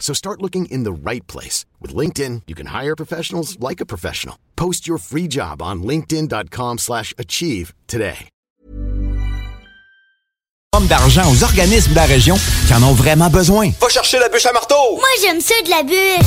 So start looking in the right place. With LinkedIn, you can hire professionals like a professional. Post your free job on linkedin.com/achieve slash achieve today. Somme d'argent aux organismes de la région qui en ont vraiment besoin. Va chercher la bûche à marteau! Moi, j'aime ça de la bulle.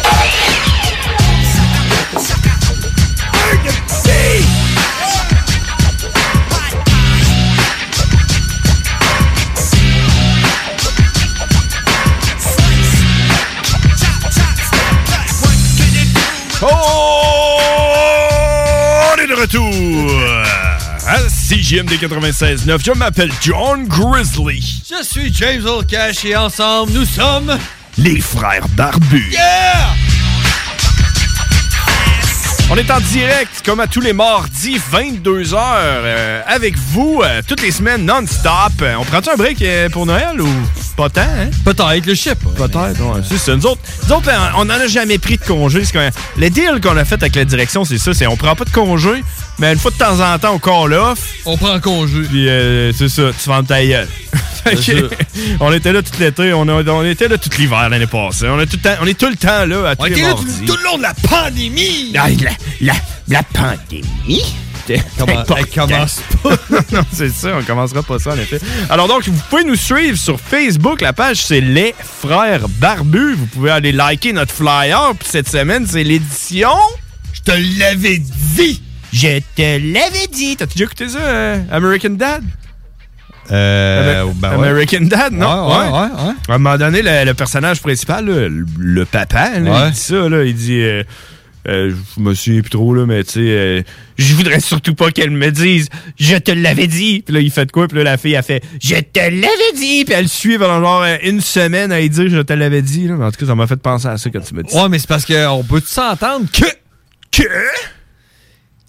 Oh, on est de retour à CGMD 96.9. Je m'appelle John Grizzly. Je suis James Olcash et ensemble, nous sommes... Les frères barbus. Yeah! On est en direct, comme à tous les mardis, 22h, avec vous, euh, toutes les semaines, non-stop. Euh, On prend-tu un break euh, pour Noël ou pas tant, hein? Peut-être, le chip. Peut-être, ouais. C'est ça. Nous autres, nous autres, là, on n'en a jamais pris de congé. C'est quand- Le deal qu'on a fait avec la direction, c'est ça, c'est on prend pas de congé, mais une fois de temps en temps, on call off. On prend congé. Puis euh, c'est ça, tu vends ta gueule. Fait que- on était là tout l'été, on, a- on était là tout l'hiver l'année passée. On, a tout le temps- on est tout le temps là à tous On les était là mardis. tout, tout le long de la pandémie! Ah, la, la, la pandémie. Comment- Important. elle commence non, c'est ça, on commencera pas ça en effet. Alors donc, vous pouvez nous suivre sur Facebook, la page c'est Les Frères Barbus. Vous pouvez aller liker notre flyer, puis cette semaine, c'est l'édition. Je te l'avais dit! Je te l'avais dit! T'as-tu déjà écouté ça, euh, American Dad? Euh, Amer- ben ouais. American Dad, non? Ouais, ouais, ouais, À un moment donné, le, le personnage principal, là, le, le papa, là, Ouais. il dit ça, là, il dit... euh, euh, je me souviens plus trop, là, mais tu sais, euh, je voudrais surtout pas qu'elle me dise « Je te l'avais dit! » Puis là, il fait de quoi? Puis là, la fille, elle fait « Je te l'avais dit! » Puis elle le suit pendant genre euh, une semaine à lui dire « Je te l'avais dit! » là. Mais En tout cas, ça m'a fait penser à ça quand tu me dis Ouais, mais c'est parce qu'on peut s'entendre que... Que?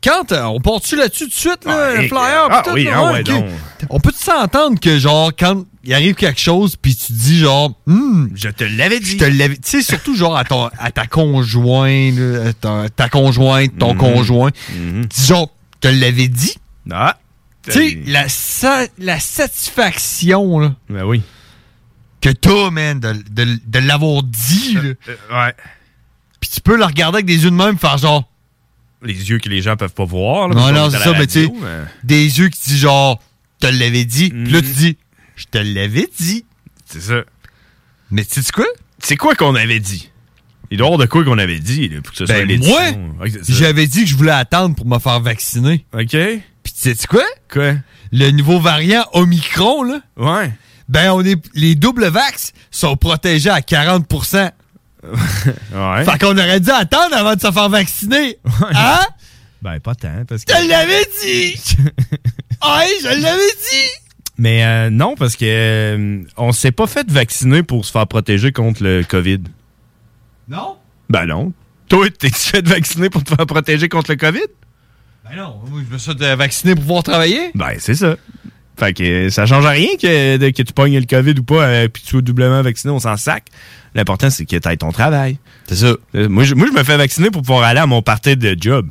Quand euh, on part-tu là-dessus tout de suite, là, Ouais, le flyer? ah pis tout, oui, là, ah ouais, ok. donc. On peut s'entendre que, genre, quand il arrive quelque chose, puis tu dis, genre, Hmm, je te l'avais dit. Je te l'avais Tu sais, surtout, genre, à, ton- à ta conjointe, là, à ta, ta conjointe, ton Mhm. conjoint, dis, genre, je te l'avais dit. Ah. Tu sais, la, sa- la satisfaction, là. Ben oui. que t'as, man, de, de- de l'avoir dit. là. Euh, ouais. Puis tu peux le regarder avec des yeux de même, faire genre. Les yeux que les gens peuvent pas voir. là, Non, parce qu'on non, est à c'est la ça, mais tu radio, sais, des yeux qui disent genre, Oh, te l'avais dit. Puis là, tu dis, je te l'avais dit. Mm. C'est ça. Mais tu sais quoi? C'est quoi qu'on avait dit? Il doit y avoir de quoi qu'on avait dit, là, pour que ce soit Ben, l'édition. moi, Ouais, c'est ça. j'avais dit que je voulais attendre pour me faire vacciner. OK. Puis tu sais quoi? Quoi? Le nouveau variant Omicron, là. Ouais. Ben, on est, les doubles vax sont protégés à 40 Ouais. Fait qu'on aurait dû attendre avant de se faire vacciner. Hein? Ben, pas tant, parce que... Je te l'avais dit! ouais, je l'avais dit! Mais euh, non, parce que euh, on s'est pas fait vacciner pour se faire protéger contre le COVID. Non? Ben non. Toi, t'es-tu fait vacciner pour te faire protéger contre le COVID? Ben non, moi, je me suis fait vacciner pour pouvoir travailler. Ben, c'est ça. Fait que euh, ça change à rien que, de- que tu pognes le COVID ou pas, euh, puis tu sois doublement vacciné, on s'en sac. L'important, c'est que tu ton travail. Euh, C'est ça. Moi je, moi, je me fais vacciner pour pouvoir aller à mon party de job.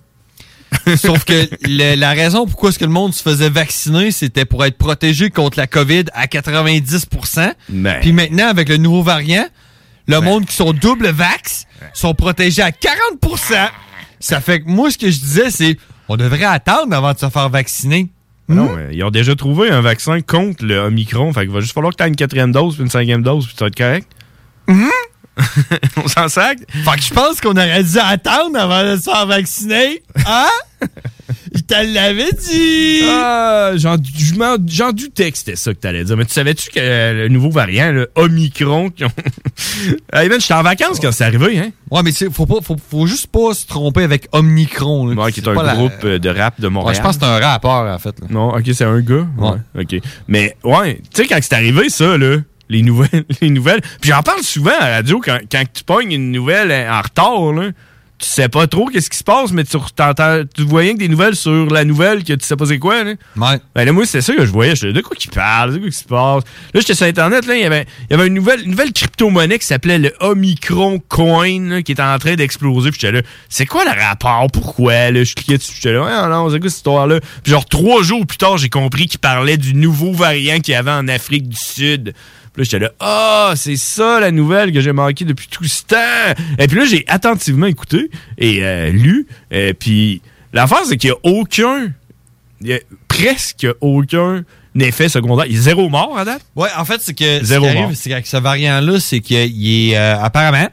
Sauf que le- la raison pourquoi est-ce que le monde se faisait vacciner, c'était pour être protégé contre la COVID à 90%. Ben. Puis maintenant, avec le nouveau variant, le monde qui sont double vax sont protégés à 40%. Ça fait que moi, ce que je disais, c'est on devrait attendre avant de se faire vacciner. Ben Hmm? Non, mais ils ont déjà trouvé un vaccin contre le Omicron. Fait qu'il va juste falloir que tu aies une quatrième dose, puis une cinquième dose, puis tu vas être correct. On s'en sac. Hmm? Fait que je pense qu'on aurait dû attendre avant de se faire vacciner. Hein? Il te l'avait dit! Ah, j'en je m'en- j'en doutais que c'était ça que t'allais dire. Mais tu savais-tu que euh, le nouveau variant, le Omicron, qui ont... Eh ben, hey man, j'étais en vacances quand c'est arrivé, hein? Ouais, mais c'est- faut, pas, faut, faut juste pas se tromper avec Omnicron. là. Ouais, qui est un pas la- groupe euh, de rap de Montréal. Ouais, je pense que c'est un rappeur, en fait. là. Non, ok, c'est un gars. Ouais. Ok. Mais ouais, tu sais, quand c'est arrivé, ça, là, les nouvelles, les nouvelles. Puis j'en parle souvent à la radio quand, quand tu pognes une nouvelle hein, en en retard, là. Tu sais pas trop qu'est-ce qui se passe, mais tu, re- t'entends- tu voyais que des nouvelles sur la nouvelle que tu sais pas c'est quoi, là. Ouais. Ben là, moi, c'est ça que je voyais. J'étais, de quoi qu'il parle, de quoi qu'il se passe. Là, j'étais sur Internet, là, il y avait, il y avait une nouvelle, une nouvelle crypto-monnaie qui s'appelait le Omicron Coin, là, qui était en train d'exploser. Puis j'étais là, c'est quoi le rapport? Pourquoi? Là, je cliquais dessus. J'étais là, ouais, non, c'est quoi cette histoire-là? Puis genre, trois jours plus tard, j'ai compris qu'il parlait du nouveau variant qu'il y avait en Afrique du Sud. Puis là, j'étais là, ah, c'est ça la nouvelle que j'ai manqué depuis tout ce temps. Et puis là, j'ai attentivement écouté et euh, lu. Et puis, l'affaire, c'est qu'il n'y a aucun il y a presque aucun effet secondaire. Il y a zéro mort à date. Ouais, en fait, c'est que Zéro ce qui mort. arrive, c'est qu'avec ce variant-là, c'est qu'il est euh, apparemment.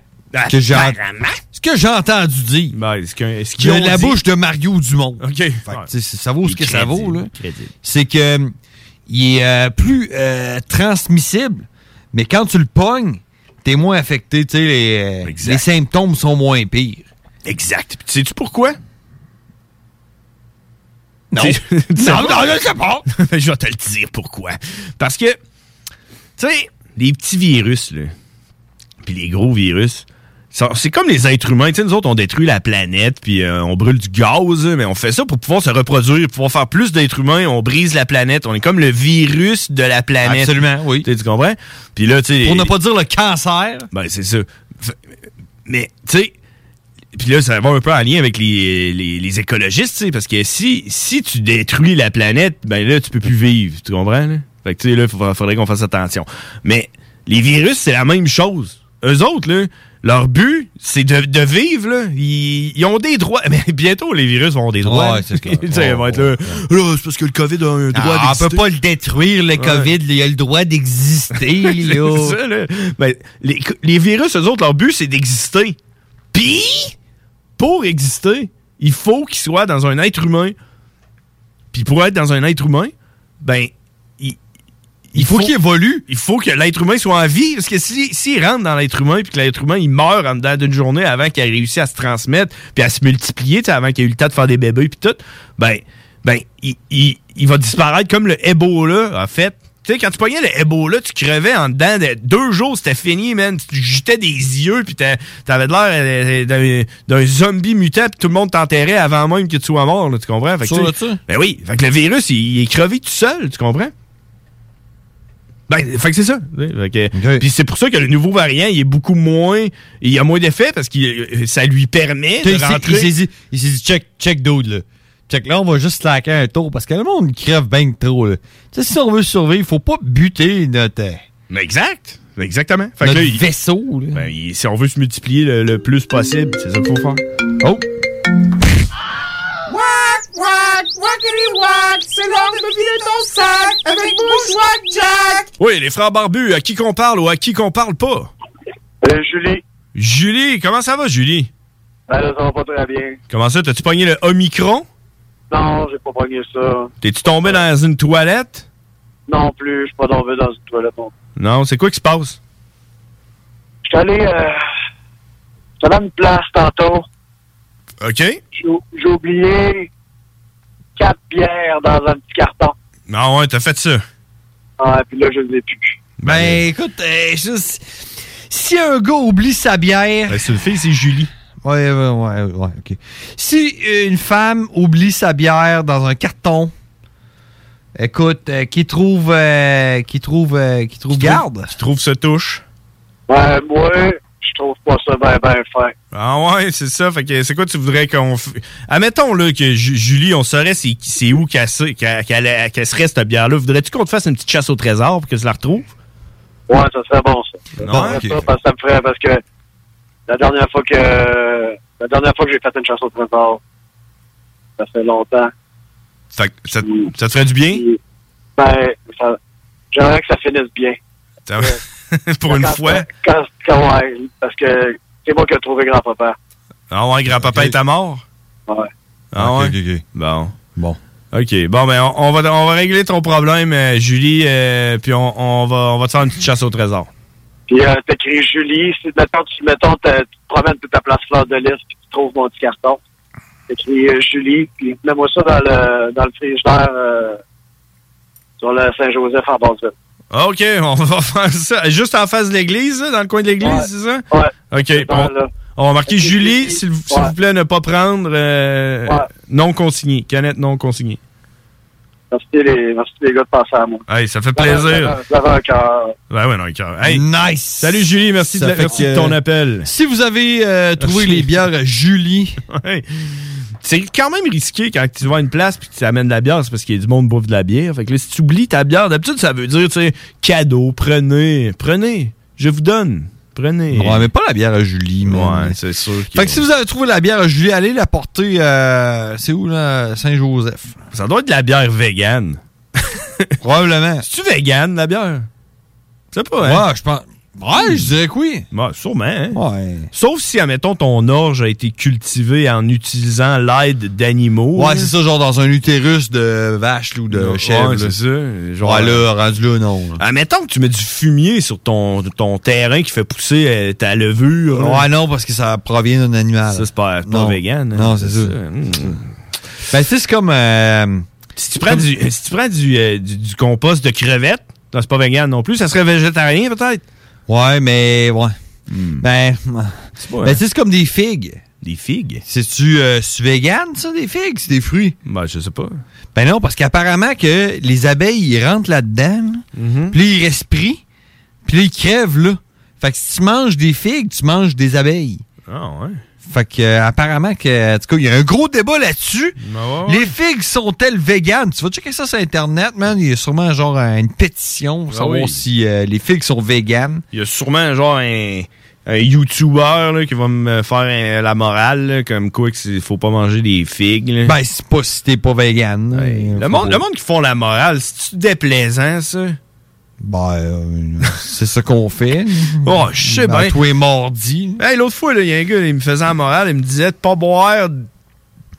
Que j'ai- Ah, Apparemment. ce que j'ai entendu dire, Ben, est-ce que- est-ce qu'il qu'ils a ont la dit- bouche de Mario Dumont. OK. Fait que, Ouais. tu sais, ça vaut ce que ça Crédible, vaut, là. crédible. C'est que hum, il est euh, plus euh, transmissible, mais quand tu le pognes, t'es moins affecté, tu sais, les, euh, Exact. les symptômes sont moins pires. Exact. Puis, sais-tu pourquoi? Non. Tu- tu sais non, pas? non, je sais pas. je vais te le dire pourquoi. Parce que, tu sais, les petits virus, là, puis les gros virus, ça- c'est comme les êtres humains. Tu sais, nous autres, on détruit la planète, puis euh, on brûle du gaz, hein, mais on fait ça pour pouvoir se reproduire, pour pouvoir faire plus d'êtres humains, on brise la planète. On est comme le virus de la planète. Absolument, oui. Tu sais, tu comprends? Puis là, tu sais... Pour ne pas dire le cancer. Ben, c'est ça. F- Mais, tu sais, puis là, ça va un peu en lien avec les, les, les écologistes, tu sais, parce que si, si tu détruis la planète, ben là, tu peux plus vivre, tu comprends? Là? Fait que, tu sais, là, il faudrait qu'on fasse attention. Mais les virus, c'est la même chose. Eux autres, là, leur but, c'est de, de vivre, là. Ils, ils ont des droits. Mais bientôt, les virus vont avoir des droits. Ouais, c'est clair. Tu sais, ils vont être là, Là, c'est parce que le COVID a un droit Ah, on d'exister. peut pas le détruire, le COVID. là, Il a le droit d'exister, là. C'est ça, là. Ben, les, les virus, eux autres, leur but, c'est d'exister. Puis, pour exister, il faut qu'ils soient dans un être humain. Puis pour être dans un être humain, ben, il, Il faut qu'il évolue. il faut que l'être humain soit en vie. Parce que s'il si, s'il rentre dans l'être humain, puis que l'être humain, il meurt en dedans d'une journée avant qu'il ait réussi à se transmettre, puis à se multiplier, tu sais, avant qu'il ait eu le temps de faire des bébés, puis tout, ben, ben il, il- il va disparaître comme le Ebola, en fait. Tu sais, quand tu pognais le Ebola, tu crevais en dedans de deux jours, c'était fini, man. Tu jetais des yeux, puis t'a- t'avais de l'air euh, d'un- d'un zombie mutant, puis tout le monde t'enterrait avant même que tu sois mort, là, tu comprends? Fait que, Sûr tu sais, de ça? ben oui, fait que le virus, il, il est crevé tout seul, tu comprends? Ben, fait que c'est ça. tu sais, fait que- Ok. Puis c'est pour ça que le nouveau variant, il est beaucoup moins. Il a moins d'effet parce que ça lui permet Il de s'est il s'est rentrer. dit, il s'est dit, check, check, dude, là. Check, là, on va juste slacker un tour parce que le monde crève bien que trop, là. Tu sais, si on veut survivre, faut pas buter notre. euh, Mais exact. Exactement. Fait Notre vaisseau. Ben, si on veut se multiplier le, le plus possible, c'est ça qu'il faut faire. Oh! Wack, wack, wackity wack, c'est l'heure de me vider ton sac avec Bushwack Jack. Oui, les frères barbus, à qui qu'on parle ou à qui qu'on parle pas? Julie. Julie, comment ça va, Julie? Euh, Ben là, ça va pas très bien. Comment ça, t'as-tu pogné le Omicron? Non, j'ai pas pogné ça. T'es-tu tombé dans une toilette? Non plus, je suis pas tombé dans une toilette. non. Non, c'est quoi qui se passe? Je suis allé, euh, j'étais allé à une place tantôt. OK. J'ai j'ai oublié quatre bières dans un petit carton. Non, ouais, t'as fait ça. Ah, puis là, je les ai plus. Ben, écoute, euh, je- si un gars oublie sa bière. Euh, c'est une fille, c'est Julie. Ouais, ouais, ouais, ouais, ok. Si euh, une femme oublie sa bière dans un carton, écoute, euh, qui trouve, euh, qui trouve, euh, qui trouve garde. Qui trouve se touche. Ben, moi, je trouve pas ça ben, ben fin. Ah ouais, c'est ça. Fait que c'est quoi tu voudrais qu'on... f- Admettons là, que Ju- Julie, on saurait c'est c'est où qu'elle se- qu'elle- qu'elle- qu'elle serait, cette bière-là. Voudrais-tu qu'on te fasse une petite chasse au trésor pour que je la retrouve? Ouais, ça serait bon, ça. Non, ça, serait ok. ça, parce que ça me ferait, parce que la dernière fois que, la dernière fois que j'ai fait une chanson de tard, ça fait longtemps. Fait que ça, ça te ferait du bien? Ben, ça, j'aimerais que ça finisse bien. Ça- pour une Quand- fois? Quand, quand, ouais, parce que c'est moi qui ai trouvé grand-papa. Ah ouais, grand-papa est à mort? Ouais. Ah ouais? Bon. Bon. OK. Bon, ben, on, on va, on va régler ton problème, euh, Julie, euh, puis on, on va, on va te faire une petite chasse au trésor. Puis euh, t'écris Julie, si mettons, tu, mettons te- tu te promènes toute ta place fleur de lys, puis tu trouves mon petit carton. T'écris euh, Julie, puis mets-moi ça dans le, dans le frigidaire euh, sur le Saint-Joseph en Basse-Ville. Ah, OK, on va faire ça. Juste en face de l'église, là, dans le coin de l'église, c'est ça? Ouais. OK. On, on va marquer Julie, s'il vous s'il vous plaît, ne pas prendre euh, non consigné, canette non consignée. Merci les, merci les gars de passer à moi. Hey, ça fait plaisir. Vous avez un cœur. Ben ouais, non, le cœur. Hey, nice. Salut Julie, merci, de, Ça la- fait merci que- de ton appel. Si vous avez euh, trouvé les bières à Julie, Ouais. C'est quand même risqué quand tu vas à une place puis que tu amènes de la bière, c'est parce qu'il y a du monde qui bouffe de la bière. Fait que là, si tu oublies ta bière, d'habitude, ça veut dire, tu sais, cadeau, prenez, prenez, je vous donne, prenez. Ouais, mais pas la bière à Julie, Ouais, c'est sûr. fait que si vous avez trouvé la bière à Julie, allez la porter. euh, c'est où là, Saint-Joseph. Ça doit être de la bière vegan. Probablement. tu vegan, la bière? Je sais pas, hein? Ouais, je pense. Ouais, je dirais que oui. Ouais, sûrement, hein? Ouais. Sauf si, admettons, ton orge a été cultivé en utilisant l'aide d'animaux. Ouais, c'est ça, genre dans un utérus de vache là, ou de Ouais, chèvre. c'est là. ça. Genre, euh, ouais, là, rendu là, non. là. Admettons que tu mets du fumier sur ton, ton terrain qui fait pousser euh, ta levure. là. Ouais, non, parce que ça provient d'un animal. Ça, c'est pas, c'est pas Non. vegan. hein. Non, c'est ça. Mm. Ben, tu sais, c'est comme. euh, Si tu prends, du, si tu prends du, euh, du- du compost de crevettes, non, c'est pas vegan non plus, ça serait végétarien peut-être. Ouais, mais. Ouais. Hmm. Ben. Ben, tu sais, c'est comme des figues. hein? Des figues? C'est-tu euh, c'est vegan, ça, des figues? C'est des fruits? Ben, je sais pas. Ben non, parce qu'apparemment que les abeilles, ils rentrent là-dedans, puis là, ils respirent, puis là, ils crèvent, là. Fait que si tu manges des figues, tu manges des abeilles. Ah ouais. Fait que, euh, apparemment que, en tout cas, il y a un gros débat là-dessus. Ben, ouais, ouais. Les figues sont-elles véganes? Tu vas checker ça sur Internet, man. Il y a sûrement genre euh, une pétition pour Ah savoir oui. si euh, les figues sont véganes. Il y a sûrement genre un, un YouTuber là, qui va me faire un- la morale, là, comme quoi qu'il faut pas manger des figues. là. Ben, c'est pas si t'es pas végane. là. le, monde, le monde qui font la morale, c'est-tu déplaisant, ça? Ben, euh, c'est ça qu'on fait. Oh, je sais Ben, bien. toi et mordi. Hey, l'autre fois, là, il y a un gars, là, il me faisait la morale, il me disait de pas boire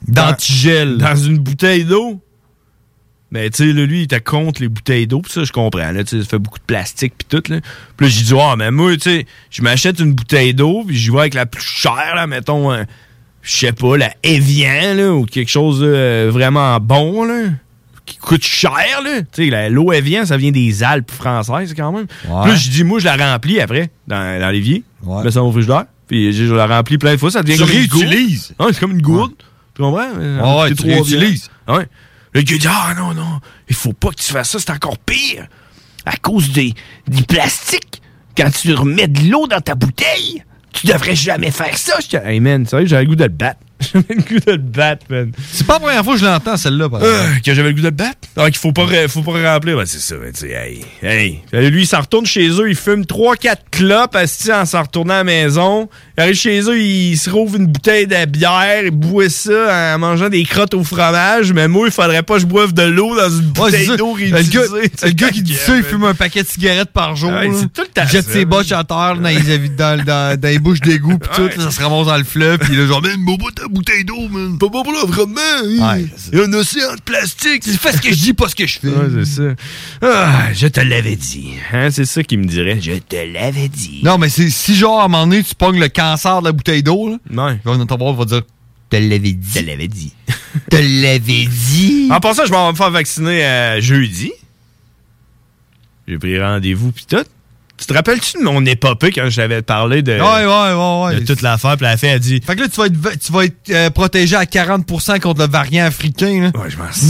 D'antigel. dans une bouteille d'eau. Mais tu sais, là, lui, il était contre les bouteilles d'eau, pis ça, je comprends. Là, tu sais, ça fait beaucoup de plastique, puis tout. Là. Puis là, j'ai dit, ah, mais moi, tu sais, je m'achète une bouteille d'eau, puis j'y vais avec la plus chère, là, mettons, euh, je sais pas, la Evian, là, ou quelque chose euh, vraiment bon, là, qui coûte cher, là. Tu sais, la- l'eau Evian, ça vient des Alpes françaises, quand même. Ouais. Puis là, j'ai dit, moi, je la remplis après, dans, dans l'évier. Ouais. Je mets ça au frigidaire, puis je, je la remplis plein de fois, ça devient Tu comme une gourde. réutilises. Non, c'est comme une gourde. Tu comprends? Ah ouais, T'es tu trois réutilises. bières. Ouais. Le gars dit Ah non, non, il faut pas que tu fasses ça, c'est encore pire. À cause des, du plastique, quand tu remets de l'eau dans ta bouteille, tu devrais jamais faire ça. Je dis Hey man, sérieux, j'avais le goût de le battre. J'avais le goût de le battre, man. C'est pas la première fois que je l'entends, Ah, celle-là, ben, par Que j'avais le goût de le battre? Ah, qu'il faut pas, re- faut pas remplir. Ben, c'est ça, ben, tu sais, hey, hey. Euh, Lui, il s'en retourne chez eux, il fume 3-4 clopes, assis en s'en retournant à la maison. Il arrive chez eux, il se rouvre une bouteille de bière, il boit ça en mangeant des crottes au fromage, mais moi, il faudrait pas que je boive de l'eau dans une Ouais, c'est bouteille ça. d'eau le gars, réutilisée. le gars qui dit ça, il man. fume un paquet de cigarettes par jour. Ouais, là. c'est tout le temps Il jette ça, ses man. boches à terre dans les, dans, dans- dans les bouches d'égout, puis Ouais. tout, là, ça se ramasse dans le fleuve, puis là, genre, man, mon bout de bouteille d'eau, man. Pas bon pour l'environnement. hein. Il y a un océan de plastique. Tu fais ce que je dis, pas ce que je fais. Ouais, c'est ça. Ah, je te l'avais dit. Hein, c'est ça qu'il me dirait. Je te l'avais dit. Non, mais c'est si, genre, à un moment donné, tu pognes le cancer de la bouteille d'eau, là. Non. Ton bras va dire, te l'avais dit. Te l'avais dit. te l'avais dit. En passant, je m'en vais me faire vacciner euh, jeudi. J'ai pris rendez-vous pis tout. Tu te rappelles-tu de mon épopée quand j'avais parlé de, ouais, ouais, ouais, ouais. de toute l'affaire? Puis la fille Euh, a dit Fait que là, tu vas être, va- tu vas être euh, protégé à 40% contre le variant africain. Là.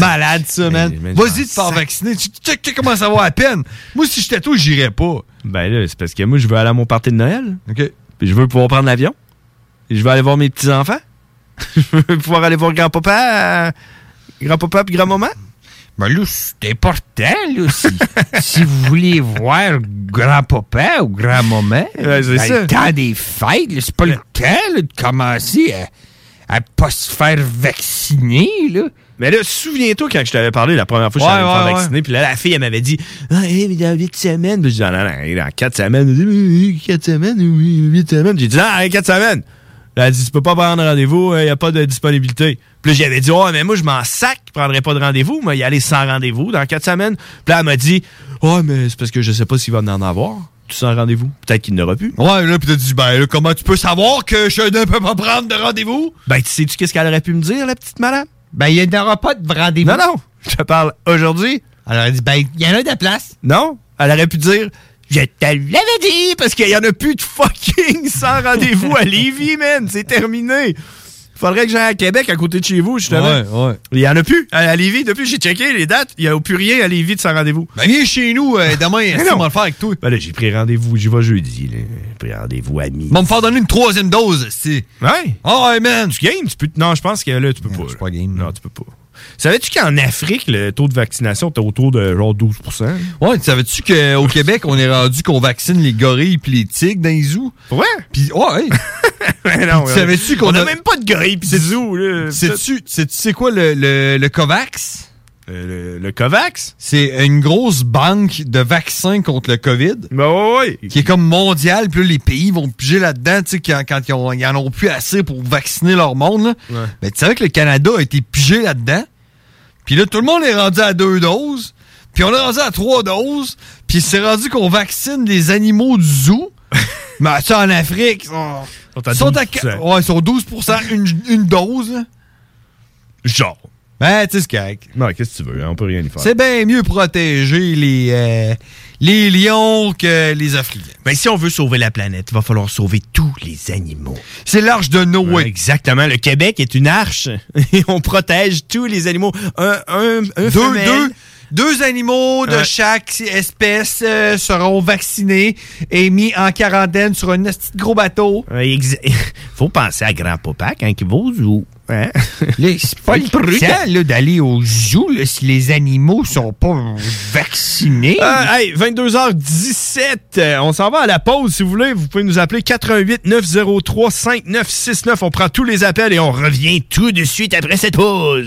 Malade, ça, man. mais je Vas-y, te faire vacciner. Tu tu- tu commences à avoir à peine. Moi, si j'étais toi, j'irais pas. Ben là, c'est parce que moi, je veux aller à mon party de Noël. OK. Puis je veux pouvoir prendre l'avion. Je veux aller voir mes petits-enfants. je veux pouvoir aller voir grand-papa, euh, grand-papa puis grand-maman. Ben là, c'est important, là, aussi. si vous voulez voir grand-papa ou grand-maman, Ouais, c'est dans ça. le temps des fêtes, là, c'est pas le temps là, de commencer à, à pas se faire vacciner, là. Mais là, souviens-toi quand je t'avais parlé la première fois que je suis Ouais, allé me ouais, faire ouais. vacciner, puis là, la fille, elle m'avait dit Ah, eh, mais dans 8 semaines. Puis je dis Ah, Non, non, eh, dans 4 semaines. Elle dit 4 semaines, oui, 8 semaines. J'ai dit Non, eh, 4 semaines. Elle a dit Tu peux pas prendre rendez-vous, il n'y a pas de disponibilité. Puis là, j'avais dit Oh, mais moi, je m'en sac, je prendrai pas de rendez-vous, mais y aller sans rendez-vous dans 4 semaines. Puis là, elle m'a dit Oh, mais c'est parce que je sais pas s'il va en avoir. Tu sans rendez-vous. Peut-être qu'il n'aura plus. Ouais, là, pis t'as dit, ben là, comment tu peux savoir que je ne peux pas prendre de rendez-vous? Ben, tu sais-tu qu'est-ce qu'elle aurait pu me dire, la petite madame? Ben, il n'y aura pas de rendez-vous. Non, non, je te parle aujourd'hui. Alors, elle dit, ben, il y en a de la place. Non, elle aurait pu dire Je te l'avais dit parce qu'il y en a plus de fucking sans rendez-vous à Lévis, man, c'est terminé. Faudrait que j'aille à Québec à côté de chez vous, justement. ouais. Il y en a plus à, à Lévis, depuis que j'ai checké les dates, il n'y a plus rien à Lévis de sans rendez-vous. Ben, viens chez nous, euh, demain, est-ce non. qu'on va le faire avec toi? Ben là, j'ai pris rendez-vous, j'y vais jeudi, là. J'ai pris rendez-vous à midi. Bon, me faire donner une troisième dose, si. Ouais. Oh, ouais, man! Tu game, tu peux. Non, je pense que là, tu peux pas. je suis là. pas game. Non, tu peux pas. Savais-tu qu'en Afrique, le taux de vaccination était autour de genre 12 Ouais, tu savais-tu qu'au Québec, on est rendu qu'on vaccine les gorilles pis les tigres dans les zoos? Ouais. Pis, ouais, Ben non, Tu on- savais-tu qu'on on a a- même pas de gorille pis de zoo, là. sais-tu, sais-tu c'est quoi le, le, le COVAX? Euh, le, le COVAX? C'est une grosse banque de vaccins contre le COVID. Ben ouais, ouais. qui est comme mondial, puis là, les pays vont piger là-dedans, tu sais, quand, quand ils, ont- ils en ont plus assez pour vacciner leur monde, là. Ouais. Mais tu savais que le Canada a été pigé là-dedans? Puis là, tout le monde est rendu à deux doses, puis on est rendu à trois doses, puis c'est rendu qu'on vaccine les animaux du zoo. Mais ça, en Afrique, ils sont, Sont à ils sont 12%. ouais, ils sont 12 une, une dose, là. Genre. Ben, tu sais, c'est correct. Non, qu'est-ce que tu veux? hein, On peut rien y faire. C'est bien mieux protéger les, euh, les lions que les Africains. Mais Ben, si on veut sauver la planète, il va falloir sauver tous les animaux. C'est l'arche de Noé. Ouais, exactement. Le Québec est une arche. Et on protège tous les animaux. Un, un, un deux, femelle. deux, deux animaux de Ouais. chaque espèce euh, seront vaccinés et mis en quarantaine sur un esti de gros bateau. Ouais, exa- Faut penser à grand-papa quand il va au zoo. Hein? C'est pas le temps, d'aller au zoo si les animaux sont pas vaccinés. Ah, hey, 22h17, euh, on s'en va à la pause si vous voulez. Vous pouvez nous appeler 88 903 5969. On prend tous les appels et on revient tout de suite après cette pause.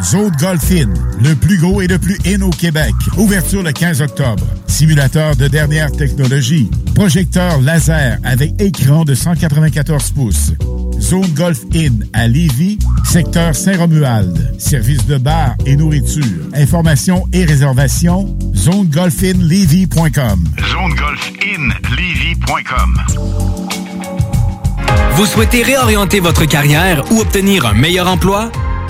Zone Golf In, le plus gros et le plus in au Québec. Ouverture le 15 octobre. Simulateur de dernière technologie. Projecteur laser avec écran de 194 pouces. Zone Golf In à Lévis, secteur Saint-Romuald. Service de bar et nourriture. Informations et réservations. ZoneGolfinLévis.com. ZoneGolfInLévis.com. Vous souhaitez réorienter votre carrière ou obtenir un meilleur emploi?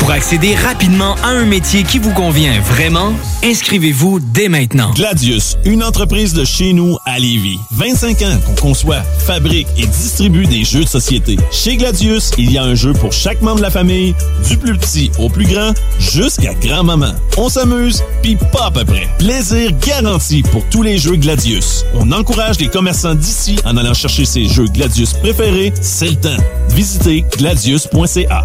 Pour accéder rapidement à un métier qui vous convient vraiment, inscrivez-vous dès maintenant. Gladius, une entreprise de chez nous à Lévis. 25 ans qu'on conçoit, fabrique et distribue des jeux de société. Chez Gladius, il y a un jeu pour chaque membre de la famille, du plus petit au plus grand, jusqu'à grand-maman. On s'amuse, puis pas à peu près. Plaisir garanti pour tous les jeux Gladius. On encourage les commerçants d'ici en allant chercher ses jeux Gladius préférés, c'est le temps. Visitez gladius.ca.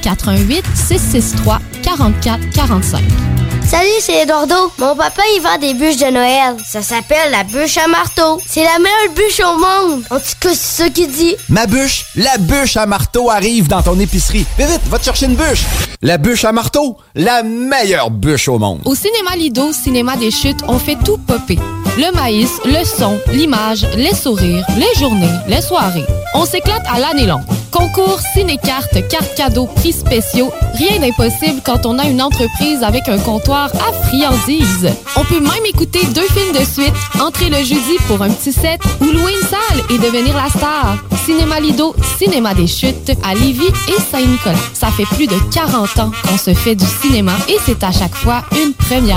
88 663 44 45. Salut, c'est Eduardo. Mon papa, il vend des bûches de Noël. Ça s'appelle la bûche à marteau. C'est la meilleure bûche au monde. En tout cas, c'est ce qu'il dit. Ma bûche, la bûche à marteau arrive dans ton épicerie. Vite, vite, va te chercher une bûche. La bûche à marteau, la meilleure bûche au monde. Au cinéma Lido, cinéma des chutes, on fait tout popper. Le maïs, le son, l'image, les sourires, les journées, les soirées. On s'éclate à l'année longue. Concours, ciné-cartes, cartes cadeaux, prix spéciaux, rien d'impossible quand on a une entreprise avec un comptoir à friandises. On peut même écouter deux films de suite, entrer le jeudi pour un petit set ou louer une salle et devenir la star. Cinéma Lido, Cinéma des Chutes, à Lévis et Saint-Nicolas. Ça fait plus de 40 ans qu'on se fait du cinéma et c'est à chaque fois une première.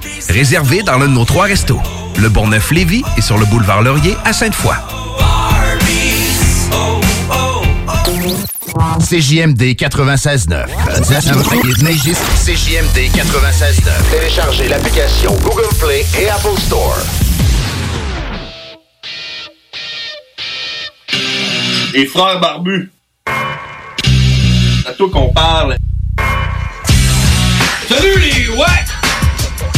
Réservé dans l'un de nos trois restos. Le Bonneuf-Lévis et sur le boulevard Laurier à Sainte-Foy. CJMD 96.9. CJMD 96.9. Téléchargez l'application Google Play et Apple Store. Les frères barbus. C'est à toi qu'on parle. Salut les ouais!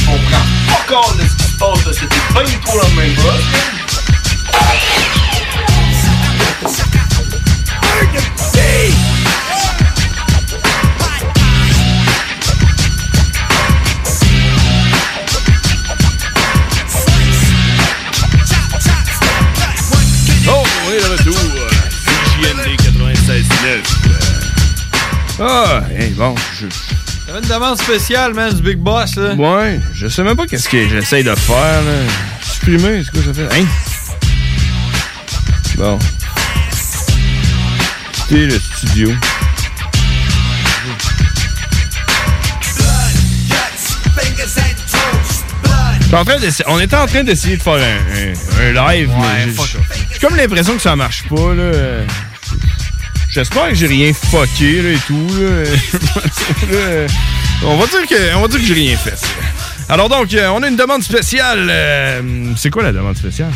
On prend pas compte de ce qui se passe, là. c'était pas du tout la même chose. Oh, on est de retour. CJMD 96.9. Ah, hey, bon, je... T'avais une demande spéciale, man, du Big Boss, là. Ouais, je sais même pas qu'est-ce que j'essaye de faire, là. Supprimer, c'est quoi ça fait? Hein? Bon. Quitter le studio. J'étais en train d'essa- on était en train d'essayer de faire un, un- un live, mais j'ai- j'ai comme l'impression que ça marche pas, là. J'espère que j'ai rien fucké, là, et tout, là. on va dire que, on va dire que j'ai rien fait. Alors donc, euh, on a une demande spéciale. euh, c'est quoi la demande spéciale?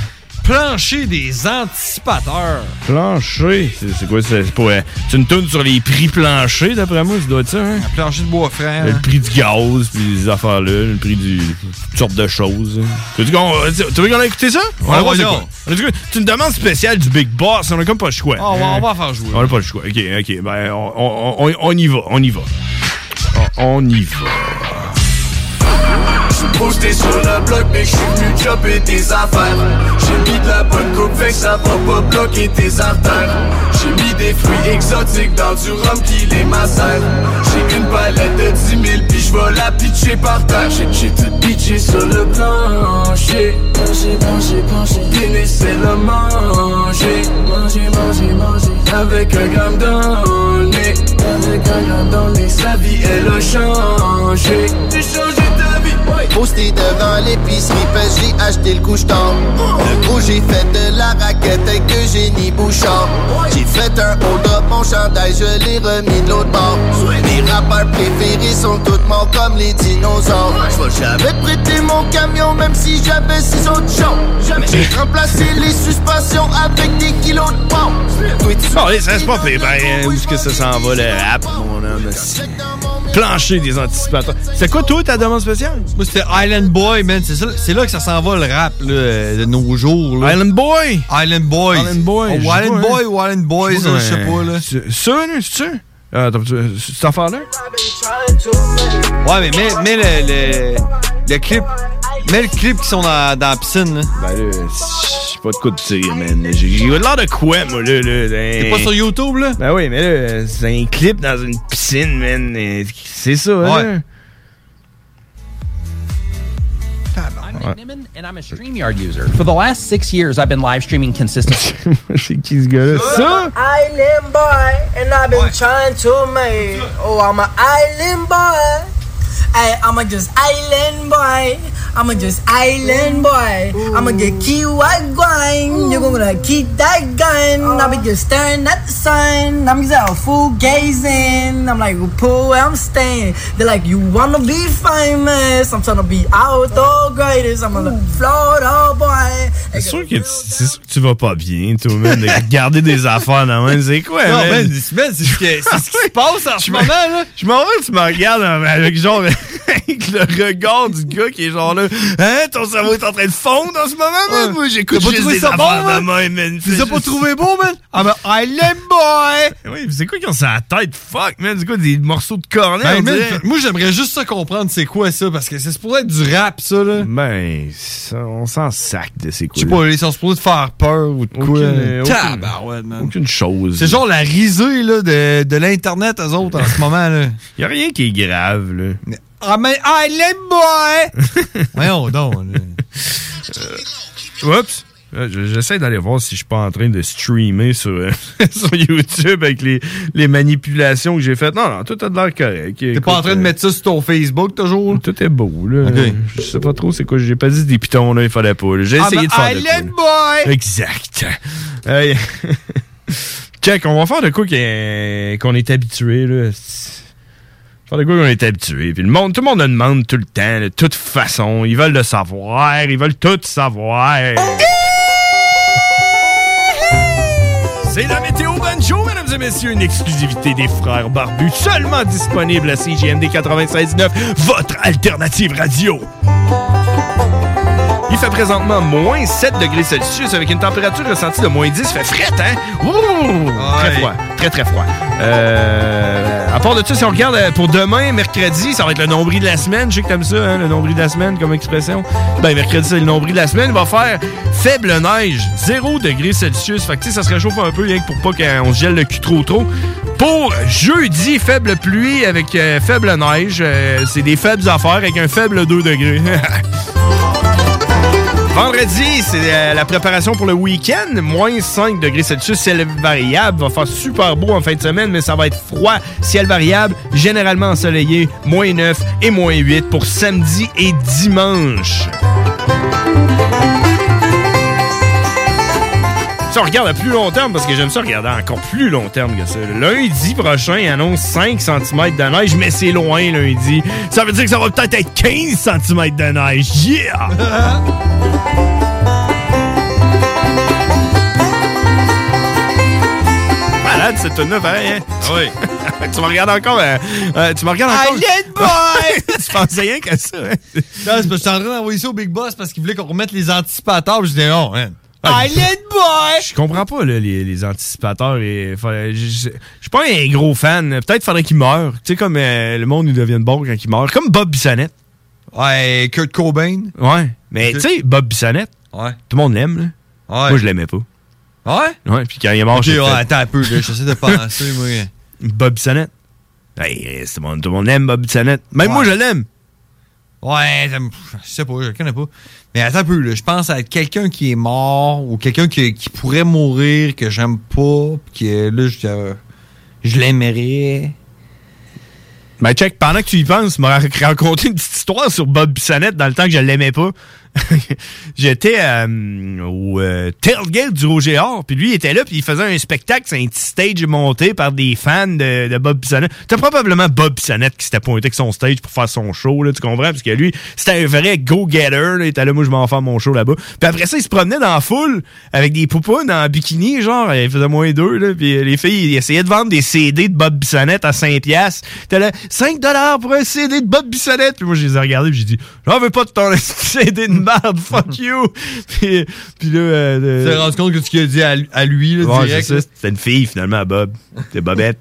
Plancher des anticipateurs. Plancher, c'est c'est quoi ça? C'est pas, euh, c'est une toune sur les prix planchers, d'après moi, ça doit être ça, hein? Un plancher de bois frère. Le prix du gaz, puis les affaires-là, le prix du. toutes sortes de choses. Tu veux qu'on t'as vu qu'on a écouté ça? Ouais, va voir c'est voyons. quoi. On a dit quoi? C'est une demande spéciale du Big Boss, on a comme pas le choix. Ah, on va- on va en faire jouer. On a pas le choix. Ok, ok. Ben, on, on- on- on y va, on y va. On, on y va. suis posté sur le bloc, mais je suis venu chopper tes affaires. J'ai mis de la bonne coupe, fait que ça va pas bloquer tes artères. J'ai mis des fruits exotiques dans du rhum qui les macère. J'ai une palette de 10 000, puis je vais la pitcher par terre. J'ai- J'ai tout pitché sur le plancher. Penché, penché, penché. c'est le manger. Manger, manger, manger. Avec un gramme dans le nez. Avec un gramme dans le nez. Sa vie, elle a changé. J'ai changé ta vie. Posté devant l'épicerie, parce que j'ai acheté le couche-tard. Le gros, j'ai fait de la raquette avec Eugénie Bouchard. J'ai fait un hold-up, mon chandail, je l'ai remis de l'autre bord. Mes rappeurs préférés sont tous morts comme les dinosaures. Je jamais prêter mon camion, même si j'avais six autres gens. J'ai remplacé les suspensions avec des kilos de pompe. Bon, les c'est pas pire. Ben, où est-ce que ça s'en va, le rap, mon homme? aussi? Plancher des anticipateurs. C'est quoi, toi, ta demande spéciale? Moi, c'était Island Boy, man. C'est ça- C'est là que ça s'en va le rap là, de nos jours. là. Island Boy? Island Boy. Island Boy, je Oh, sais Island pas, Boy hein. ou Island Boys, Je sais là, pas, je sais pas. hein. là. C'est sûr, c'est sûr. Euh, Attends, tu- cette affaire-là? Ouais, mais mets, mets le, le, le clip. Mets le clip qui sont dans, dans la piscine. Là. Ben là, je sais pas de quoi te dire, man. J'ai j'ai l'air de quoi, moi, là? là T'es pas sur YouTube, là? Ben oui, mais là, c'est un clip dans une piscine, man. Euh, C'est ça, Ouais. là. and I'm a StreamYard user. For the last six years, I've been live streaming consistently. C'est qui ce gars-là? Ça? Island boy, and I've been trying to make. Oh, I'm an island boy. Ay, I'm a just island boy. I'm a just island boy. I'm a get key white going. You're gonna keep that gun. I'll be just staring at the sun. I'm just out full gazing. I'm like, pull where I'm staying. They're like, you wanna be famous? I'm trying to be out the greatest. I'm gonna float all boy. C'est sûr, que tu- c'est sûr que tu vas pas bien, toi, man, de garder des affaires dans la main. C'est quoi, Non, ben, man? man, man, c'est ce, que- c'est ce qui se passe en ce Je moment, là. Je m'en vais, tu me regardes euh, avec genre avec le regard du gars qui est genre là. Hein, ton cerveau est en train de fondre en ce moment, man? Moi, j'écoute T'as pas juste trouvé des ça bon, affaires de même, man? man. Tu les as pas trouvés beaux, man? Ah, ben, I boy! Oui, mais c'est quoi qu'ils ont sur la tête? Fuck, man. C'est quoi des morceaux de cornet? Ben, on man, dirait? moi, j'aimerais juste ça comprendre c'est quoi ça, parce que c'est supposé être du rap, ça, là. Ben, ça, on s'en sac de ces Je sais pas, ils sont supposés te faire peur ou de quoi. Aucune- aucune- Tabarouette, man. Aucune chose. C'est genre la risée, là, de, de l'Internet, eux autres, en ce moment, là. Y a rien qui est grave, là. Ah, mais Island Boy! Voyons donc, là. Oups! Euh, je- J'essaie d'aller voir si je suis pas en train de streamer sur, euh, sur YouTube avec les, les manipulations que j'ai faites. Non, non, tout a de l'air correct. T'es pas en train de mettre ça sur ton Facebook toujours? Tout est beau, là. Ok. Je sais pas trop c'est quoi. J'ai pas dit des pitons, là, il fallait pas. là. J'ai Ah, ben, essayé mais de faire de quoi, Island là. Boy! Exact. Hey. Check, on va faire de quoi qu'est- qu'on est habitué, là. Faire de quoi qu'on est habitué. Puis le monde, tout le monde le demande tout le temps, de toute façon. Ils veulent le savoir, ils veulent tout savoir. C'est la météo banjo, mesdames et messieurs, une exclusivité des frères barbus, seulement disponible à CGMD 96.9, votre alternative radio. Il fait présentement moins 7 degrés Celsius avec une température ressentie de moins 10. Fait fret, hein? Ouh! Très froid. Très, très froid. Euh, à part de ça, si on regarde euh, pour demain, mercredi, ça va être le nombril de la semaine. Je sais que t'aimes ça, hein, le nombril de la semaine comme expression. Ben, mercredi, c'est le nombril de la semaine. Il va faire faible neige, 0 degrés Celsius. Fait que, tu sais, ça se réchauffe un peu, rien que pour pas qu'on se gèle le cul trop trop. Pour jeudi, faible pluie avec euh, faible neige. Euh, c'est des faibles affaires avec un faible 2 degrés. Vendredi, c'est euh, la préparation pour le week-end. Moins 5 degrés Celsius, ciel variable. Va faire super beau en fin de semaine, mais ça va être froid. Ciel variable, généralement ensoleillé. Moins 9 et moins 8 pour samedi et dimanche. Si on regarde à plus long terme, parce que j'aime ça regarder à encore plus long terme que ça. Lundi prochain, annonce 5 cm de neige, mais c'est loin lundi. Ça veut dire que ça va peut-être être 15 cm de neige. Yeah! Malade cette tune là pareil, hein? Oui. tu me regardes encore, euh, euh, tu me regardes encore. Island Boy! tu pensais rien qu'à ça, hein? Non, c'est parce que j'étais en train d'envoyer ça au Big Boss parce qu'il voulait qu'on remette les anticipateurs. Je disais non, man. Ah, Island Boy! Je comprends pas là, les, les anticipateurs. et fallait- Je je- je suis pas un gros fan. Peut-être faudrait qu'ils meurent. Tu sais, comme euh, le monde, ils deviennent bons quand ils meurent. Comme Bob Bissonnette. Ouais, Kurt Cobain. Ouais. Mais tu sais, Bob Bissonnette, tout le monde l'aime. là. Moi, je l'aimais pas. Ouais? Ouais, puis quand il est mort, Ok, j'ai ouais, fait- attends un peu, là, j'essaie de penser, moi. Bob Bissonnette. Hey, Ben, c'est bon, tout le monde aime Bob Bissonnette. Même moi, je l'aime. Ouais, ça me- je sais pas, je le connais pas. Mais attends un peu, là, je pense à quelqu'un qui est mort ou quelqu'un qui, qui pourrait mourir, que j'aime pas, pis que là, je, euh, je l'aimerais. Ben, check, pendant que tu y penses, tu m'as rac- raconté une petite histoire sur Bob Bissonnette dans le temps que je l'aimais pas. J'étais euh, au euh, tailgate du Roger Or, puis lui, il était là, puis il faisait un spectacle, c'est un petit stage monté par des fans de, de Bob Bissonnette. C'était probablement Bob Bissonnette qui s'était pointé avec son stage pour faire son show, là, tu comprends? Parce que lui, c'était un vrai go-getter, là, il était là, moi, je m'en fais mon show là-bas. Puis après ça, il se promenait dans la foule avec des poupounes en bikini, genre, il faisait moins deux, là, puis euh, les filles, ils essayaient de vendre des CD de Bob Bissonnette à 5 piastres. T'as là, 5 dollars pour un CD de Bob Bissonnette. Puis moi, je les ai regardés, puis j'ai dit, j'en veux pas de ton CD de merde, fuck you. puis, puis là, euh, Tu t'es rendu compte que tu as dit à, lui- à lui, là, Ouais, direct. c'est ça, C'était une fille, finalement, à Bob. C'était Bobette.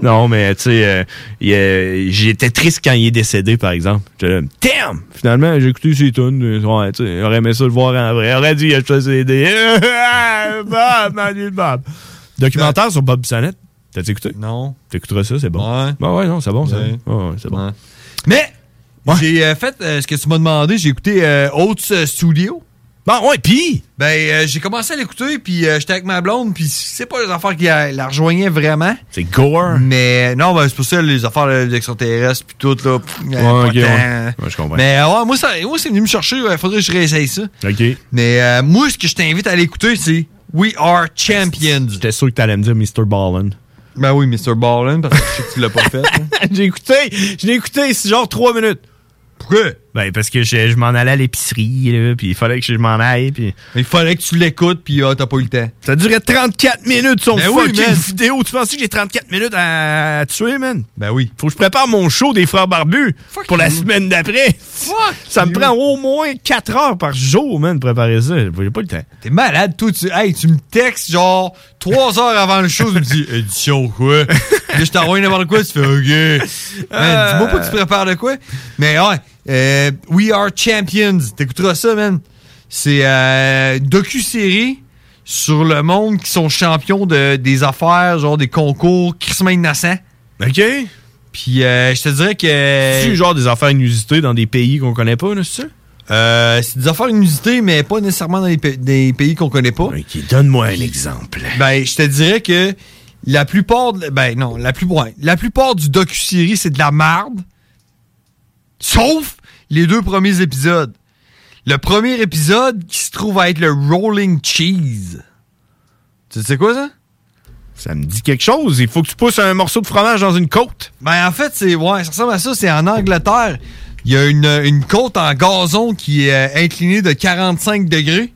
non, mais tu sais, euh, il, euh, j'étais triste quand il est décédé, par exemple. J'étais là, damn! Finalement, j'ai écouté ses tunes. euh, Ouais, tu sais, j'aurais aimé ça le voir en vrai. J'aurais dit, je fais CD. Ah, Bob, Manuel Bob. Documentaire sur Bob Bissonnette. T'as-tu écouté? Non. T'écouteras ça, c'est bon. Ouais. ouais, non, c'est bon, ça. Ouais. Ouais, ouais, c'est bon. Mais, j'ai euh, fait euh, ce que tu m'as demandé, j'ai écouté euh, Oats euh, Studio. Bon, Ah, ouais, puis? Ben, euh, j'ai commencé à l'écouter, puis euh, j'étais avec ma blonde, puis c'est pas les affaires qui la, la rejoignaient vraiment. C'est gore. Mais non, ben, c'est pour ça, les affaires là, d'extraterrestres, puis tout, là. pff, euh, pas ok, tant. ouais. Ouais, je comprends. Mais euh, ouais, moi, ça, moi, c'est venu me chercher, il faudrait que je réessaye ça. OK. Mais euh, moi, ce que je t'invite à aller écouter, c'est We Are Champions. J'étais sûr que t'allais me dire Mr. Ballin. Ben oui, Mr. Ballin, parce que je sais que tu l'as pas fait. j'ai écouté, je l'ai écouté, c'est genre trois minutes. Pourquoi? Ben, parce que je, je m'en allais à l'épicerie, là, puis il fallait que je m'en aille, puis... Il fallait que tu l'écoutes, puis ah, t'as pas eu le temps. Ça durait 34 minutes, son Ben oui, fucking man. vidéo. Tu penses que j'ai 34 minutes à, à tuer, man? Ben oui. Faut que je prépare mon show des Frères Barbus pour la semaine d'après. Fuck! Ça me prend au moins 4 heures par jour, man, de préparer ça. J'ai pas le temps. T'es malade, toi. Tu, hey, tu me textes genre trois heures avant le show. Tu me dis édition ou quoi? Là, je t'envoie n'importe quoi. Tu fais OK. Man, Dis-moi pas que tu prépares de quoi. Mais ouais, euh, We Are Champions. T'écouteras ça, man. C'est euh, docu-série sur le monde qui sont champions de, des affaires, genre des concours, Christmas innocent. OK. Puis euh, je te dirais que. C'est genre des affaires inusitées dans des pays qu'on connaît pas, là, c'est ça? Euh, c'est des affaires inusitées, mais pas nécessairement dans les, pa- des pays qu'on connaît pas. Donne-moi un exemple. Ben, je te dirais que la plupart, de- ben non, la plus ouais, la plupart du docu-série c'est de la marde, sauf les deux premiers épisodes. Le premier épisode qui se trouve à être le Rolling Cheese. Tu sais quoi ça? Ça me dit quelque chose. Il faut que tu pousses un morceau de fromage dans une côte. Ben en fait, c'est ouais, ça ressemble à ça, c'est en Angleterre. Il y a une, une côte en gazon qui est euh, inclinée de 45 degrés.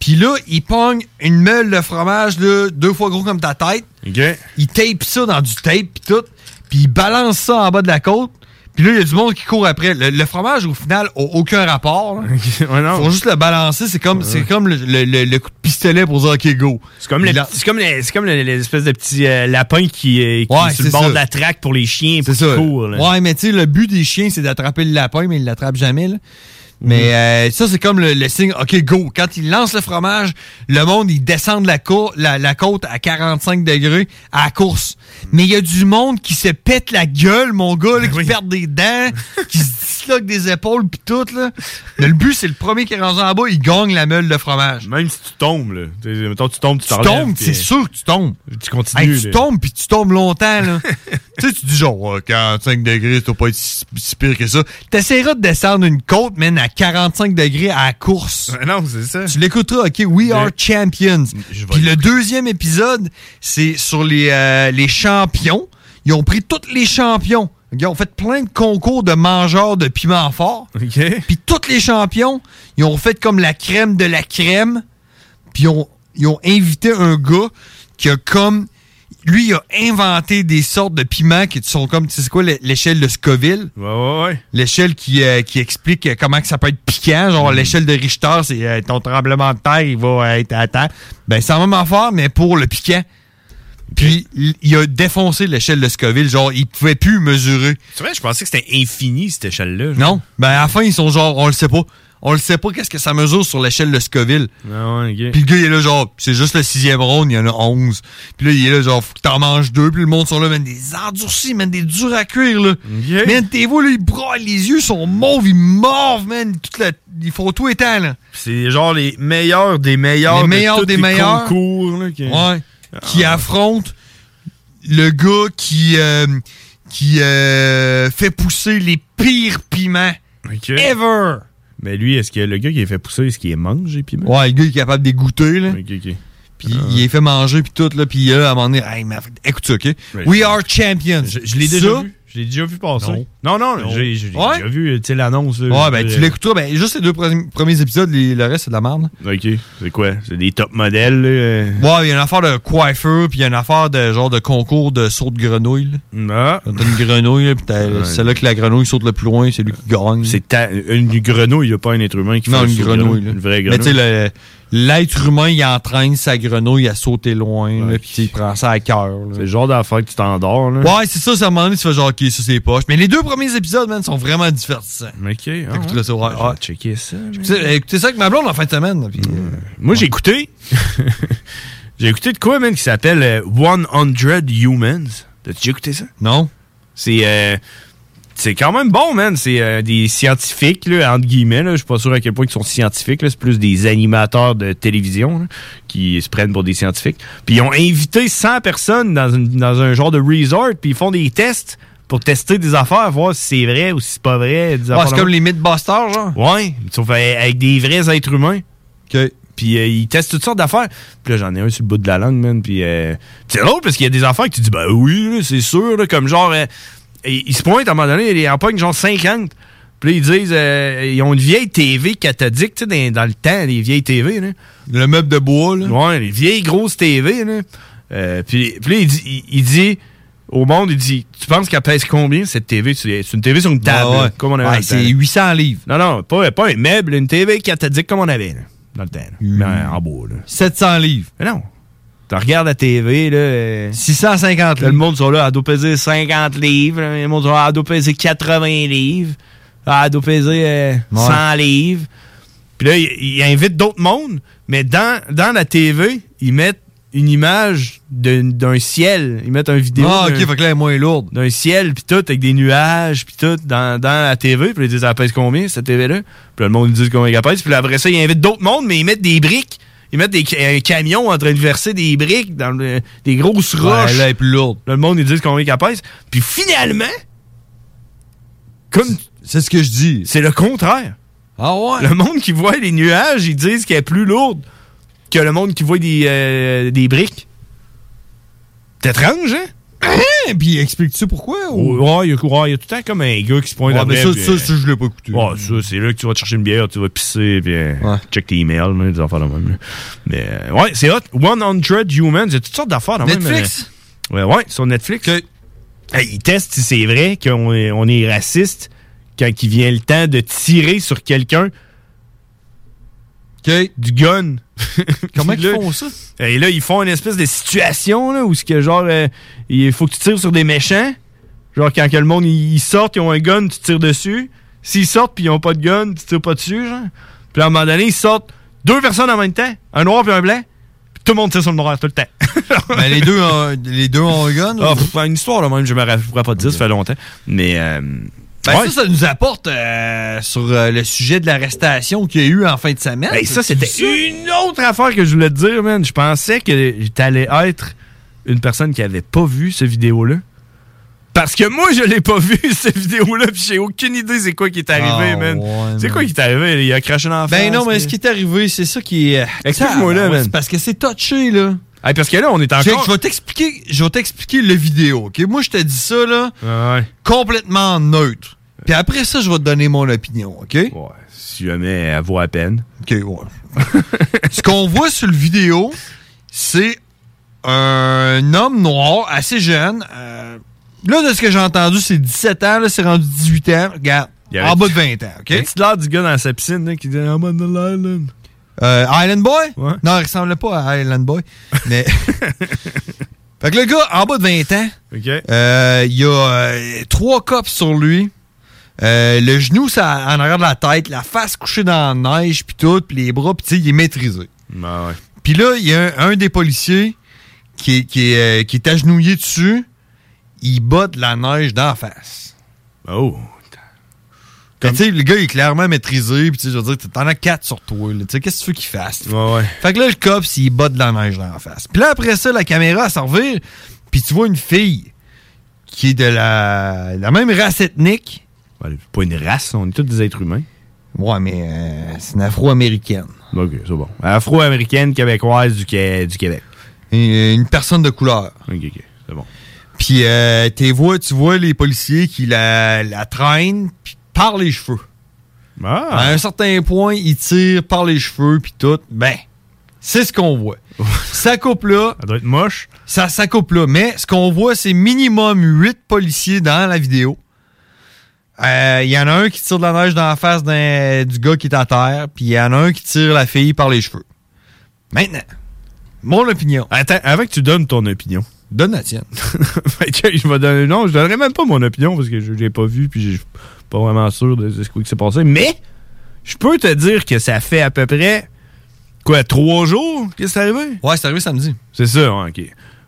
Puis là, il pogne une meule de fromage là, deux fois gros comme ta tête. Il tape ça dans du tape puis tout. Puis il balance ça en bas de la côte. Puis là, il y a du monde qui court après. Le, le fromage, au final, a aucun rapport. Il Faut juste le balancer. C'est comme, c'est comme le, le- le- le coup de pistolet pour dire OK, go. C'est comme, le Il a- petit- c'est comme, le- c'est comme le- l'espèce de petit euh, lapin qui, euh, qui Ouais, est sur c'est le bord ça. de la traque pour les chiens pour C'est qu'ils ça. courent. là. Ouais, mais tu sais, le but des chiens, c'est d'attraper le lapin, mais ils l'attrapent jamais. là. Mais euh, ça, c'est comme le, le signe OK, go. Quand ils lancent le fromage, le monde, il descend de la, cour- la, la côte à 45 degrés à la course. Mais il y a du monde qui se pète la gueule, mon gars, là, qui perd des dents, qui se disloque des épaules, puis tout. Là. Mais le but, c'est le premier qui est rendu en bas, il gagne la meule de fromage. Même si tu tombes, là. Tu sais, mettons, tu tombes, tu Tu t'enlèves. tombes, puis, c'est euh, sûr que tu tombes. Tu continues. Hey, tu là. tombes, puis tu tombes longtemps, là. tu sais, tu dis genre, Ouais, 45 degrés, ça doit pas être si, si pire que ça. T'essaieras de descendre une côte, man, à 45 degrés à la course. non, c'est ça. Tu l'écouteras, OK? We are champions. Puis le deuxième épisode, c'est sur les, euh, les champions. Ils ont pris tous les champions. Ils ont fait plein de concours de mangeurs de piment fort. Puis tous les champions, ils ont fait comme la crème de la crème. Puis ils ont, ils ont invité un gars qui a comme. Lui, il a inventé des sortes de piments qui sont comme, tu sais c'est quoi, l'é- l'échelle de Scoville. L'échelle qui, euh, qui explique euh, comment que ça peut être piquant. Genre, l'échelle de Richter, c'est euh, ton tremblement de terre, il va euh, être à temps. Ben, c'est la même affaire, mais pour le piquant. Puis il- il a défoncé l'échelle de Scoville. Genre, il pouvait plus mesurer. C'est vrai, je pensais que c'était infini, cette échelle-là. genre. Non. Ben, à la fin, ils sont genre, on le sait pas. On le sait pas qu'est-ce que ça mesure sur l'échelle de Scoville. Ah ouais, ok. Puis le gars, il est là, genre, c'est juste le sixième round, il y en a onze. Puis là, il est là, genre, faut que t'en manges deux. Puis le monde sont là, man, des endurcis, man, des durs à cuire, là. Man, t'es vous, là, ils broient, les yeux sont mauves, ils morvent, man. Toute la- Ils font tout hein. éteint, là. C'est genre les meilleurs des meilleurs. Les de meilleurs tous des les meilleurs. Concours, là, qui- Ouais. Qui affrontent le gars qui, euh, qui euh, fait pousser les pires piments ever. Mais lui, est-ce que le gars qui est fait pousser, est-ce qu'il les mange, les piments? Ouais, le gars il est capable de les goûter, là. Puis Euh. il est fait manger, puis tout, là. Puis là, à un moment donné, hey, ma- écoute ça, OK? We are champions. Je, je l'ai déjà vu. Je l'ai déjà vu passer. Non. non, non, j'ai j'ai Ouais. déjà vu euh, tu sais, l'annonce. là. Euh, Ouais, ben tu l'écouteras. Ben, juste les deux premi- premiers épisodes, les- le reste, c'est de la merde. Ok, c'est quoi? C'est des top modèles, là. euh. Ouais, il y a une affaire de coiffeur, puis il y a une affaire de genre de concours de saut de grenouille. Non. T'as une grenouille, là, puis t'as- Ouais. celle-là que la grenouille saute le plus loin, c'est lui qui gagne. C'est ta- une grenouille, il a pas un être humain qui Non, fait une ça, grenouille. là. Une vraie Mais grenouille. tu sais, le- l'être humain, il entraîne sa grenouille à sauter loin, là, puis il prend ça à cœur. C'est le genre d'affaire que tu t'endors. Ouais, c'est ça, ça à un moment donné, tu fais genre, OK, ça c'est poche. Mais les deux premiers épisodes, man, sont vraiment divertissants. OK. Ah, Écoute-le, ça, ouais. Ah, checker ça. Écoutez, écoutez ça avec ma blonde en fin de semaine. là, puis, euh, Moi, j'ai écouté. j'ai écouté de quoi, man, qui s'appelle euh, 100 Humans. T'as-tu déjà écouté ça? Non. C'est. euh, c'est quand même bon, man. C'est euh, des scientifiques, là, entre guillemets. là. Je suis pas sûr à quel point ils sont scientifiques. là. C'est plus des animateurs de télévision là, qui se prennent pour des scientifiques. Puis ils ont invité 100 personnes dans, une- dans un genre de resort. Puis ils font des tests pour tester des affaires, voir si c'est vrai ou si c'est pas vrai. des Ah, affaires c'est de comme même. les Mythbusters, genre. Ouais, sauf a- avec des vrais êtres humains. Puis euh, ils testent toutes sortes d'affaires. Puis là, j'en ai un sur le bout de la langue, man. Puis euh, c'est drôle parce qu'il y a des affaires que tu dis, ben oui, là, c'est sûr, là, comme genre, euh, et ils se pointent à un moment donné, ils en pognent genre 50. Puis là, ils disent, euh, ils ont une vieille TV cathodique, tu sais, dans, dans le temps, les vieilles TV, là. Le meuble de bois, là. Ouais, les vieilles grosses TV, là. Euh, puis, puis là, il dit, il- il dit au monde, il dit, tu penses qu'elle pèse combien, cette TV? C'est c'est une TV sur une table, Ah Ouais, ouais. là, comme on avait Ouais, dans le temps, c'est là. 800 livres. Non, non, pas, pas un meuble, une TV cathodique comme on avait, là, dans le temps. là. Mais en beau, là. 700 livres. Mais non. Tu regardes la TV, là. euh, 650 Le monde sont là, elle doit peser 50 livres. là. Le monde sont là, elle doit peser 80 livres. Elle doit peser euh, 100 livres. Puis là, ils ils invitent d'autres mondes, mais dans, dans la TV, ils mettent une image de- d'un ciel. Ils mettent un vidéo. Ah, ok, d'un- fait que là, elle est moins lourde. D'un ciel, puis tout, avec des nuages, puis tout, dans, dans la TV. Puis ils disent, elle pèse combien, cette TV-là? Puis là, le monde, ils disent combien elle pèse. Puis là, après ça, ils invitent d'autres mondes, mais ils mettent des briques. Ils mettent des, ca- un camion en train de verser des briques dans le- des grosses roches. là, elle est plus lourde. Là, le monde, ils disent combien elle pèse. Puis finalement, comme. C'est ce que je dis. C'est le contraire. Ah ouais? Le monde qui voit les nuages, ils disent qu'elle est plus lourde que le monde qui voit des, euh, des briques. C'est étrange, hein? Hein? Puis explique-tu pourquoi? ou- Ouais, il y, a- ouais, il y a tout le temps comme un gars qui se pointe Ouais, après, mais ça, puis, ça, euh, ça, je l'ai pas écouté. Ouais, ça, c'est là que tu vas te chercher une bière, tu vas pisser, puis euh, check tes emails, là, des affaires de même. là. Mais euh, ouais, c'est hot. 100 Humans, il y a toutes sortes d'affaires. de même, Netflix? euh, ouais, ouais, sur Netflix. Hey, ils testent si c'est vrai qu'on est, on est raciste quand il vient le temps de tirer sur quelqu'un du gun. Comment Puis là, ils font ça? Et là, ils font une espèce de situation là, où ce que genre euh, il faut que tu tires sur des méchants. Genre quand que le monde ils ils sortent, ils ont un gun, tu tires dessus. S'ils sortent puis ils ont pas de gun, tu tires pas dessus, genre. Puis à un moment donné, ils sortent deux personnes en même temps, un noir puis un blanc. Puis tout le monde tire sur le noir tout le temps. Ben, les deux ont, les deux ont un gun. Ah, pff, une histoire là même, je me rappelle je pourrais pas te dire, ça fait longtemps. Mais euh, Ben, ouais. ça, ça nous apporte euh, sur euh, le sujet de l'arrestation qu'il y a eu en fin de semaine. Hey, Ben, ça, c'était Tu vis une autre affaire que je voulais te dire, man. Je pensais que t'allais être une personne qui avait pas vu cette vidéo-là. Parce que moi, je l'ai pas vu, cette vidéo-là, puis j'ai aucune idée c'est quoi qui est arrivé, Ah, man. ouais, c'est man. quoi qui est arrivé? Il a craché dans la Ben face, non, mais puis- ce qui est arrivé, c'est ça qui est. Excuse-moi, là, Ah, ouais, man. c'est Parce que c'est touché, là. Hey, parce que là, on est Je- encore... Je vais t'expliquer, je vais t'expliquer le vidéo, OK? Moi, je te dis ça, là, complètement neutre. Puis après ça, je vais te donner mon opinion, OK? Ouais, si jamais elle vaut à peine. OK, ouais. Ce qu'on voit sur le vidéo, c'est un homme noir, assez jeune. euh, là, de ce que j'ai entendu, c'est 17 ans, là, c'est rendu 18 ans. Regarde, Il y avait- en bas de 20 ans, OK? Y a-tu l'air du gars dans sa piscine, là, qui dit « I'm on the island Euh, Island Boy? Non, il ressemblait pas à Island Boy. Mais. Fait que le gars, en bas de 20 ans, euh, il a euh, trois copes sur lui. Euh, le genou ça, en arrière de la tête, la face couchée dans la neige, puis tout, puis les bras, puis tu sais, il est maîtrisé. Puis là, il y a un, un des policiers qui, est- qui est, euh, qui est agenouillé dessus, il bat de la neige d'en face. Oh! Comme... Tu sais, le gars, il est clairement maîtrisé, puis tu sais, je veux dire, t'en as quatre sur toi, là. Tu sais, qu'est-ce que tu veux qu'il fasse? Fait que là, le cop, il bat de la neige dans la face. Puis là, après ça, la caméra s'en revire, puis tu vois une fille qui est de la, la même race ethnique. pas une race, on est tous des êtres humains. Ouais, mais euh, c'est une afro-américaine. Ok, c'est bon. Afro-américaine, québécoise du, Qué- du Québec. euh, Une, personne de couleur. Ok, ok, c'est bon. Puis euh, t'es vois, tu vois les policiers qui la, la traînent puis par les cheveux. Ah. À un certain point, ils tirent par les cheveux puis tout. Ben, c'est ce qu'on voit. ça coupe là. Ça doit être moche. Ça, ça coupe là. Mais ce qu'on voit, c'est minimum 8 policiers dans la vidéo. Euh, Il y en a un qui tire de la neige dans la face d'un- du gars qui est à terre, puis il y en a un qui tire la fille par les cheveux. Maintenant, mon opinion. Attends, avant que tu donnes ton opinion. Donne la tienne. Fait que je vais donner. Non, je donnerai même pas mon opinion parce que je l'ai pas vu puis je suis pas vraiment sûr de ce qui s'est passé. Mais je peux te dire que ça fait à peu près quoi, trois jours que c'est arrivé? Ouais, c'est arrivé samedi. C'est ça, ouais, ok.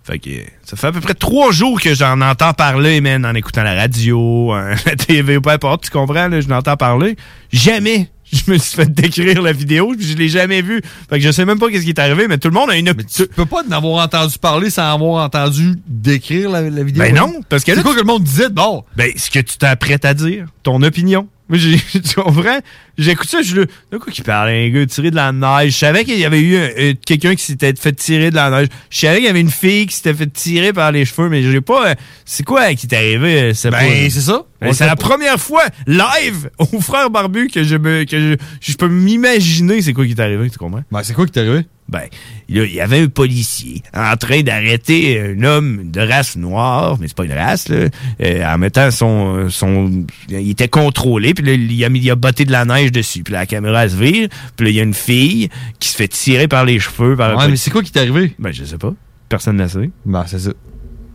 Fait que ça fait à peu près trois jours que j'en entends parler, man, en écoutant la radio, hein, la TV, peu importe, tu comprends, là, je n'entends parler. Jamais je me suis fait décrire la vidéo, puis je l'ai jamais vue. Fait que je sais même pas qu'est-ce qui est arrivé, mais tout le monde a une opinion. Tu peux pas en avoir entendu parler sans avoir entendu décrire la, la vidéo. Ben non, parce que C'est là, quoi que le monde disait de bord? Ben, ce que tu t'apprêtes à dire, ton opinion. Moi, j'ai- tu comprends? J'écoute ça, je suis là, de quoi qu'il parle, un gars tiré de la neige. Je savais qu'il y avait eu un- euh, quelqu'un qui s'était fait tirer de la neige. Je savais qu'il y avait une fille qui s'était fait tirer par les cheveux, mais je l'ai pas. euh, C'est quoi qui t'est arrivé? euh, c'est Ben, pas- c'est ça. Ben, On le c'est sait la pas. première fois, live, au frère barbu, que je me, que je, je peux m'imaginer c'est quoi qui t'est arrivé, tu comprends? Ben, c'est quoi qui t'est arrivé? Ben, là, il y avait un policier en train d'arrêter un homme de race noire, mais c'est pas une race, là, euh, en mettant son, son... Il était contrôlé, puis là, il a, mis- il a botté de la neige dessus. Puis là, la caméra elle se vire, puis là, il y a une fille qui se fait tirer par les cheveux. Par Ouais, mais c'est quoi qui t'est arrivé? Ben, je sais pas. Personne n'a sait. Ben, c'est ça.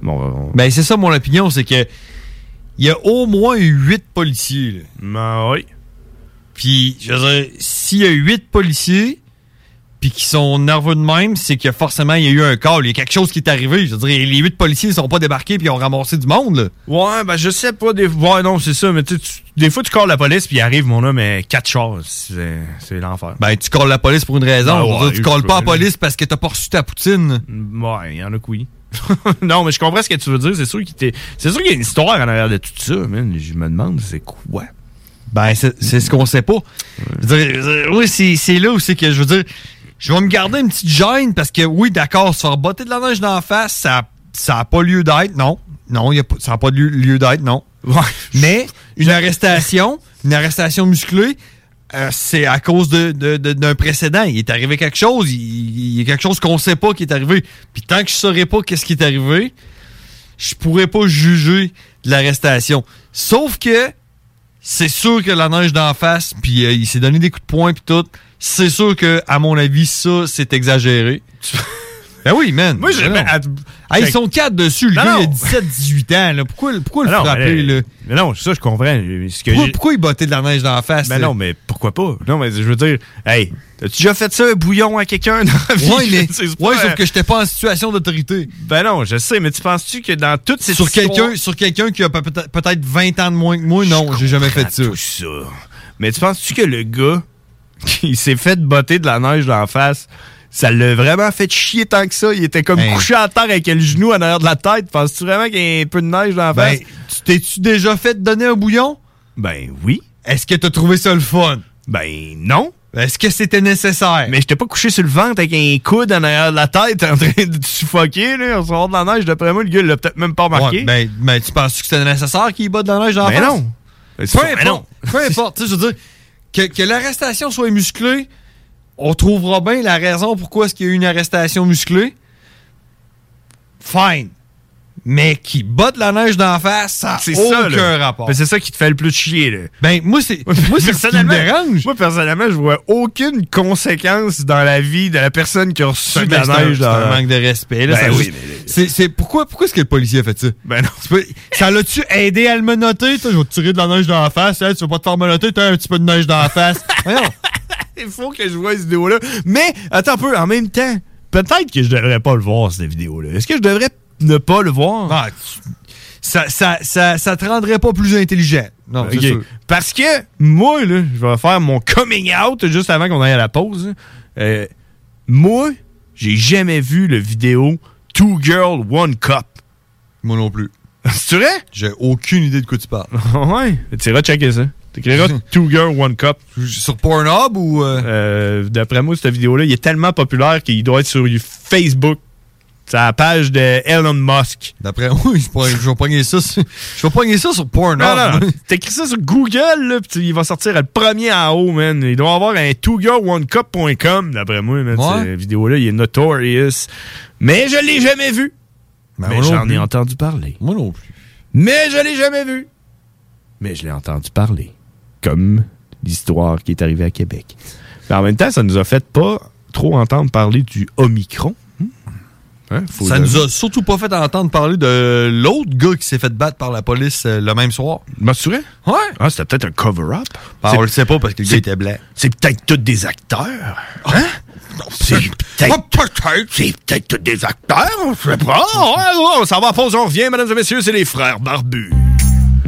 Bon, on- Ben, c'est ça mon opinion, c'est que il y a au moins huit policiers. Là. Ben oui. Puis, je veux dire, s'il y a huit policiers, puis qui sont nerveux de même, c'est que forcément, il y a eu un call. Il y a quelque chose qui est arrivé. Je veux dire, les huit policiers ne sont pas débarqués puis ils ont ramassé du monde. Là. Ouais, ben je sais pas. Des... Ouais, non, c'est ça, mais tu, sais, tu- des fois, tu calls la police, puis il arrive, mon homme, euh, quatre chars. C'est c'est l'enfer. Ben, tu calls la police pour une raison. Ben Je veux ouais, dire, tu calls je- Mm, pas la police parce que t'as pas reçu ta poutine. Ouais, il y en a que oui. non, mais je comprends ce que tu veux dire. C'est sûr qu'il t'est- c'est sûr qu'il y a une histoire en arrière de tout ça, man. Je me demande c'est quoi. Ben, c'est c'est ce qu'on sait pas. Je veux dire, je veux dire, oui, c'est c'est là où c'est que je veux dire, je vais me garder une petite gêne parce que oui, d'accord, se faire botter de la neige dans la face, ça n'a ça a pas lieu d'être, non. Non, y a pas- ça n'a pas de lieu, lieu d'être, non. Mais une arrestation, une arrestation musclée, euh, c'est à cause de- de- de- d'un précédent. Il est arrivé quelque chose, il, il y a quelque chose qu'on sait pas qui est arrivé. Puis tant que je saurais pas qu'est-ce qui est arrivé, je pourrais pas juger de l'arrestation. Sauf que c'est sûr que la neige d'en face, puis euh, il s'est donné des coups de poing puis tout. C'est sûr que, à mon avis, ça, c'est exagéré. ben oui, man. Moi, j'ai- Ben non. ben, à- Ah, ils sont quatre dessus. Le Non, gars, il a non. 17-18 ans. Là. Pourquoi, pourquoi le Ah non, frapper, mais- là? Mais non, ça, je comprends. Mais ce que Pourquoi, j'ai- pourquoi il bottait de la neige dans la face? Ben non, mais pourquoi pas? Non, mais je veux dire, hey, t'as-tu déjà fait ça, un bouillon à quelqu'un dans la vie? Ouais, mais- C'est ouais, pas- hein. sauf que j'étais pas en situation d'autorité. Ben non, je sais, mais tu penses-tu que dans toutes ces Sur quelqu'un sur quelqu'un qui a peut- peut-être peut-être 20 ans de moins que moi, non, j'ai jamais fait ça. Ah, Mais tu penses-tu que le gars qui s'est fait botter de la neige d'en face, ça l'a vraiment fait chier tant que ça? Il était Ben comme couché à terre avec le genou en arrière de la tête. Penses-tu vraiment qu'il y a un peu de neige d'en Ben, face? tu t'es-tu déjà fait donner un bouillon? Ben oui. Est-ce que t'as trouvé ça le fun? Ben non. Est-ce que c'était nécessaire? Mais j'étais pas couché sur le ventre avec un coude en arrière de la tête en train de te suffoquer, là, en sortant de la neige. D'après moi, le gars l'a peut-être même pas remarqué. Ouais, ben, ben, tu penses que c'était nécessaire qu'il bat de la neige dans Ben la face? non. Peu Ben importe. Peu importe. Tu sais, je veux dire, que, que l'arrestation soit musclée, on trouvera bien la raison pourquoi est-ce qu'il y a eu une arrestation musclée. Fine. mais qui botte la neige d'en face, ça n'a C'est Ah, aucun ça, là. rapport. Ben, c'est ça qui te fait le plus chier, là. Ben, moi, c'est moi, c'est ce qui me dérange. Moi, personnellement, je vois aucune conséquence dans la vie de la personne qui a ben, C'est reçu de la un- neige. c'est dans- un manque de respect. là, Ben ça oui, juste- c'est- c'est- pourquoi, pourquoi est-ce que le policier a fait ça? Ben non. ça l'a-tu aidé à le menotter? Toi, Je vais te tirer de la neige dans la face. Hey, tu vas pas te faire menotter, t'as un petit peu de neige dans la face. Voyons. Il faut que je vois cette vidéo-là. Mais, Eh, attends un peu, en même temps, peut-être que je devrais pas le voir, cette vidéo-là. Est-ce que je devrais ne pas le voir? Ah, ça, ça, ça, ça te rendrait pas plus intelligent. Non, Ben, c'est Ok. sûr. Parce que, moi, là, je vais faire mon coming out juste avant qu'on aille à la pause. Euh, moi, j'ai jamais vu le vidéo Two Girl, One Cup. Moi non plus. C'est vrai? J'ai aucune idée de quoi tu parles. ouais. Tu iras checker ça. T'écriras Two Girl, One Cup. Euh, Sur Pornhub ou. euh? D'après moi, cette vidéo-là, il est tellement populaire qu'il doit être sur Facebook. C'est la page de Elon Musk. D'après moi, je pourrais- je vais pogner ça. sur- Je vais pogner ça sur Pornhub. Non, non, moi. non. T'écris ça sur Google, là, pis tu- il va sortir le premier en haut, man. Il doit avoir un twogirlonecop.com, d'après moi, man. Ouais. Cette vidéo-là, il est notorious. Mais je l'ai jamais vu. Ben, mais moi non j'en ai plus. entendu parler. Moi non plus. Mais je l'ai jamais vu. Mais je l'ai entendu parler. Comme l'histoire qui est arrivée à Québec. Mais en même temps, ça nous a fait pas trop entendre parler du Omicron. Hum? Hein? Faut Ça le- nous a surtout pas fait entendre parler de l'autre gars qui s'est fait battre par la police euh, le même soir. M'assurer? Ouais. Ah, c'était peut-être un cover-up. Ben, C'est- on le sait pas parce que le c'est- gars était blanc. Ah. C'est peut-être tous des acteurs. Hein? C'est peut-être. C'est peut-être tous des acteurs, on sait pas. Ouais, ouais, ça va, pause, on revient, mesdames et messieurs, c'est les frères barbus.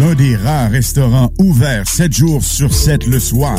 L'un des rares restaurants ouverts 7 jours sur 7 le soir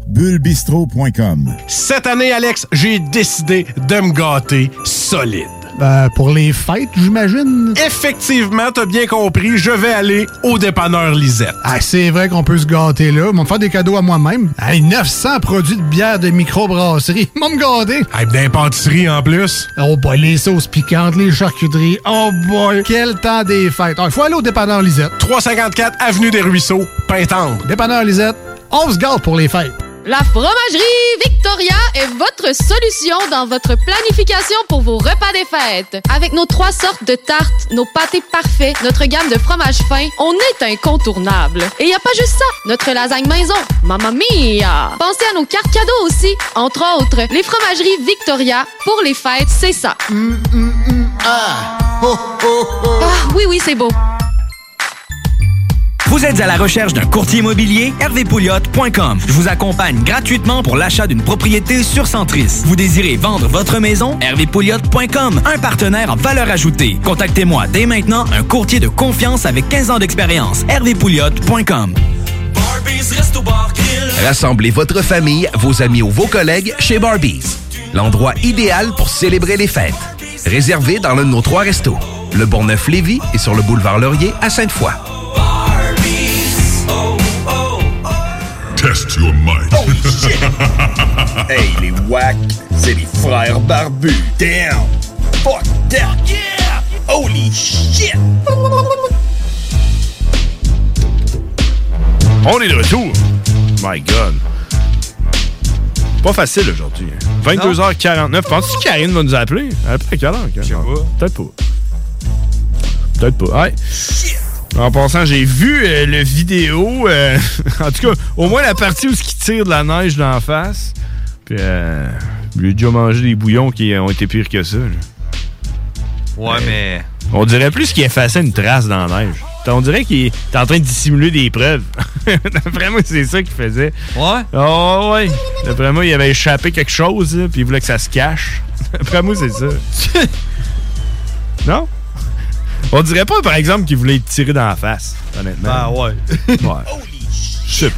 bullebistrot.com. Cette année, Alex, j'ai décidé de me gâter solide. Ben, pour les fêtes, j'imagine. Effectivement, t'as bien compris, je vais aller au dépanneur Lisette. Ah, c'est vrai qu'on peut se gâter là. M'en faire des cadeaux à moi-même. Ah, 900 produits de bière de microbrasserie. M'en me garder. Ah, d'impantisserie en plus. Oh boy, les sauces piquantes, les charcuteries. Oh boy, quel temps des fêtes. Il faut aller au dépanneur Lisette. 354 Avenue des Ruisseaux, Pintendre. Dépanneur Lisette, on se gâte pour les fêtes. La fromagerie Victoria est votre solution dans votre planification pour vos repas des fêtes. Avec nos trois sortes de tartes, nos pâtés parfaits, notre gamme de fromages fins, on est incontournable. Et y a pas juste ça, notre lasagne maison, mamma mia! Pensez à nos cartes cadeaux aussi, entre autres, les fromageries Victoria pour les fêtes, c'est ça. Ah, oui oui, c'est beau. Vous êtes à la recherche d'un courtier immobilier? hervépouliotte.com. Je vous accompagne gratuitement pour l'achat d'une propriété sur Centris. Vous désirez vendre votre maison? hervépouliotte.com. Un partenaire en valeur ajoutée. Contactez-moi dès maintenant un courtier de confiance avec 15 ans d'expérience. hervépouliotte.com. Rassemblez votre famille, vos amis ou vos collègues chez Barbies. L'endroit idéal pour célébrer les fêtes. Réservé dans l'un de nos trois restos. Le Bonneuf-Lévis et sur le boulevard Laurier à Sainte-Foy. Oh, Test your mic. hey, les wack, c'est les frères barbus. Damn. Fuck that. Yeah. Holy shit. On est de retour. My God. Pas facile aujourd'hui. hein. 22h49. Penses-tu que Karine va nous appeler? Elle appelle à quelle heure? Karine? Peut-être pas. Peut-être pas. Ouais. En passant, j'ai vu euh, le vidéo. euh, en tout cas, au moins la partie où ce qui tire de la neige d'en face. Puis, euh, lui a déjà mangé des bouillons qui ont été pires que ça. là. Ouais, Euh. mais. On dirait plus qu'il effaçait une trace dans la neige. On dirait qu'il est en train de dissimuler des preuves. D'après moi, c'est ça qu'il faisait. Ouais? Oh, ouais. D'après moi, il avait échappé quelque chose, là, puis il voulait que ça se cache. D'après moi, c'est ça. non? On dirait pas, par exemple, qu'il voulait te tirer dans la face, honnêtement. Ben ouais. ouais. Je sais pas.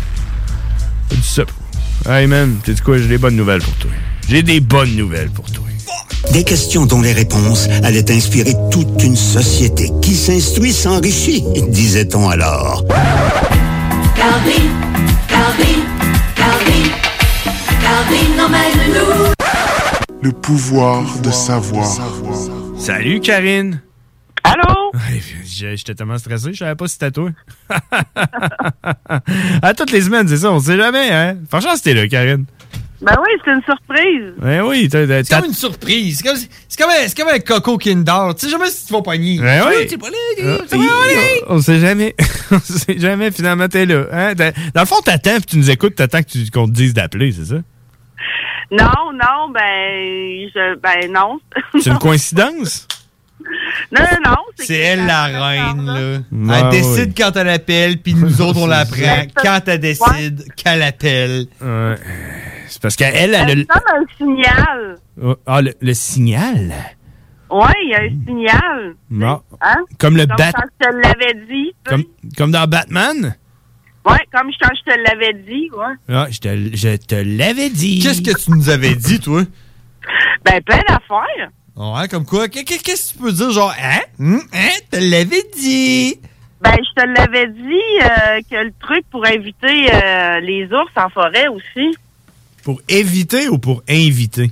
Je sais pas. Hey, man, t'es quoi? J'ai des bonnes nouvelles pour toi. J'ai des bonnes nouvelles pour toi. Des questions dont les réponses allaient inspirer toute une société qui s'instruit s'enrichit, disait-on alors. Calvin, Calvin, Calvin, Calvin emmène-nous. Le pouvoir de savoir. Salut, Karine. Allô? J'étais tellement stressé, je savais pas si c'était toi. à toutes les semaines, c'est ça, on sait jamais, hein? Franchement, c'était là, Karine. Ben oui, c'est une surprise. Ben oui, t'as. t'as- C'est comme une surprise. C'est comme, c'est comme un, c'est comme un coco Kinder. Tu sais jamais si tu vas pogner. Ben Tu oui. Ah, sais, tu sais Ah, pas, là, tu sais pas, là. On sait jamais. on sait jamais, finalement, t'es là. Hein? T'as- Dans le fond, t'attends, puis tu nous écoutes, t'attends que tu- qu'on te dise d'appeler, c'est ça? Non, non, ben, je, ben non. C'est une coïncidence? Non, non, non. C'est elle la reine, là. Ah, elle décide oui. quand elle appelle, puis nous autres, on la prend. ça. Quand elle décide, qu'elle appelle. Ouais. C'est parce qu'elle, elle a le. C'est comme un signal. Oh, Ah, le, le signal? Oui, il y a un signal. Non. Hein? Comme le bat- Quand je te l'avais dit. Comme, comme dans Batman? Oui, comme je- quand je te l'avais dit, ouais. Ah, je te, je te l'avais dit. Qu'est-ce que tu nous avais dit, toi? Ben, plein d'affaires. Ouais, comme quoi, qu'est- qu'est- qu'est-ce que tu peux dire, genre, hein? Hum, hein? Tu l'avais dit. Ben, je te l'avais dit euh, que le truc pour inviter euh, les ours en forêt aussi. Pour éviter ou pour inviter?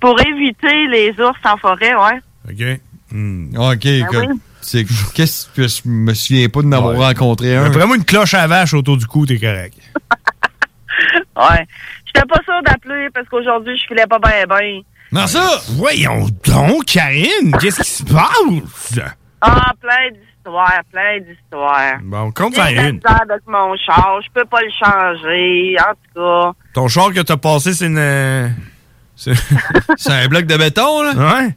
Pour éviter les ours en forêt, ouais. OK. Hmm. Ah, OK, comme- Ben oui. c'est qu'est-ce que je me souviens pas de n'avoir rencontré un. Vraiment une cloche à vache autour du cou, t'es correct. Ouais. J'étais pas sûre d'appeler parce qu'aujourd'hui, je filais pas bien, bien. Non, ça! Voyons donc, Karine! Qu'est-ce qui se passe? Ah, plein d'histoires, plein d'histoires. Bon, compte J'ai faire de la une. misère avec mon char, je peux pas le changer, en tout cas. Ton char que t'as passé, c'est une. euh, C'est c'est un bloc de béton, là? Ouais.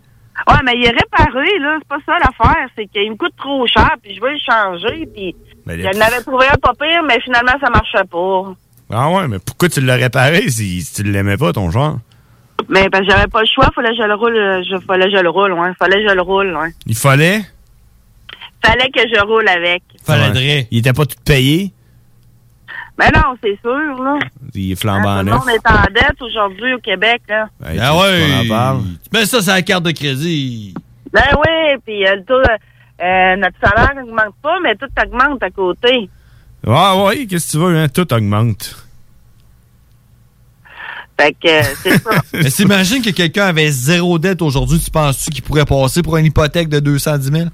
Ouais, mais il est réparé, là, c'est pas ça l'affaire, c'est qu'il me coûte trop cher, puis je veux le changer, puis Mais je le- n'avais trouvé un pas pire, mais finalement, ça marchait pas. Ah ouais, mais pourquoi tu l'as réparé si, si tu l'aimais pas, ton char? Mais ben, j'avais pas le choix, fallait que je le roule, euh, je, fallait que je le roule, ouais, fallait que je le roule, ouais. Il fallait? Fallait que je roule avec. Faudrait. Il était pas tout payé? Mais non, c'est sûr, là. Il est Ah, flambant Tout le neuf. monde est en dette aujourd'hui au Québec, là. Hey, Ah tu- ouais. tu m'en parles? Ben ça, c'est la carte de crédit. Ben oui, puis euh, le taux, euh, euh, notre salaire n'augmente pas, mais tout augmente à côté. Ah ouais, qu'est-ce que tu veux, hein? Tout augmente. Fait que euh, c'est ça. Mais t'imagines que quelqu'un avait zéro dette aujourd'hui, tu penses-tu qu'il pourrait passer pour une hypothèque de 210 000?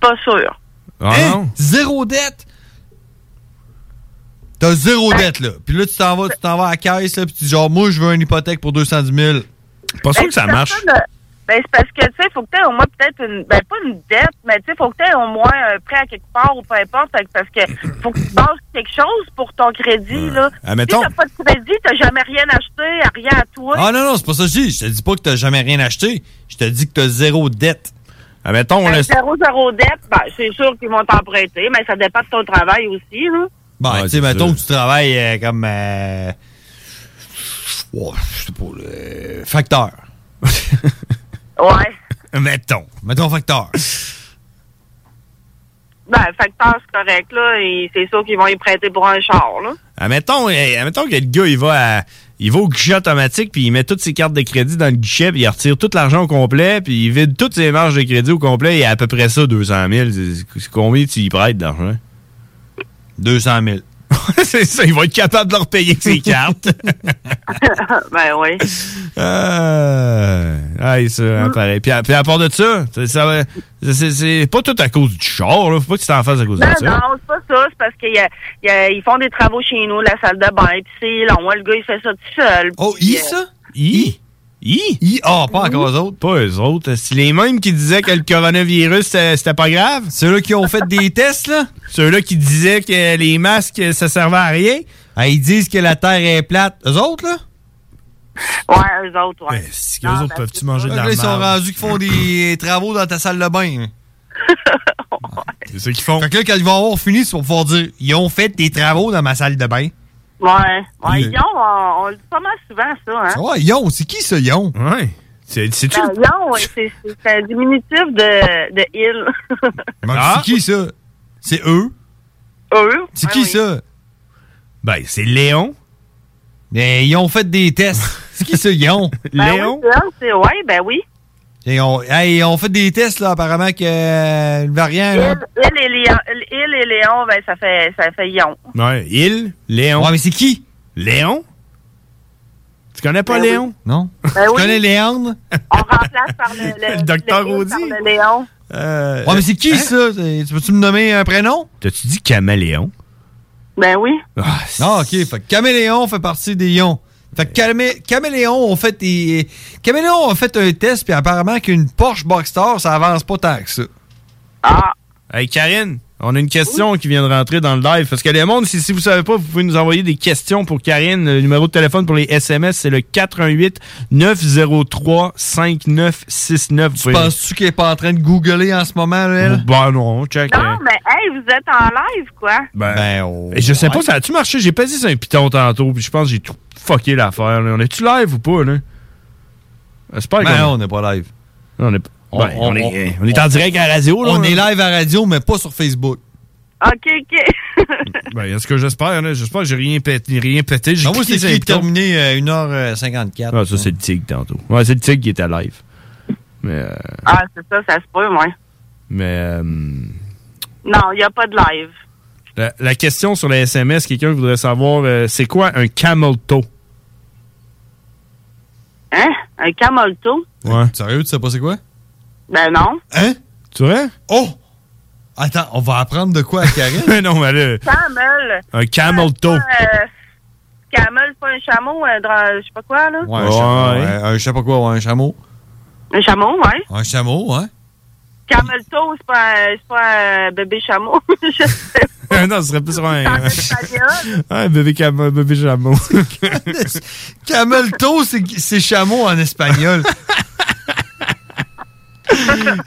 Pas sûr. Ah Hein? Zéro dette? T'as Ben. zéro dette, là. Puis là, tu t'en vas, tu t'en vas à la caisse, là, puis tu dis genre, moi, je veux une hypothèque pour 210 000. Pas Ben, c'est personne, euh, Ben, c'est parce que, tu sais, faut que t'aies au moins peut-être une. Ben, pas une dette, mais tu sais, faut que t'aies au moins un prêt à quelque part ou peu importe. fait que- Parce que faut que tu bases quelque chose pour ton crédit, là. admettons. Si t'as pas de crédit, t'as jamais rien acheté, rien à toi. Ah non, non, c'est pas ça que je dis. Je te dis pas que t'as jamais rien acheté. Je te dis que t'as zéro dette. Admettons, Ben, là, zéro, zéro dette, ben, c'est sûr qu'ils vont t'emprunter, mais ça dépend de ton travail aussi, là. Bon, Ben, tu sais, mettons que tu travailles euh, comme. euh, oh, je sais pas, euh, facteur. ouais. Mettons. Mettons facteur. Ben, facteur, c'est correct, là. Et c'est sûr qu'ils vont y prêter pour un char, là. Admettons, hey, admettons que le gars, il va à- Il va au guichet automatique, puis il met toutes ses cartes de crédit dans le guichet, puis il retire tout l'argent au complet, puis il vide toutes ses marges de crédit au complet, et à peu près ça, 200 000. C'est- c'est Combien tu y prêtes d'argent? 200 000. c'est ça, il va être capable de leur payer avec ses cartes. ben, oui. Euh, aïe, ça, hein, pareil. Puis à, puis à part de ça, c'est- ça va- c'est- c'est pas tout à cause du char, là. Faut pas que tu t'en fasses à cause Non, de ça. Ben non, c'est pas ça. C'est parce qu'ils ils font des travaux chez nous, la salle de bain, puis c'est long. Le gars, il fait ça tout seul. euh, Oh, il, ça? I? I? Ah, pas encore eux autres. Pas eux autres. C'est les mêmes qui disaient que le coronavirus, c'était c'était pas grave. Ceux-là qui ont fait des tests, là? Ceux-là qui disaient que les masques, euh, ça servait à rien. Ah, ils disent que la Terre est plate. Eux autres, là? Ouais, eux autres, ouais. Ben, ben, Eux autres, peuvent-tu manger de Là, la ils sont merde? rendus qu'ils font des travaux dans ta salle de bain. hein. C'est ce qu'ils font. Fait que là, quand ils vont avoir fini, ils vont pouvoir dire Ils ont fait des travaux dans ma salle de bain. Ouais, ouais, Oui. ils ont, on, on le dit pas mal souvent, ça, hein? Ouais, Yon, c'est qui ce Yon? Ouais. C'est-tu. Ben, ion, ouais, c'est c'est un diminutif de, de il. C'est qui ça? C'est eux? Eux? C'est qui ça? Ben, c'est Léon. Mais ils ont fait des tests. c'est qui ça, Yon? Ben oui, c'est eux, c'est, ouais, ben oui. Et on, hey, ils ont fait des tests, là, apparemment, que euh, le variant. là- Il et Léon, il et Léon, ben, ça fait, ça fait ion. Ouais, il, Léon. Ouais, mais c'est qui? Léon? Tu connais pas Ben oui. Léon? Non. Ben oui. Léon? On remplace par le, le, Le docteur le- Hein? Audi. par le Léon. Euh, ouais, mais c'est qui ça? C'est- Tu peux-tu me nommer un prénom? T'as-tu dit Caméléon? Ben oui. Ah, ok. Fait que Caméléon fait partie des ions. Fait que Camé- Caméléon ont fait des. Caméléon ont fait un test, puis apparemment qu'une Porsche Boxster, ça avance pas tant que ça. Ah! Hey, Karine, on a une question qui vient de rentrer dans le live. Parce que le monde, si, si vous savez pas, vous pouvez nous envoyer des questions pour Karine. Le numéro de téléphone pour les SMS, c'est le 418-903-5969. Vous pouvez- Penses-tu qu'elle est pas en train de googler en ce moment, là, elle? Ben non, check. euh, Non, mais, hey, vous êtes en live, quoi. Ben, oh, Et je sais pas, ça a-tu marché? J'ai pas dit c'est un piton tantôt, puis je pense que j'ai tout fucké l'affaire. là. On est-tu live ou pas, là? J'espère Ben, qu'on- on n'est pas live. On est, ben, on, est, on est en direct à la radio, là. hein. On est live à la radio, mais pas sur Facebook. OK, OK. Ben, est-ce que j'espère, là? J'espère que j'ai rien pété. Rien pété. J'ai Non, moi, cliqué c'est sur qui un est piton. terminé euh, à 1h54. Ah, ça, c'est le tigre tantôt. Ouais, c'est le tigre qui était live. Mais, euh, ah, c'est ça, ça se peut, moi. mais euh, Non, il n'y a pas de live. la, la question sur la SMS, quelqu'un voudrait savoir, euh, c'est quoi un camel toe? Hein? Un camolto? Ouais. Sérieux, tu sais pas c'est quoi? Ben non. Hein? Tu vois? Oh! Attends, on va apprendre de quoi à Karine? mais non, mais Euh. là, Camel. un camel Oh. Euh, toe. camel, c'est pas un chameau, un dra- je sais pas quoi, là. Ouais, un chameau. ouais, un je sais pas quoi, ouais, un chameau. Un chameau, ouais. Un chameau, hein? Camelto, c'est pas, un- c'est pas un bébé chameau. Je sais non, ce serait plus sur un, pas, Ah, c'est pas bien. un bébé, cam- un bébé chameau. Camelto, c'est c'est chameau en espagnol.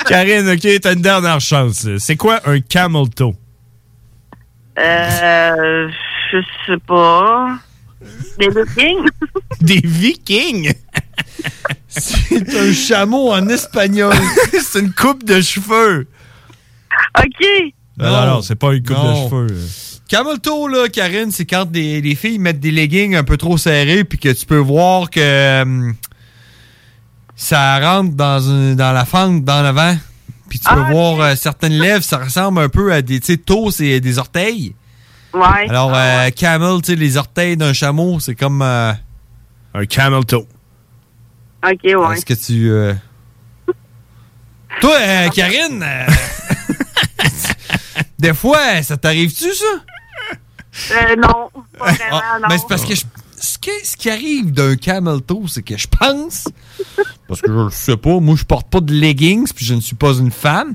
Karine, OK, t'as une dernière chance. C'est quoi un camel toe? Euh, je sais pas. Des vikings? Des vikings? c'est un chameau en espagnol. c'est une coupe de cheveux. OK. Non, non, non, c'est pas une coupe Non. de cheveux. Camelto, là, Karine, c'est quand des, les filles mettent des leggings un peu trop serrés puis que tu peux voir que hum, ça rentre dans, une- dans la fente, dans l'avant. Puis tu peux Ah, voir euh, certaines lèvres, ça ressemble un peu à des, tu sais, toes et des orteils. Ouais. Alors, euh, camel, tu sais, les orteils d'un chameau, c'est comme... euh, Un camel toe. OK, ouais. Est-ce que tu... euh, Toi, euh, Karine, euh, des fois, ça t'arrive-tu, ça? Euh, non. pas vraiment, non. Ah, Mais ben, c'est parce que je- ce, qui- ce qui arrive d'un camel toe, c'est que je pense, parce que je le sais pas, moi je porte pas de leggings puis je ne suis pas une femme,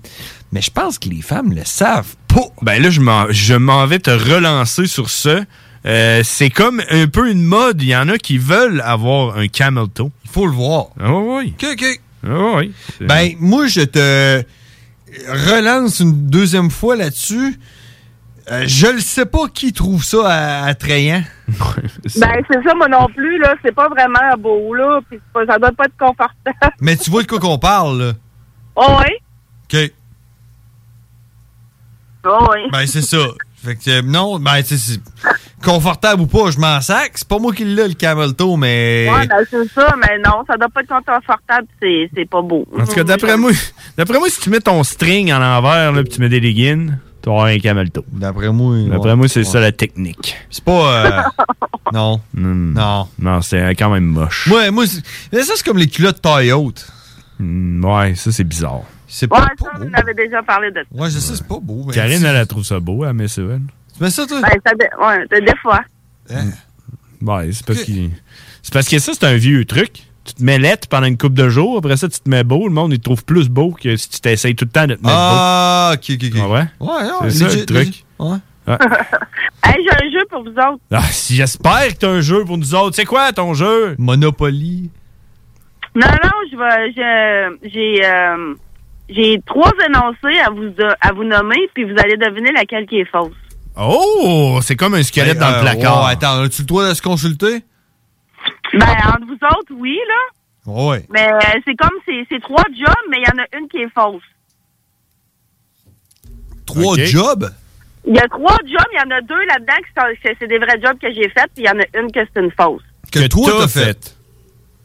mais je pense que les femmes le savent. Pou- Ben là, je m'en, je m'en vais te relancer sur ça. Euh, c'est comme un peu une mode. Il y en a qui veulent avoir un camel toe. Il faut le voir. oui. OK, OK. Ah oui. Ben, moi, je te relance une deuxième fois là-dessus. Euh, je ne sais pas qui trouve ça a- attrayant. Ben, c'est ça, moi non plus, là. C'est pas vraiment beau, là. Puis c'est pas- ça doit pas être confortable. Mais tu vois de quoi qu'on parle, là. Oh, oui. OK. Oh, oui. Ben, c'est ça. Fait que, euh, non, ben, tu sais, c'est confortable ou pas, je m'en sac. C'est pas moi qui l'ai, le camel toe, mais... Ouais, ben, c'est ça, mais non, ça doit pas être confortable, c'est c'est pas beau. En tout cas, d'après moi, d'après moi, si tu mets ton string en envers là, puis tu mets des leggings, tu auras un camel toe. D'après moi, d'après ouais, moi, c'est ouais. ça la technique. Hmm. C'est pas... euh, non. Non. Non, c'est euh, quand même moche. Ouais, moi, c'est- mais ça, c'est comme les culottes taille haute. Hmm, ouais, ça, c'est bizarre. C'est Ouais, pas... ça, on avait déjà parlé de ça. Ouais, je sais, c'est pas beau, mais... Karine, elle, elle trouve ça beau, elle met ça, elle. Mais ça, toi... Ben, ça dé- ouais, c'est des fois. Hein? Hmm. Ouais, c'est parce, qu'il- c'est parce que ça, c'est un vieux truc. Tu te mets lettre pendant une couple de jours, après ça, tu te mets beau. Le monde, il te trouve plus beau que si tu t'essayes tout le temps de te mettre Ah, ok, ok, beau. Ah ouais? Ouais, non, C'est ça, legit, le truc. Ah. legit. Ouais. Ouais. Hey, j'ai un jeu pour vous autres. Ah, si j'espère que t'as un jeu pour nous autres. C'est quoi ton jeu? Monopoly. Non, non, je vais. je- J'ai. euh, J'ai trois énoncés à vous, à vous nommer, puis vous allez deviner laquelle qui est fausse. Oh! C'est comme un squelette dans le placard. Ben, ouais, attends, as-tu le droit de se consulter? Ben, entre vous autres, oui, là. Ouais. Mais euh, c'est comme c'est c'est trois jobs, mais il y en a une qui est fausse. Trois jobs? Il y a trois jobs, il y en a deux là-dedans qui sont- c'est c'est des vrais jobs que j'ai faits, puis il y en a une que c'est une fausse. Que, toi, t'as fait.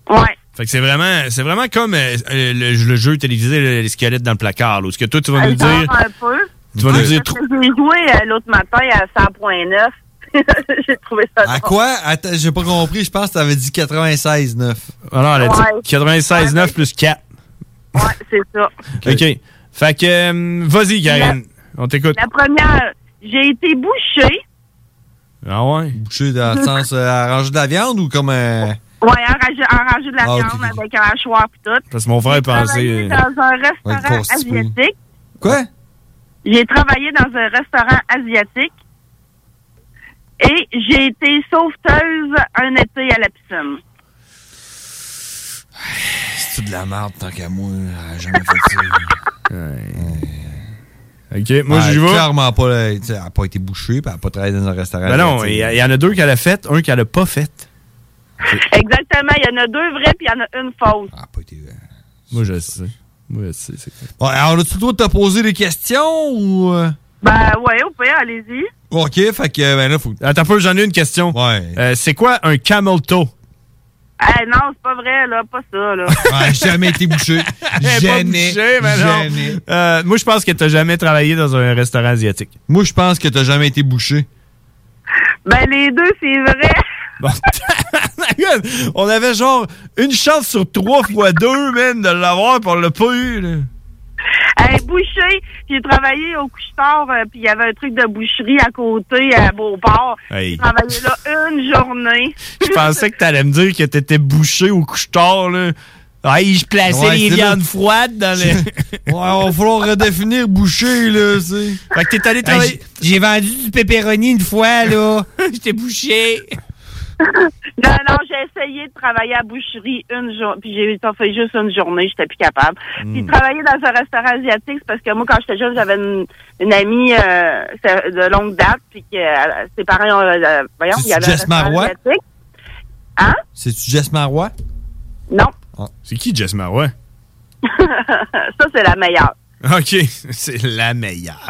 Ouais. Fait que c'est vraiment, c'est vraiment comme euh, euh, le, le jeu télévisé, le, les squelettes dans le placard. Là, où ce que toi, tu vas nous Genre dire... un peu. Tu vas nous dire Parce que J'ai joué euh, l'autre matin à 100.9. j'ai trouvé ça À drôle. quoi? Attends, j'ai pas compris. Je pense que t'avais dit 96,9. Alors, Ah elle a dit Ouais. 96,9 plus 4. Ouais, c'est ça. OK. Fait que, euh, vas-y, Karine. On t'écoute. La première, j'ai été bouchée. Ah ouais? Bouché dans le sens euh, arranger de la viande ou comme euh, un. Ouais, enragé, enragé de la Ah, ok, viande avec un hachoir pis tout. Parce que mon frère pensait... J'ai travaillé dans un va être restaurant constipé. asiatique. Quoi? J'ai travaillé dans un restaurant asiatique. Et j'ai été sauveteuse un été à la piscine. C'est de la merde tant qu'à moi. J'ai jamais fait ça. Ok, moi, j'y vais. Clairement pas. là, tu sais, Elle a pas été bouchée, puis elle a pas travaillé dans un restaurant. Ben non, tu sais. il y, il y en a deux qu'elle a faites, un qu'elle a pas fait. Exactement, il y en a deux vrais puis il y en a une fausse. Moi, je sais. Moi, je sais. c'est quoi. Ouais, alors, as-tu le droit de te poser des questions ou. euh? Ben ouais, au pire, allez-y. Ok, fait que, euh, ben là, faut. Attends un peu, j'en ai une question. Euh, Ouais. c'est quoi un camel toe? Eh non, c'est pas vrai, là, pas ça, là. Ah, j'ai jamais été bouché. Jamais. jamais. Euh, moi, je pense que t'as jamais travaillé dans un restaurant asiatique. Moi, je pense que t'as jamais été bouché. Ben les deux, c'est vrai. on avait genre une chance sur trois fois deux, man, de l'avoir, puis on l'a pas eu. là. Hey, boucher, j'ai travaillé au couche-tard, euh, puis il y avait un truc de boucherie à côté, à Beauport. Hey. J'ai travaillé là une journée. Je pensais que t'allais me dire que t'étais bouché au couche-tard, là. Hey, je plaçais Ouais, les c'est là. viandes froides dans les... Ouais, on va falloir redéfinir boucher, là, c'est. Fait que t'es allé travailler- J'ai vendu du pepperoni une fois, là. J'étais bouché. Non, non, j'ai essayé de travailler à boucherie une journée, puis j'ai ça fait juste une journée, j'étais plus capable. Hmm. Puis travailler dans un restaurant asiatique, c'est parce que moi, quand j'étais jeune, j'avais une, une amie euh, c'est- de longue date, puis que euh, ses parents, euh, euh, voyons, C'est-tu il y avait un Jess restaurant Marois? asiatique. Hein? C'est-tu Ah. Jess Marois? Non. C'est qui Jess Marois? ça, c'est la meilleure. OK, c'est la meilleure.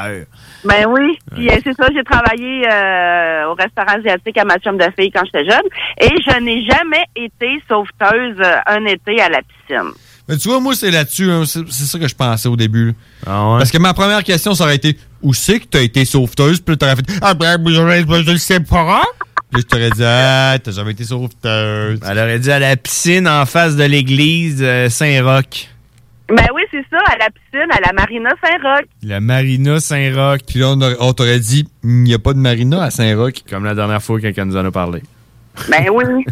Ben oui. Puis euh, c'est ça, j'ai travaillé euh, au restaurant asiatique à ma chambre de filles quand j'étais jeune. Et je n'ai jamais été sauveteuse euh, un été à la piscine. Mais tu vois, moi, c'est là-dessus. hein, C'est c'est ça que je pensais au début. Ah Parce que ma première question, ça aurait été Où c'est que t'as été sauveteuse Puis là, t'aurais fait Ah, ben, je le sais pas. Puis là, je t'aurais dit Ah, t'as jamais été sauveteuse. Elle aurait dit à la piscine en face de l'église euh, Saint-Roch. Ben oui, c'est ça, à la piscine, à la Marina Saint-Roch. La Marina Saint-Roch. Puis là, on, aurait- on t'aurait dit, il n'y a pas de Marina à Saint-Roch. Comme la dernière fois, quelqu'un nous en a parlé. Euh. Ben oui.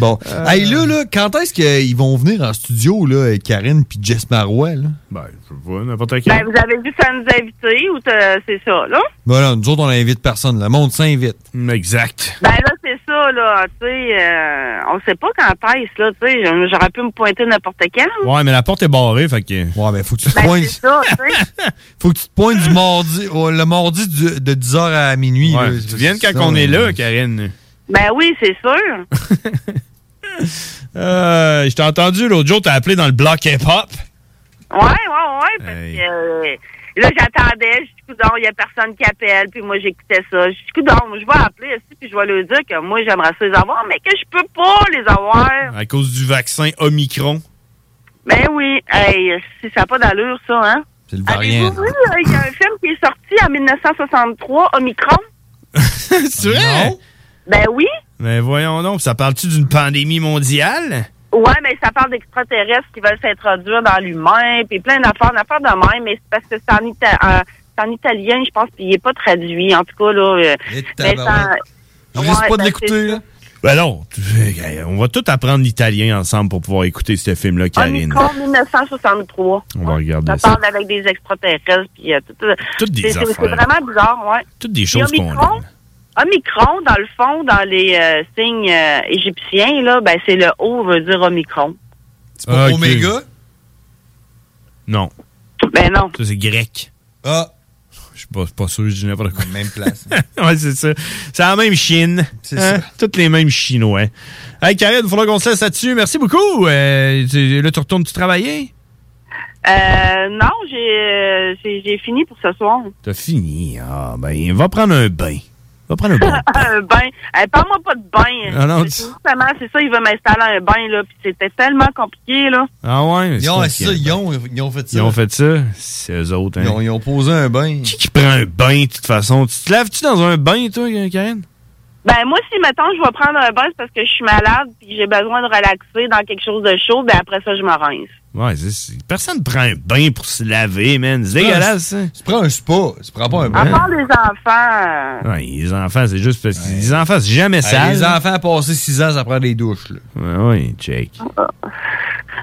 Bon. Hey, là, là, quand est-ce qu'ils vont venir en studio, là, avec Karine puis Jess Marois, là? Ben, je vois, n'importe qui. Ben, vous avez vu ça nous inviter ou t'as- c'est ça, là? Voilà, nous autres, on n'invite personne. Le monde s'invite. Exact. Ben là, c'est ça, là, tu sais, euh, on sait pas quand est-ce, là, tu sais, j'aurais pu me pointer n'importe quand. Ouais, mais la porte est barrée, fait que. Ouais, ben, faut que tu te Ben, pointes. c'est ça, tu sais. Faut que tu te pointes du mardi, oh, le mardi du- de 10h à minuit. Ouais, là. tu viennes quand Ça, on est euh, là, Karine. Ben oui, c'est sûr. Euh, je t'ai entendu l'autre jour, t'as appelé dans le bloc hip-hop. Ouais, ouais, ouais, parce que euh, là, j'attendais, je suis coudon, il y a personne qui appelle, puis moi, j'écoutais ça. Je suis coudon, je vais appeler aussi, puis je vais leur dire que moi, j'aimerais ça les avoir, mais que je peux pas les avoir. À cause du vaccin Omicron. Ben oui, hey, si ça n'a pas d'allure, ça, hein? C'est le Oui, variant. oui, euh, il y a un film qui est sorti en 1963, Omicron. C'est vrai? Ben oui. Mais voyons donc, ça parle-tu d'une pandémie mondiale? Ouais, mais ça parle d'extraterrestres qui veulent s'introduire dans l'humain, puis plein d'affaires, d'affaires de même, mais c'est parce que c'est en, Ita- euh, c'est en italien, je pense, puis il est pas traduit, en tout cas, là. euh, mais ça- tabarouette. Je risque Ouais, pas de ben, l'écouter, c'est ça. Ben non, tu- hey, on va tout apprendre l'italien ensemble pour pouvoir écouter ce film-là, Karine. Omicron 1963. On va regarder Ça ça. parle avec des extraterrestres, puis euh, tout, euh, Toutes des c'est- c'est- C'est affaires. vraiment bizarre, ouais. Toutes des Puis choses qu'on Omicron, Omicron, dans le fond, dans les euh, signes euh, égyptiens, là, ben, c'est le O veut dire Omicron. C'est pas Oméga? Ah, Non. Ben non. Ça, c'est grec. Ah. Je suis pas, pas sûr, je dis n'importe quoi. Même place. ouais, c'est ça. C'est la même Chine. hein. C'est ça. Toutes les mêmes Chinois. Hey, Karine, il faudra qu'on se laisse là-dessus. Merci beaucoup. Euh, tu- là, tu retournes-tu travailler? Euh, non, j'ai, euh, j'ai, j'ai fini pour ce soir. T'as fini. Ah, ben, va prendre un bain. Va prendre un bain. un bain. Eh, Parle-moi pas de bain. Ah non, tu- c'est, justement, c'est ça, il veut m'installer un bain, là, puis c'était tellement compliqué, là. Ah ouais? mais Ils ont, c'est ça, ils, ont, ils ont fait ça. Ils ont fait ça, c'est eux autres. Hein. Ils ont- ils ont posé un bain. Qui qui prend un bain, de toute façon? Tu te laves-tu dans un bain, toi, Karen? Ben, moi, si, mettons, je vais prendre un bain, c'est parce que je suis malade, puis j'ai besoin de relaxer dans quelque chose de chaud, ben après ça, je me rince. Ouais, c'est- c'est- personne prend un bain pour se laver, man. C'est Tu prends un- dégueulasse, ça. Tu prends un spa, tu prends pas un À bain. part les enfants, euh, Ouais, les enfants, c'est juste parce que les enfants, c'est jamais Hey, sale. les enfants passés 6 ans, ça prend des douches. Là. Ouais, ouais, check. Ah,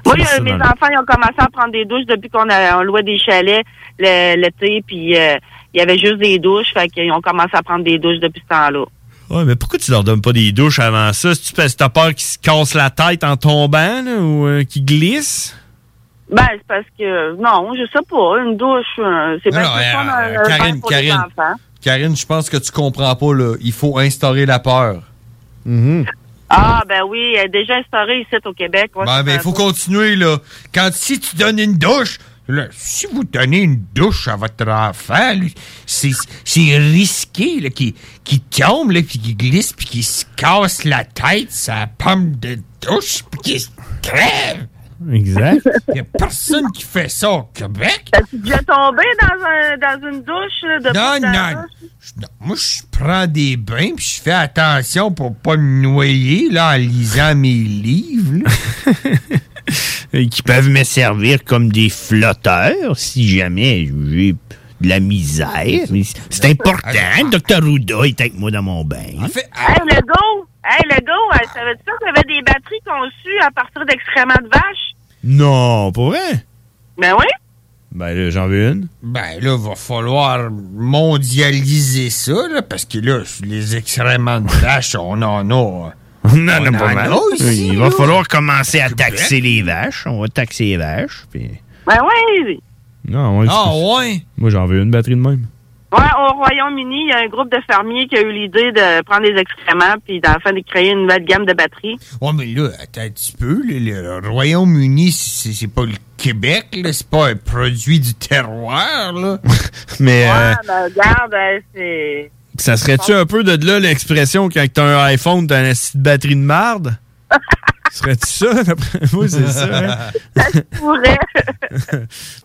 Moi, Ça, euh, c'est mes dans le- enfants, ils ont commencé à prendre des douches depuis qu'on a- on louait des chalets le- l'été, puis euh, il y avait juste des douches, fait qu'ils ont commencé à prendre des douches depuis ce temps-là. Ouais, mais pourquoi tu leur donnes pas des douches avant ça? Si tu parce que t'as peur qu'ils se cassent la tête en tombant, là, ou euh, qu'ils glissent? Ben, c'est parce que, non, je sais pas, une douche, euh, c'est Non, pas non, euh, comme un, euh, un Karine, bain pour les Karine. enfants. Karine, je pense que tu comprends pas, là. Il faut instaurer la peur. Mhm. Ah, ben oui, elle est déjà instaurée ici au Québec. ouais, Ben, c'est ben, ça. il faut continuer, là. Quand si tu donnes une douche, là, si vous donnez une douche à votre enfant, lui, c'est c'est risqué, là, qu'il qu'il tombe, là, puis qu'il glisse, puis qu'il se casse la tête, sa pomme de douche, puis qu'il se crève. Exact. Il n'y a personne qui fait ça au Québec. T'as-tu déjà tombé dans, un, dans une douche? là, De Non, non. Je- non, Moi, je prends des bains, puis je fais attention pour pas me noyer, là, en lisant mes livres, là. Et qui Euh, peuvent me servir comme des flotteurs si jamais j'ai de la misère. Mais c'est- C'est important. Ah. Docteur Rouda est avec moi dans mon bain. Hey, le go! Hey, le go! euh, Savais-tu ça qu'il y avait des batteries conçues à partir d'excréments de vache? Non, pour vrai? Ben oui! Ben là, j'en veux une. Ben là, va falloir mondialiser ça, là, parce que là, sur les excréments de vache, on en a. On en a pas mal. aussi, Il va là. falloir commencer à taxer les vaches. On va taxer les vaches. Puis... Ben oui! Non, ouais, Ah, ouais? Moi, j'en veux une batterie de même. Ouais, au Royaume-Uni, il y a un groupe de fermiers qui a eu l'idée de prendre des excréments puis d'enfin de créer une nouvelle gamme de batteries. Ouais, mais là, attends un petit peu, là, le Royaume-Uni, c'est c'est pas le Québec, là, c'est pas un produit du terroir, là. Mais Ah, ben, regarde, euh, c'est. ça serait-tu un peu de là l'expression quand t'as un iPhone, t'as une petite batterie de marde? serait-tu ça? d'après moi, c'est ça. hein? Pourrait.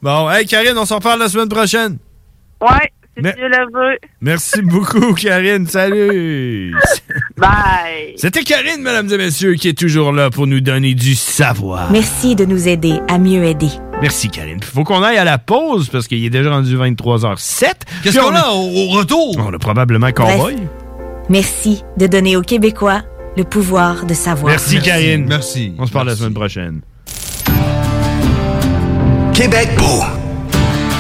Bon, hey Karine, on s'en reparle la semaine prochaine. Ouais, C'est Mais- Dieu le veut. Merci beaucoup, Karine. Salut. Bye. C'était Karine, mesdames et messieurs, qui est toujours là pour nous donner du savoir. Merci de nous aider à mieux aider. Merci, Karine. Faut qu'on aille à la pause parce qu'il est déjà rendu 23h07. Qu'est-ce qu'on a au retour? On a probablement Cowboy. Bref, merci de donner aux Québécois le pouvoir de savoir. Merci, Karine. Merci. On se parle la semaine prochaine. Québec beau.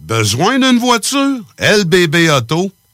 Besoin d'une voiture? lbbauto.com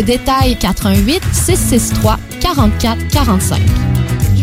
détails 418 663 44 45. Je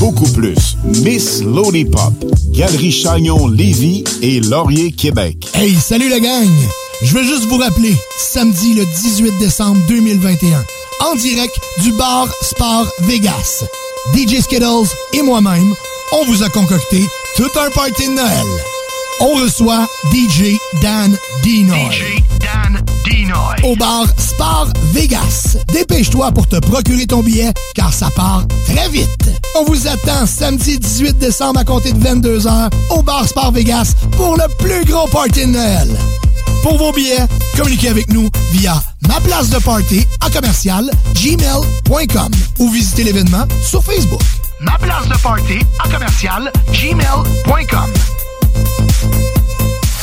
beaucoup plus. Miss Lollipop, Galerie Chagnon Lévis et Laurier Québec. Hey, salut la gang! Je veux juste vous rappeler, samedi le 18 décembre 2021, en direct du bar Sport Vegas, DJ Skittles et moi-même, on vous a concocté tout un party de Noël. On reçoit DJ Dan Dinoy. Dan Dinoy. Au bar Sport Vegas. Dépêche-toi pour te procurer ton billet, car ça part très vite. On vous attend samedi 18 décembre à compter de 22h au bar Sport Vegas pour le plus gros party de Noël. Pour vos billets, communiquez avec nous via ma place de party à commercial gmail.com ou visitez l'événement sur Facebook. Ma place de party à commercial gmail.com.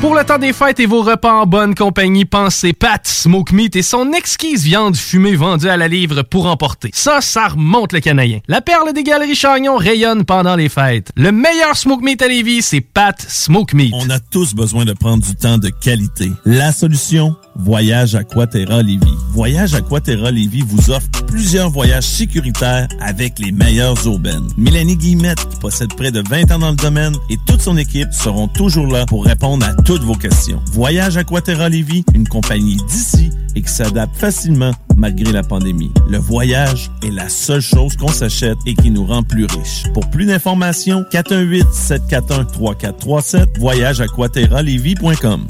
Pour le temps des fêtes et vos repas en bonne compagnie, pensez Pat Smoke Meat et son exquise viande fumée vendue à la livre pour emporter. Ça, ça remonte le canadien. La perle des galeries Chagnon rayonne pendant les fêtes. Le meilleur Smoke Meat à Lévis, c'est Pat Smoke Meat. On a tous besoin de prendre du temps de qualité. La solution, Voyage Aquaterra Lévis. Voyage Aquaterra Lévis vous offre plusieurs voyages sécuritaires avec les meilleures aubaines. Mélanie Guillemette, qui possède près de 20 ans dans le domaine, et toute son équipe seront toujours là pour répondre à toutes vos questions. Voyage Aquaterra Lévis, une compagnie d'ici et qui s'adapte facilement malgré la pandémie. Le voyage est la seule chose qu'on s'achète et qui nous rend plus riches. Pour plus d'informations, 418-741-3437, voyageaquaterralevis.com.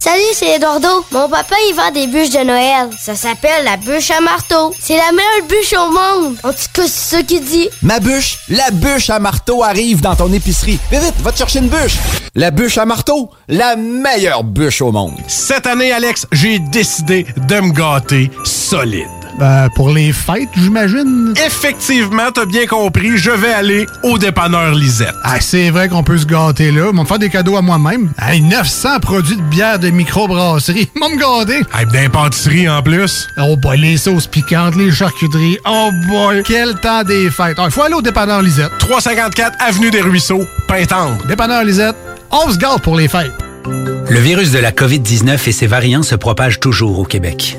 Salut, c'est Eduardo. Mon papa, il vend des bûches de Noël. Ça s'appelle la bûche à marteau. C'est la meilleure bûche au monde. En tout cas, c'est ça qu'il dit. Ma bûche, la bûche à marteau arrive dans ton épicerie. Vite, vite, va te chercher une bûche. La bûche à marteau, la meilleure bûche au monde. Cette année, Alex, j'ai décidé de me gâter solide. Ben, pour les fêtes, j'imagine. Effectivement, t'as bien compris, je vais aller au dépanneur Lisette. Ah, c'est vrai qu'on peut se gâter là. M'en faire des cadeaux à moi-même. Hey, 900 produits de bière de microbrasserie. M'en me garder. Hey, d'impantisserie en plus. Oh boy, les sauces piquantes, les charcuteries. Oh boy, quel temps des fêtes. Il faut aller au dépanneur Lisette. 354 Avenue des Ruisseaux, Pintendre. Dépanneur Lisette, on se gâte pour les fêtes. Le virus de la COVID-19 et ses variants se propagent toujours au Québec.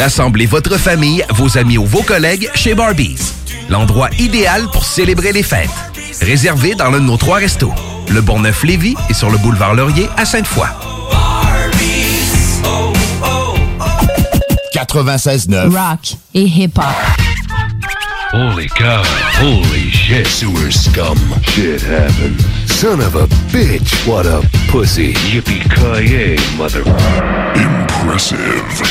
Rassemblez votre famille, vos amis ou vos collègues chez Barbies. L'endroit idéal pour célébrer les fêtes. Réservé dans l'un de nos trois restos. Le Bonneuf-Lévis et sur le boulevard Laurier à Sainte-Foy. 96.9. Rock et hip-hop. Holy cow. Holy shit. Sewer scum. Shit happened. Son of a bitch. What a pussy. Yippee-ki-yay, mother... Impressive.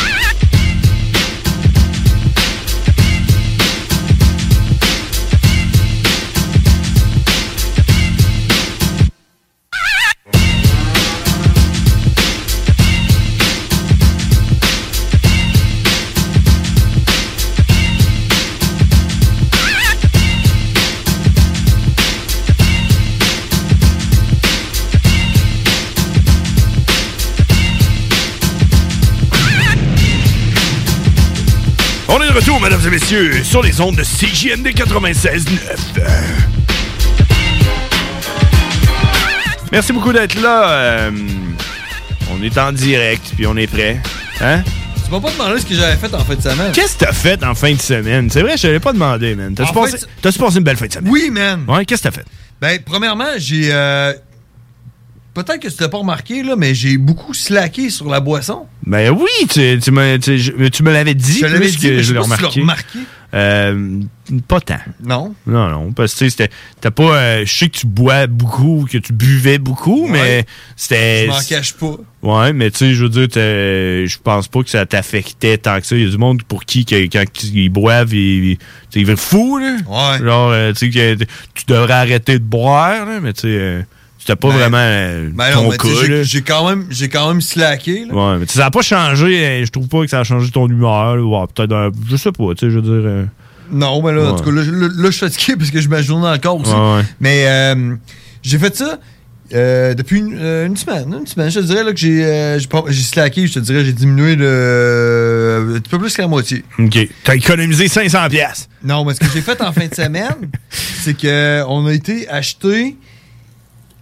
On est de retour, mesdames et messieurs, sur les ondes de CJMD 96.9. Euh, Merci beaucoup d'être là. euh, on est en direct, puis on est prêt. Hein? Tu m'as pas demandé ce que j'avais fait en fin de semaine. Qu'est-ce que t'as fait en fin de semaine? C'est vrai, je te l'ai pas demandé, man. T'as-tu En passé, fin de- t'as-tu passé une belle fin de semaine? Oui, man. Ouais, qu'est-ce que t'as fait? Ben, premièrement, j'ai. euh, Peut-être que tu l'as pas remarqué, là, mais j'ai beaucoup slacké sur la boisson. Ben oui, tu, tu me, tu- je- tu me l'avais dit. Je l'avais plus dit, que mais je sais l'ai pas si tu l'as remarqué. remarqué. Euh, pas tant. Non. Non, non, parce que tu sais, c'était- t'as pas. euh, je sais que tu bois beaucoup, que tu buvais beaucoup, mais c'était. Je m'en cache pas. Ouais, mais tu sais, je veux dire, t'es- je pense pas que ça t'affectait tant que ça. Il y a du monde pour qui, que- quand ils boivent, ils, tu sais, ils vont fous, là. Ouais. Genre, euh, tu sais, que tu devrais arrêter de boire, là, mais tu sais, euh, c'était pas Ben, vraiment euh, Ben ton non, mais tu cas, sais, là. j'ai- j'ai quand même, j'ai quand même slacké. là. Ouais, mais tu sais, ça a pas changé, euh, je trouve pas que ça a changé ton humeur, là, ou, ah, peut-être, un- je sais pas, tu sais, je veux dire. euh, Non, mais là, en Ouais. tout cas, là, je- là, là, je suis fatigué parce que je m'ajourne dans le corps aussi. Ouais, ouais. Mais euh, j'ai fait ça euh, depuis une, euh, une semaine. Une semaine, je te dirais là, que j'ai, euh, j'ai, pas- j'ai slacké, je te dirais, j'ai diminué de. euh, un petit peu plus que la moitié. OK. T'as économisé 500 pièces. Non, mais ce que j'ai fait en fin de semaine, c'est que on a été acheter.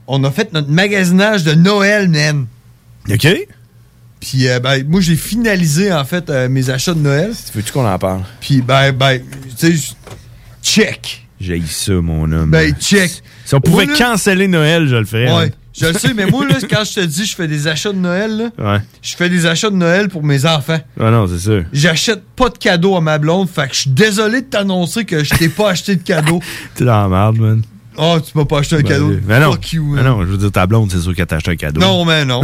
On a fait notre magasinage de Noël, man. OK. Puis, euh, ben, moi, j'ai finalisé, en fait, euh, mes achats de Noël. Veux-tu qu'on en parle? Puis, ben, ben, tu sais, check. J'ai ça, mon homme. Ben, check. Si on pouvait Moi, là- canceller Noël, je le ferais. Ouais, hein. je le sais, mais moi, là, quand je te dis je fais des achats de Noël, là, Ouais. je fais des achats de Noël pour mes enfants. Ah non, c'est sûr. J'achète pas de cadeaux à ma blonde, fait que je suis désolé de t'annoncer que je t'ai pas acheté de cadeau. T'es dans la merde, man. Oh, tu m'as pas acheté un Ben, cadeau. Mais non. Fuck you, mais hein. non, je veux dire, ta blonde, c'est sûr qu'elle t'a acheté un cadeau. Non, mais non.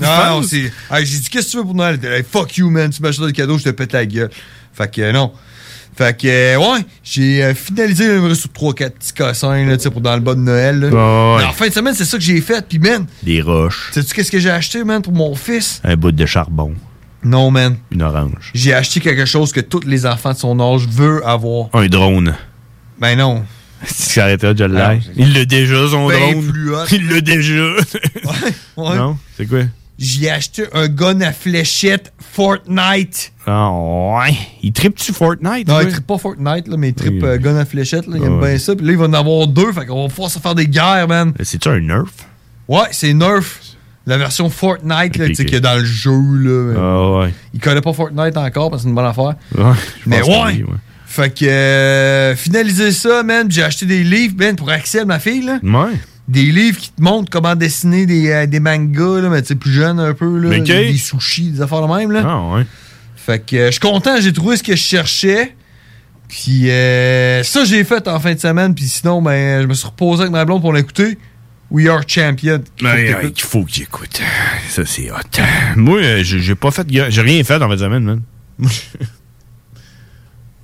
non, non, c'est. Hey, j'ai dit, qu'est-ce que tu veux pour Noël? Elle était là, Hey, fuck you, man. Tu m'achètes des cadeaux, je te pète la gueule. Fait que euh, non. Fait que, euh, ouais, j'ai euh, finalisé le reste sur 3-4 petits cossins, là, tu sais, pour dans le bas de Noël, là. Ouais, ouais. Mais en fin de semaine, c'est ça que j'ai fait. Puis, man, Des roches, sais-tu qu'est-ce que j'ai acheté, man, pour mon fils? un bout de charbon, Non, man. une orange, J'ai acheté quelque chose que tous les enfants de son âge veulent avoir. un drone. Ben non. Si ça arrêtait de Ah, l'air. c'est- Il l'a déjà, son Ben euh, drone. plus hot. Il l'a déjà. Ouais. Non? C'est quoi? J'ai acheté un gun à fléchette Fortnite. Ah, ouais. Il tripe-tu Fortnite? Non, toi? il tripe pas Fortnite, là, mais il tripe euh, gun à fléchette. Là, il aime Ouais. bien ça. Puis là, il va en avoir deux. Fait qu'on va pouvoir se faire des guerres, man. C'est-tu un nerf? Ouais, c'est Nerf. La version Fortnite, là, Ok, tu sais, ok. qu'il y a dans le jeu, là. Ah, ouais. Il connaît pas Fortnite encore, parce que c'est une bonne affaire. Ouais, je Mais pense que ouais. oui, ouais. Fait que, euh, finaliser ça, man. puis J'ai acheté des livres, man, pour Axel, ma fille, là. Ouais. Des livres qui te montrent comment dessiner des, euh, des mangas, là, mais tu sais, plus jeune un peu, là. Ok. Des sushis, des affaires de même, là. Ah, ouais. Fait que euh, je suis content, j'ai trouvé ce que je cherchais. Puis euh, ça, j'ai fait en fin de semaine. Puis sinon, ben, je me suis reposé avec ma blonde pour l'écouter. We are champion. Ben, euh, qu'il faut qu'il écoute. Ça, c'est hot. Moi, euh, j'ai j'ai pas fait. grand- J'ai rien fait en fin de semaine, man.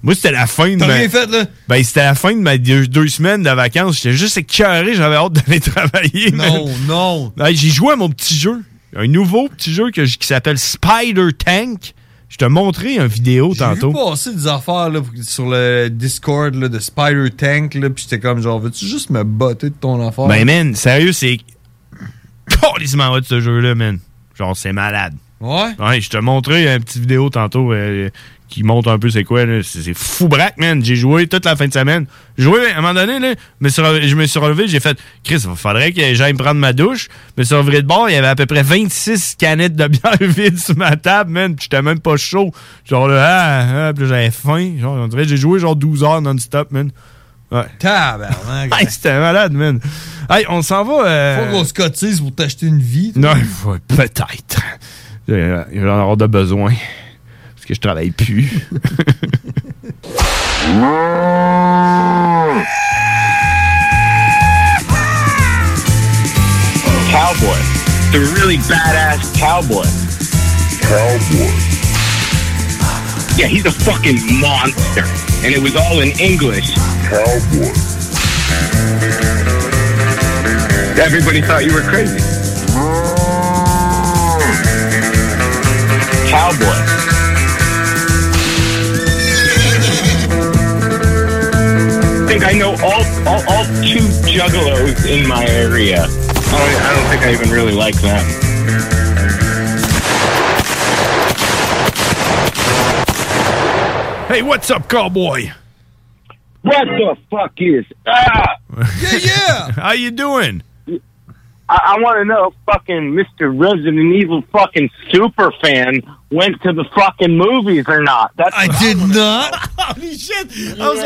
Moi, c'était la fin de T'as ma- rien fait, là? Ben, c'était la fin de ma deux, deux semaines de vacances. J'étais juste écœuré, j'avais hâte d'aller travailler. Ben, Non, non. j'ai joué à mon petit jeu. Un nouveau petit jeu que j- qui s'appelle Spider Tank. Je te montrais une vidéo tantôt. J'ai vu passer des affaires là, sur le Discord là, de Spider Tank, là, puis j'étais comme genre, veux-tu juste me botter de ton affaire? Ben, man, sérieux, c'est. Colissement hot, ce jeu-là, man. Genre, c'est malade. Ouais? Ouais, je te montrais une petite vidéo tantôt euh, qui montre un peu c'est quoi, là. C'est c'est fou braque, man. J'ai joué toute la fin de semaine. J'ai joué, à un moment donné, là, me suis relevé- je me suis relevé, j'ai fait, Chris, il faudrait que j'aille me prendre ma douche. Je me suis relevé de bord, il y avait à peu près 26 canettes de bière vide sur ma table, man. Puis j'étais même pas chaud. Genre, là, ah, ah, puis là, j'avais faim. Genre, on dirait que j'ai joué genre 12 heures non-stop, man. Ouais. Tabarnak. Hey, c'était malade, man. Hey, on s'en va. euh, Faut qu'on se cotise pour t'acheter une vie. non, ouais, peut-être. Euh, Il va en avoir de besoin. Parce que je travaille plus. Cowboy. The really badass cowboy. Cowboy. Yeah, he's a fucking monster. And it was all in English. Cowboy. Everybody thought you were crazy. Cowboy. I think I know all, all, all two juggalos in my area. I don't, I don't think I even really like them. Hey, what's up, cowboy? What the fuck is ah? Yeah, yeah. How you doing? I, I want to know, fucking Mr. Resident Evil, fucking super fan, went to the fucking movies or not? That's I did not. Holy shit! I was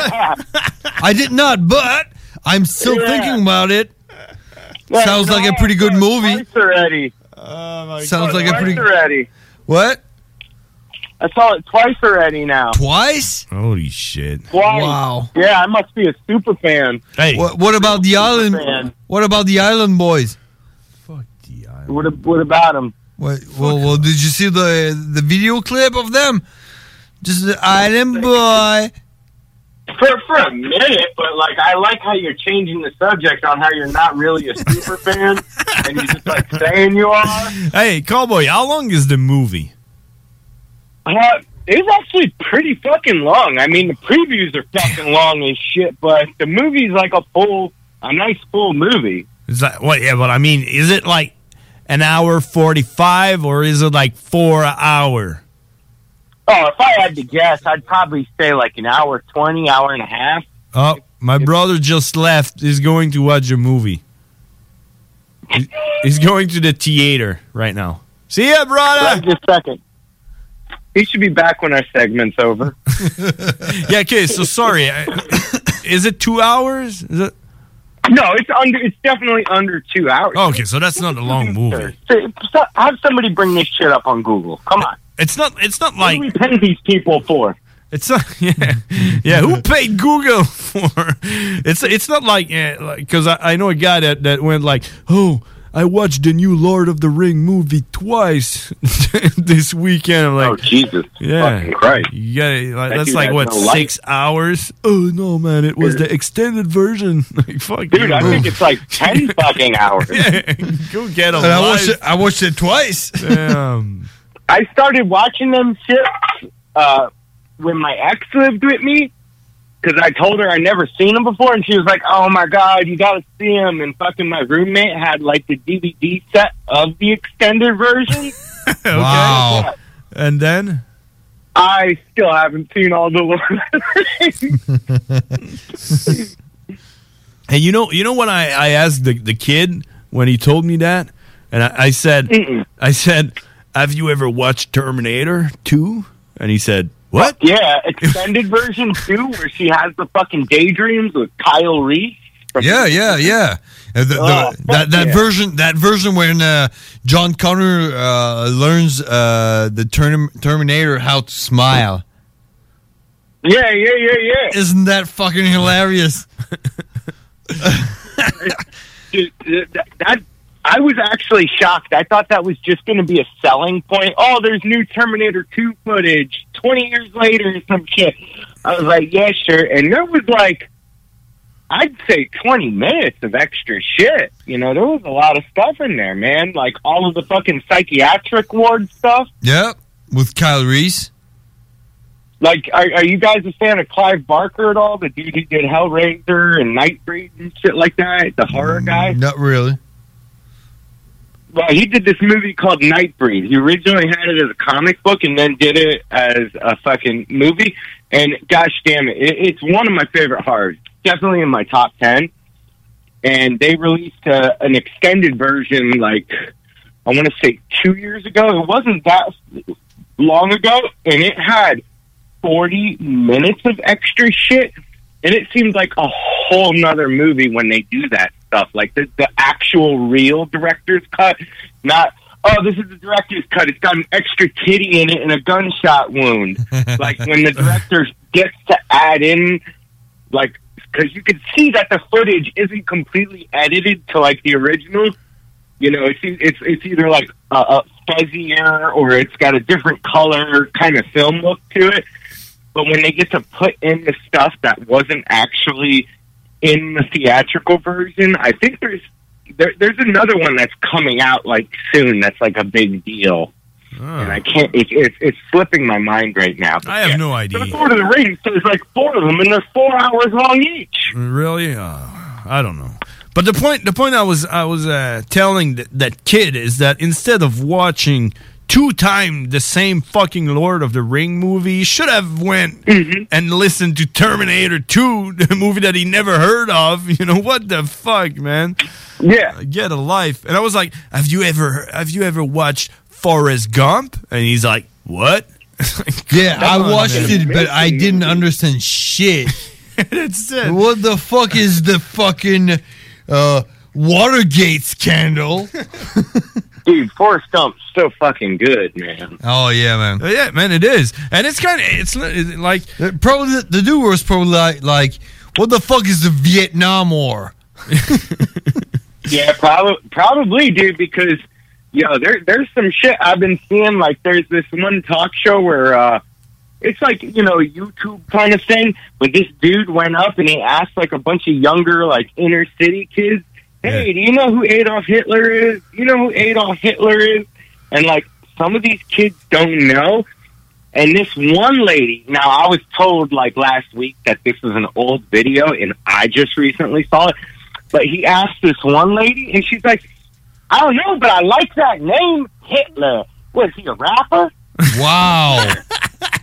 like, I did not, but I'm still Yeah. thinking about it. Yeah, Sounds like a no, pretty good movie. already. Sounds like a twice pretty- already. What? I saw it twice already now. Twice? Holy shit! Twice. Wow. Yeah, I must be a super fan. Hey. What, what about the island? Man. What about the island boys? What, what about them? What, well, well, did you see the the video clip of them? Just the island boy. Uh, For, for a minute, but like I like how you're changing the subject on how you're not really a super fan and you're just like saying you are. Hey, cowboy, how long is the movie? Uh, it was actually pretty fucking long. I mean, the previews are fucking long as shit, but the movie's like a full, a nice full movie. Is that what? Yeah, but I mean, is it like an hour forty-five, or is it like four hour? Oh, if I had to guess, I'd probably say like an hour twenty, hour and a half. Oh, my brother just left. He's going to watch a movie. He- He's going to the theater right now. See ya, brother. Just a second. He should be back when our segment's over. yeah. Okay. So sorry. I- is it two hours? Is it? No, it's under. It's definitely under two hours. Oh, Okay, so that's not a long movie. So- so- Have somebody bring this shit up on Google. Come on. It's not. It's not like what do we pay these people for. It's not. Yeah. Yeah. Who paid Google for? It's. It's not like. Because I, I know a guy that that went like, oh. I watched the new Lord of the Ring movie twice this weekend. I'm like, oh Jesus, yeah, fucking Christ. You gotta- like, That that's dude like has what no life. six hours? Oh no, man! It was the extended version. like, fuck, Dude, you, I bro. think it's like ten fucking hours. Go get a And I watched life. it. I watched it twice. Damn. I started watching them shit uh, when my ex lived with me because I told her I never seen them before, and she was like, "Oh my god, you gotta see them!" And fucking my roommate had like the DVD set of the extended version. Wow. And then I still haven't seen all the Lord of the Rings. And you know, you know when I, I asked the, the kid when he told me that, and I, I said, I said, have you ever watched Terminator Two? And he said, what? Yeah, extended version two, where she has the fucking daydreams with Kyle Reese. Yeah, yeah, yeah. Uh, the- the- Oh, that that yeah. version, that version when uh, John Connor uh, learns uh, the term, Terminator how to smile. Yeah, yeah, yeah, yeah. Isn't that fucking hilarious? Dude, that, that I was actually shocked. I thought that was just going to be a selling point. Oh, there's new Terminator 2 footage 20 years later or some shit. I was like, yeah, sure. And there was like, I'd say 20 minutes of extra shit. You know, there was a lot of stuff in there, man. Like all of the fucking psychiatric ward stuff. Yep, with Kyle Reese. Like, are, are you guys a fan of Clive Barker at all? The dude who did Hellraiser and Nightbreed and shit like that? The horror guy? Mm, Not really. Well, he did this movie called Nightbreed. He originally had it as a comic book and then did it as a fucking movie. And gosh damn it, it it's one of my favorite horrors. Definitely in my top 10. And they released uh, an extended version, like, I want to say two years ago. It wasn't that long ago. And it had 40 minutes of extra shit. And it seemed like a whole nother movie when they do that stuff. Like the, the actual real director's cut, not, oh, this is the director's cut. It's got an extra titty in it and a gunshot wound. like when the director gets to add in, like, because you can see that the footage isn't completely edited to like the original. You know, it's e- it's it's either like a, a fuzzier or it's got a different color kind of film look to it. But when they get to put in the stuff that wasn't actually in the theatrical version, I think there's there, there's another one that's coming out like soon. That's like a big deal, and I can't. It, it, it's slipping my mind right now. Oh. I have no idea. The Lord of the Rings, there's like four of them, and they're four hours long each. Really? Uh, I don't know. But the point the point I was I was uh, telling th- that kid is that instead of watching two time the same fucking Lord of the Ring movie, he should have went Mm-hmm. and listened to Terminator 2, the movie that he never heard of. You know what the fuck, man? Uh, Yeah. Get a life. And I was like, "Have you ever have you ever watched Forrest Gump?" And he's like, "What?" Yeah, I Come on, watched man. it, but I didn't understand shit. That's it. What the fuck is the fucking uh, Watergate scandal? Dude, Forrest Gump's so fucking good, man. Oh yeah, man. Yeah, man, it is, and it's kind of it's li- it- like probably the, the dude was probably like, like, what the fuck is the Vietnam War? Yeah, probably, probably, dude. Because yo, there, there's some shit I've been seeing. Like, there's this one talk show where uh, it's like you know a YouTube kind of thing, but this dude went up and he asked like a bunch of younger, like inner city kids, "Hey, do you know who Adolf Hitler is? Do You know who Adolf Hitler is?" And like some of these kids don't know. And this one lady, now I was told like last week that this was an old video and I just recently saw it. But he asked this one lady and she's like, I don't know, but I like that name, Hitler. Was he a rapper? Wow.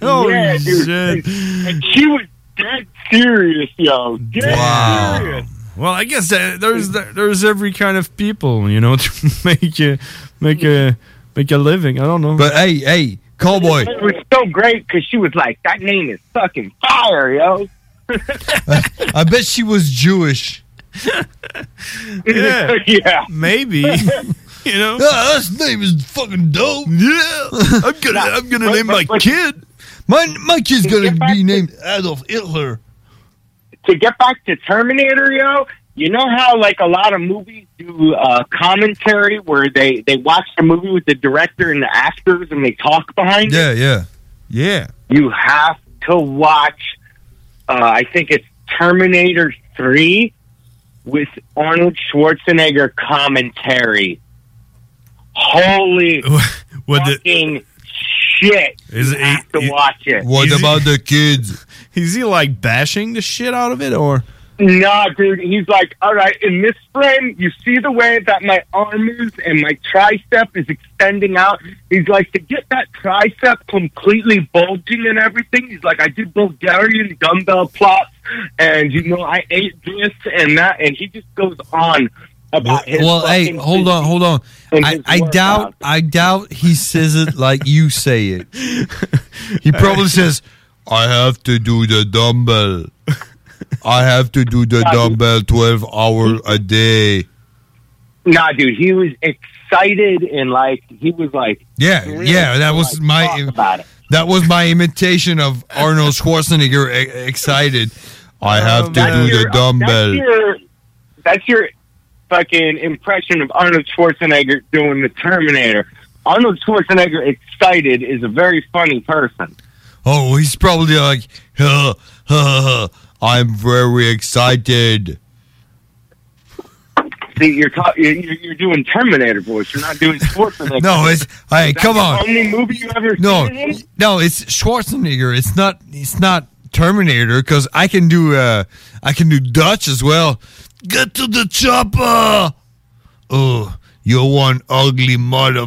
oh, yeah, dude. And, and she was dead serious, yo. Dead Wow. serious. Well, I guess uh, there's there's every kind of people, you know, to make a make a make a living. I don't know. But hey, hey, cowboy. It was so great because she was like, that name is fucking fire, yo. I bet she was Jewish. Yeah. yeah. Maybe. you know? Ah, this name is fucking dope. Yeah. I'm gonna I'm gonna name my kid. My my kid's gonna be named Adolf Hitler. to get back to Terminator, yo, you know how like a lot of movies do uh, commentary where they they watch the movie with the director and the actors and they talk behind it. Yeah, yeah. Yeah. You have to watch. Uh, I think it's Terminator Three with Arnold Schwarzenegger commentary. Holy fucking shit! Is you have to watch it. the kids? Is he like bashing the shit out of it or Nah, dude. He's like, all right, in this frame, you see the way that my arm is and my tricep is extending out. He's like, to get that tricep completely bulging and everything, he's like, I did Bulgarian dumbbell plots and, you know, I ate this and that. And he just goes on about his. well, hey, fucking hold on, hold on. and I, his I workout. doubt, I doubt he says it like you say it. He probably says, "I have to do the dumbbell. I have to do the dumbbell twelve hour a day." Nah, dude. He was excited and, like, he was like, Yeah, yeah, that was my that was my imitation of Arnold Schwarzenegger e- excited. I have to That's do the your- dumbbell. That's your, that's your fucking impression of Arnold Schwarzenegger doing the Terminator. Arnold Schwarzenegger excited is a very funny person. Oh, he's probably like, huh, huh, huh, I'm very excited. that you're ta- you're, you're you're doing Terminator voice. You're not doing Schwarzenegger. No, it's hey, Is that come the on. Only movie you ever No, seen in? no, it's Schwarzenegger. It's not. It's not Terminator because I can do. Uh, I can do Dutch as well. Get to the chopper. Oh, you're one ugly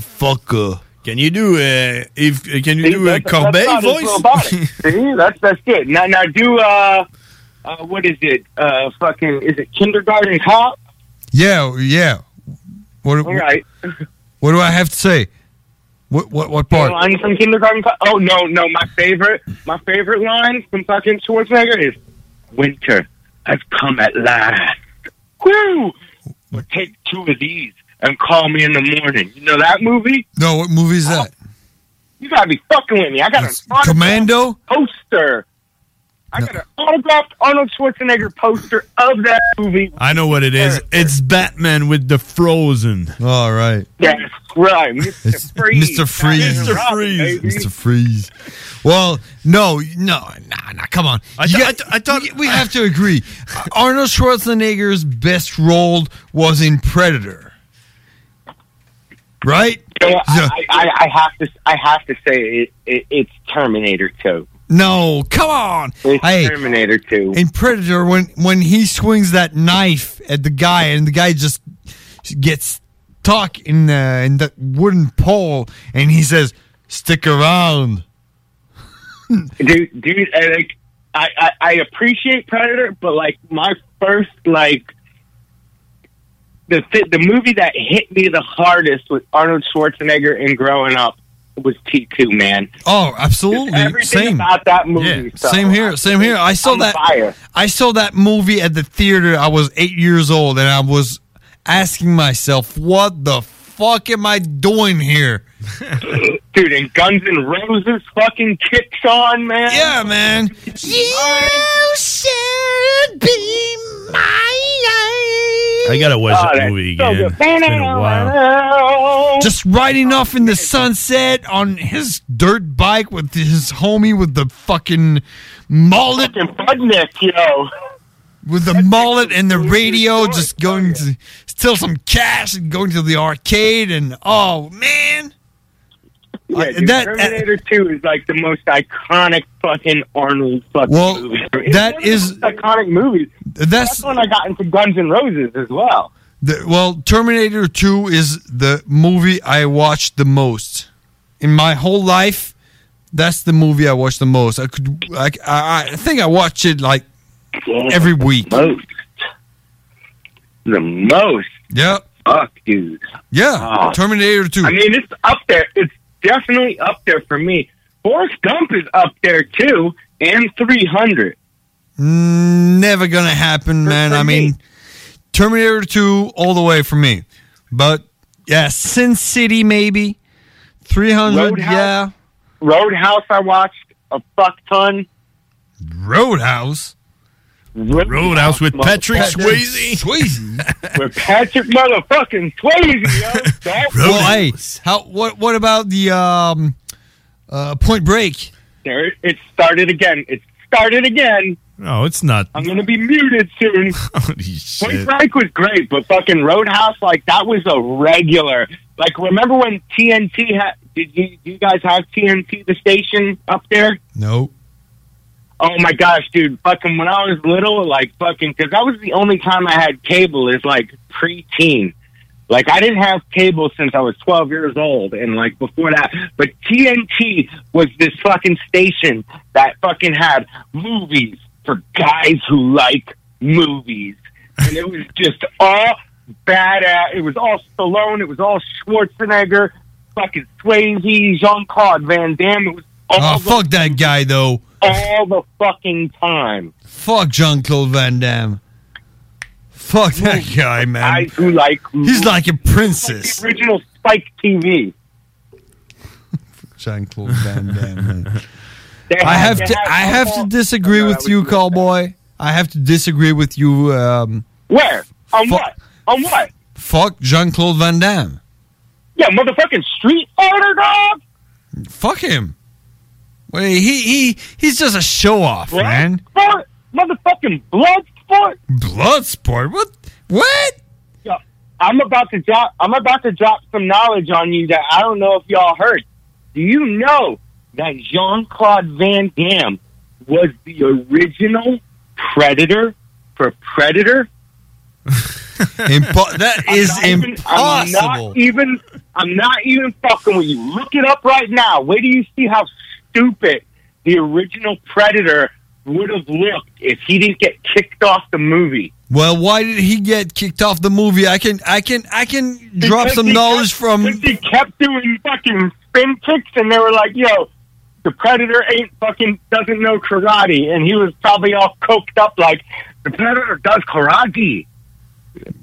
motherfucker. Can you do? Uh, if can you See, do a that's- that's Corbeil not as robotic. voice? See, that's that's good. Now, now do uh, uh, what is it? Uh, fucking is it kindergarten cop? Yeah, yeah. What? All right, What do I have to say? What? What? What part? line from kindergarten cop. Oh no, no, my favorite, my favorite line from fucking Schwarzenegger is "Winter has come at last." Woo! Well, take two of these and call me in the morning. You know that movie? No, what movie is that? You gotta be fucking with me. I got an Commando. poster. I got an autographed Arnold Schwarzenegger poster of that movie. I know what it is. It's Batman with the Frozen. All right. That's right, Mr. Freeze. Mr. Freeze. Mr. Freeze. Mr. Freeze. Well, no, no, no, no. Come on. I You thought- got- we, we have to agree. Arnold Schwarzenegger's best role was in Predator. Right? You know, I, I, I have to. I have to say it, it, it's Terminator Two. No, come on. It's Hey. Terminator Two. In Predator, when when he swings that knife at the guy and the guy just gets stuck in uh, in that wooden pole, and he says, "Stick around." dude, dude, I, like, I, I, I appreciate Predator, but like my first like the thi- the movie that hit me the hardest with Arnold Schwarzenegger and growing up was T two man. Oh, absolutely. everything same. about that movie, so same here. Same here. I saw I'm that. fire. I saw that movie at the theater. I was eight years old, and I was asking myself, "What the fuck am I doing here?" Dude, and Guns N' Roses fucking kicks on, man. Yeah, man. You should be my I gotta watch Oh, that that's movie so again. good. It's been a while. Just riding off in the sunset on his dirt bike with his homie with the fucking mullet. yo. With the mullet and the radio, just going to steal some cash and going to the arcade, and oh man, Yeah, dude, that- Terminator Two is like the most iconic fucking Arnold fucking movie. It's that one of the is- most iconic movies. That's, when I got into Guns N' Roses as well. The, well, Terminator 2 is the movie I watched the most. In my whole life, that's the movie I watched the most. I could I, I, I think I watched it like every week. Most. The most. Yep. Fuck, dude. Yeah. Oh. Terminator 2. I mean, it's up there. It's definitely up there for me. Forrest Gump is up there too, and three hundred. Never gonna happen, man. I mean, Terminator 2 all the way for me. But yeah, Sin City maybe. 300, Roadhouse. yeah. Roadhouse, I watched a fuck ton. Roadhouse. Roadhouse with Patrick Swayze. Swayze. with Patrick motherfucking Swayze, yo. That Well, hey, how what what about the um uh Point Break? There, it started again. It started again. No, it's not. I'm gonna be muted soon. Point Break was great, but fucking Roadhouse, like that was a regular. Like, remember when TNT had? Did you, do you guys have TNT the station up there? No. Oh my gosh, dude! Fucking when I was little, like fucking, because that was the only time I had cable is like pre-teen. Like I didn't have cable since I was 12 years old, and like before that, but TNT was this fucking station that fucking had movies for guys who like movies, and it was just all badass. It was all Stallone, it was all Schwarzenegger, fucking Swayze, Jean Claude Van Damme. It was Oh, fuck that guy though. all the fucking time. Fuck Jean Claude Van Damme. Fuck that guy, man. I do like. He's like a princess. original Spike TV. Jean Claude Van Damme. man. They I had- have they to had I have to football- disagree with you, cowboy. I have to disagree with you. Um, Where? On what? On what? fuck Jean Claude Van Damme. Yeah, motherfucking Street Fighter dog. Fuck him. Well, he he he's just a show off, man. Sport, motherfucking blood sport. Bloodsport. What? What? Yeah. I'm about to drop. I'm about to drop some knowledge on you that I don't know if y'all heard. Do you know that Jean Claude Van Damme was the original Predator for Predator? Impo- that I'm is not even- I'm impossible. not even. I'm not even fucking with you. Look it up right now. Where do you see how stupid the original Predator would have looked if he didn't get kicked off the movie? Well, why did he get kicked off the movie? I can, I can, I can drop Because some he knowledge kept- from. because He kept doing fucking spin kicks, and they were like, "Yo, the predator ain't fucking doesn't know karate," and he was probably all coked up, like, "The predator does karate."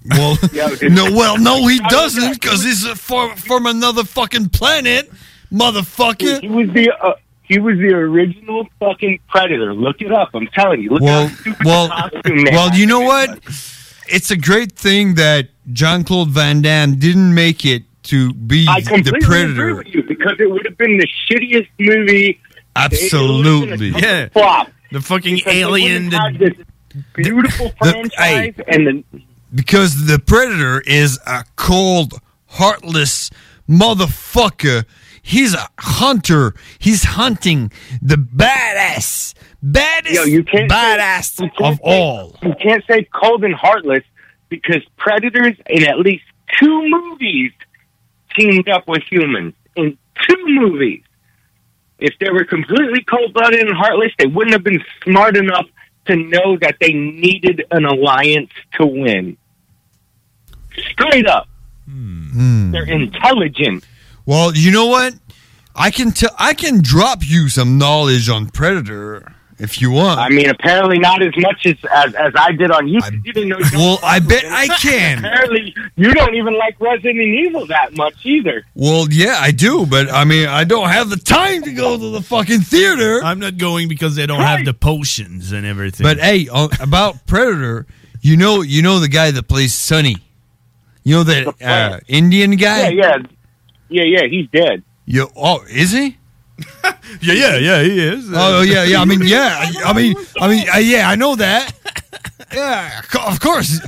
Well, no, well, no, he doesn't, because he's a- from from another fucking planet, motherfucker. He was the uh, he was the original fucking predator. Look it up. I'm telling you. Look well, how stupid well, the costume they well, had. you know what? It's a great thing that John Claude Van Damme didn't make it to be I the completely agree Predator. with you because it would have been the shittiest movie. Absolutely. yeah. Flop. The fucking Because they alien, wouldn't have this beautiful franchise and the Because the Predator is a cold, heartless motherfucker. He's a hunter. He's hunting the badass, baddest, Yo, you can't say- badass you can't of say- all. You can't say cold and heartless because predators in at least two movies teamed up with humans in two movies. If they were completely cold blooded and heartless, they wouldn't have been smart enough to know that they needed an alliance to win. Straight up, they're intelligent. Well, you know what? I can tell. I can drop you some knowledge on Predator if you want. I mean, apparently not as much as as, as I did on you. 'cause you didn't know. Well, I bet I can. Apparently, you don't even like Resident Evil that much either. Well, yeah, I do, but I mean, I don't have the time to go to the fucking theater. I'm not going because they don't have the potions and everything. But hey, on, about Predator, you know, you know the guy that plays Sonny. You know that uh, Indian guy. Yeah, yeah, yeah, yeah. He's dead. Yo, oh, is he? yeah, yeah, yeah, he is. Oh, yeah, yeah. I mean, yeah. I, I mean, I mean, uh, yeah. I know that. Yeah, co- of course,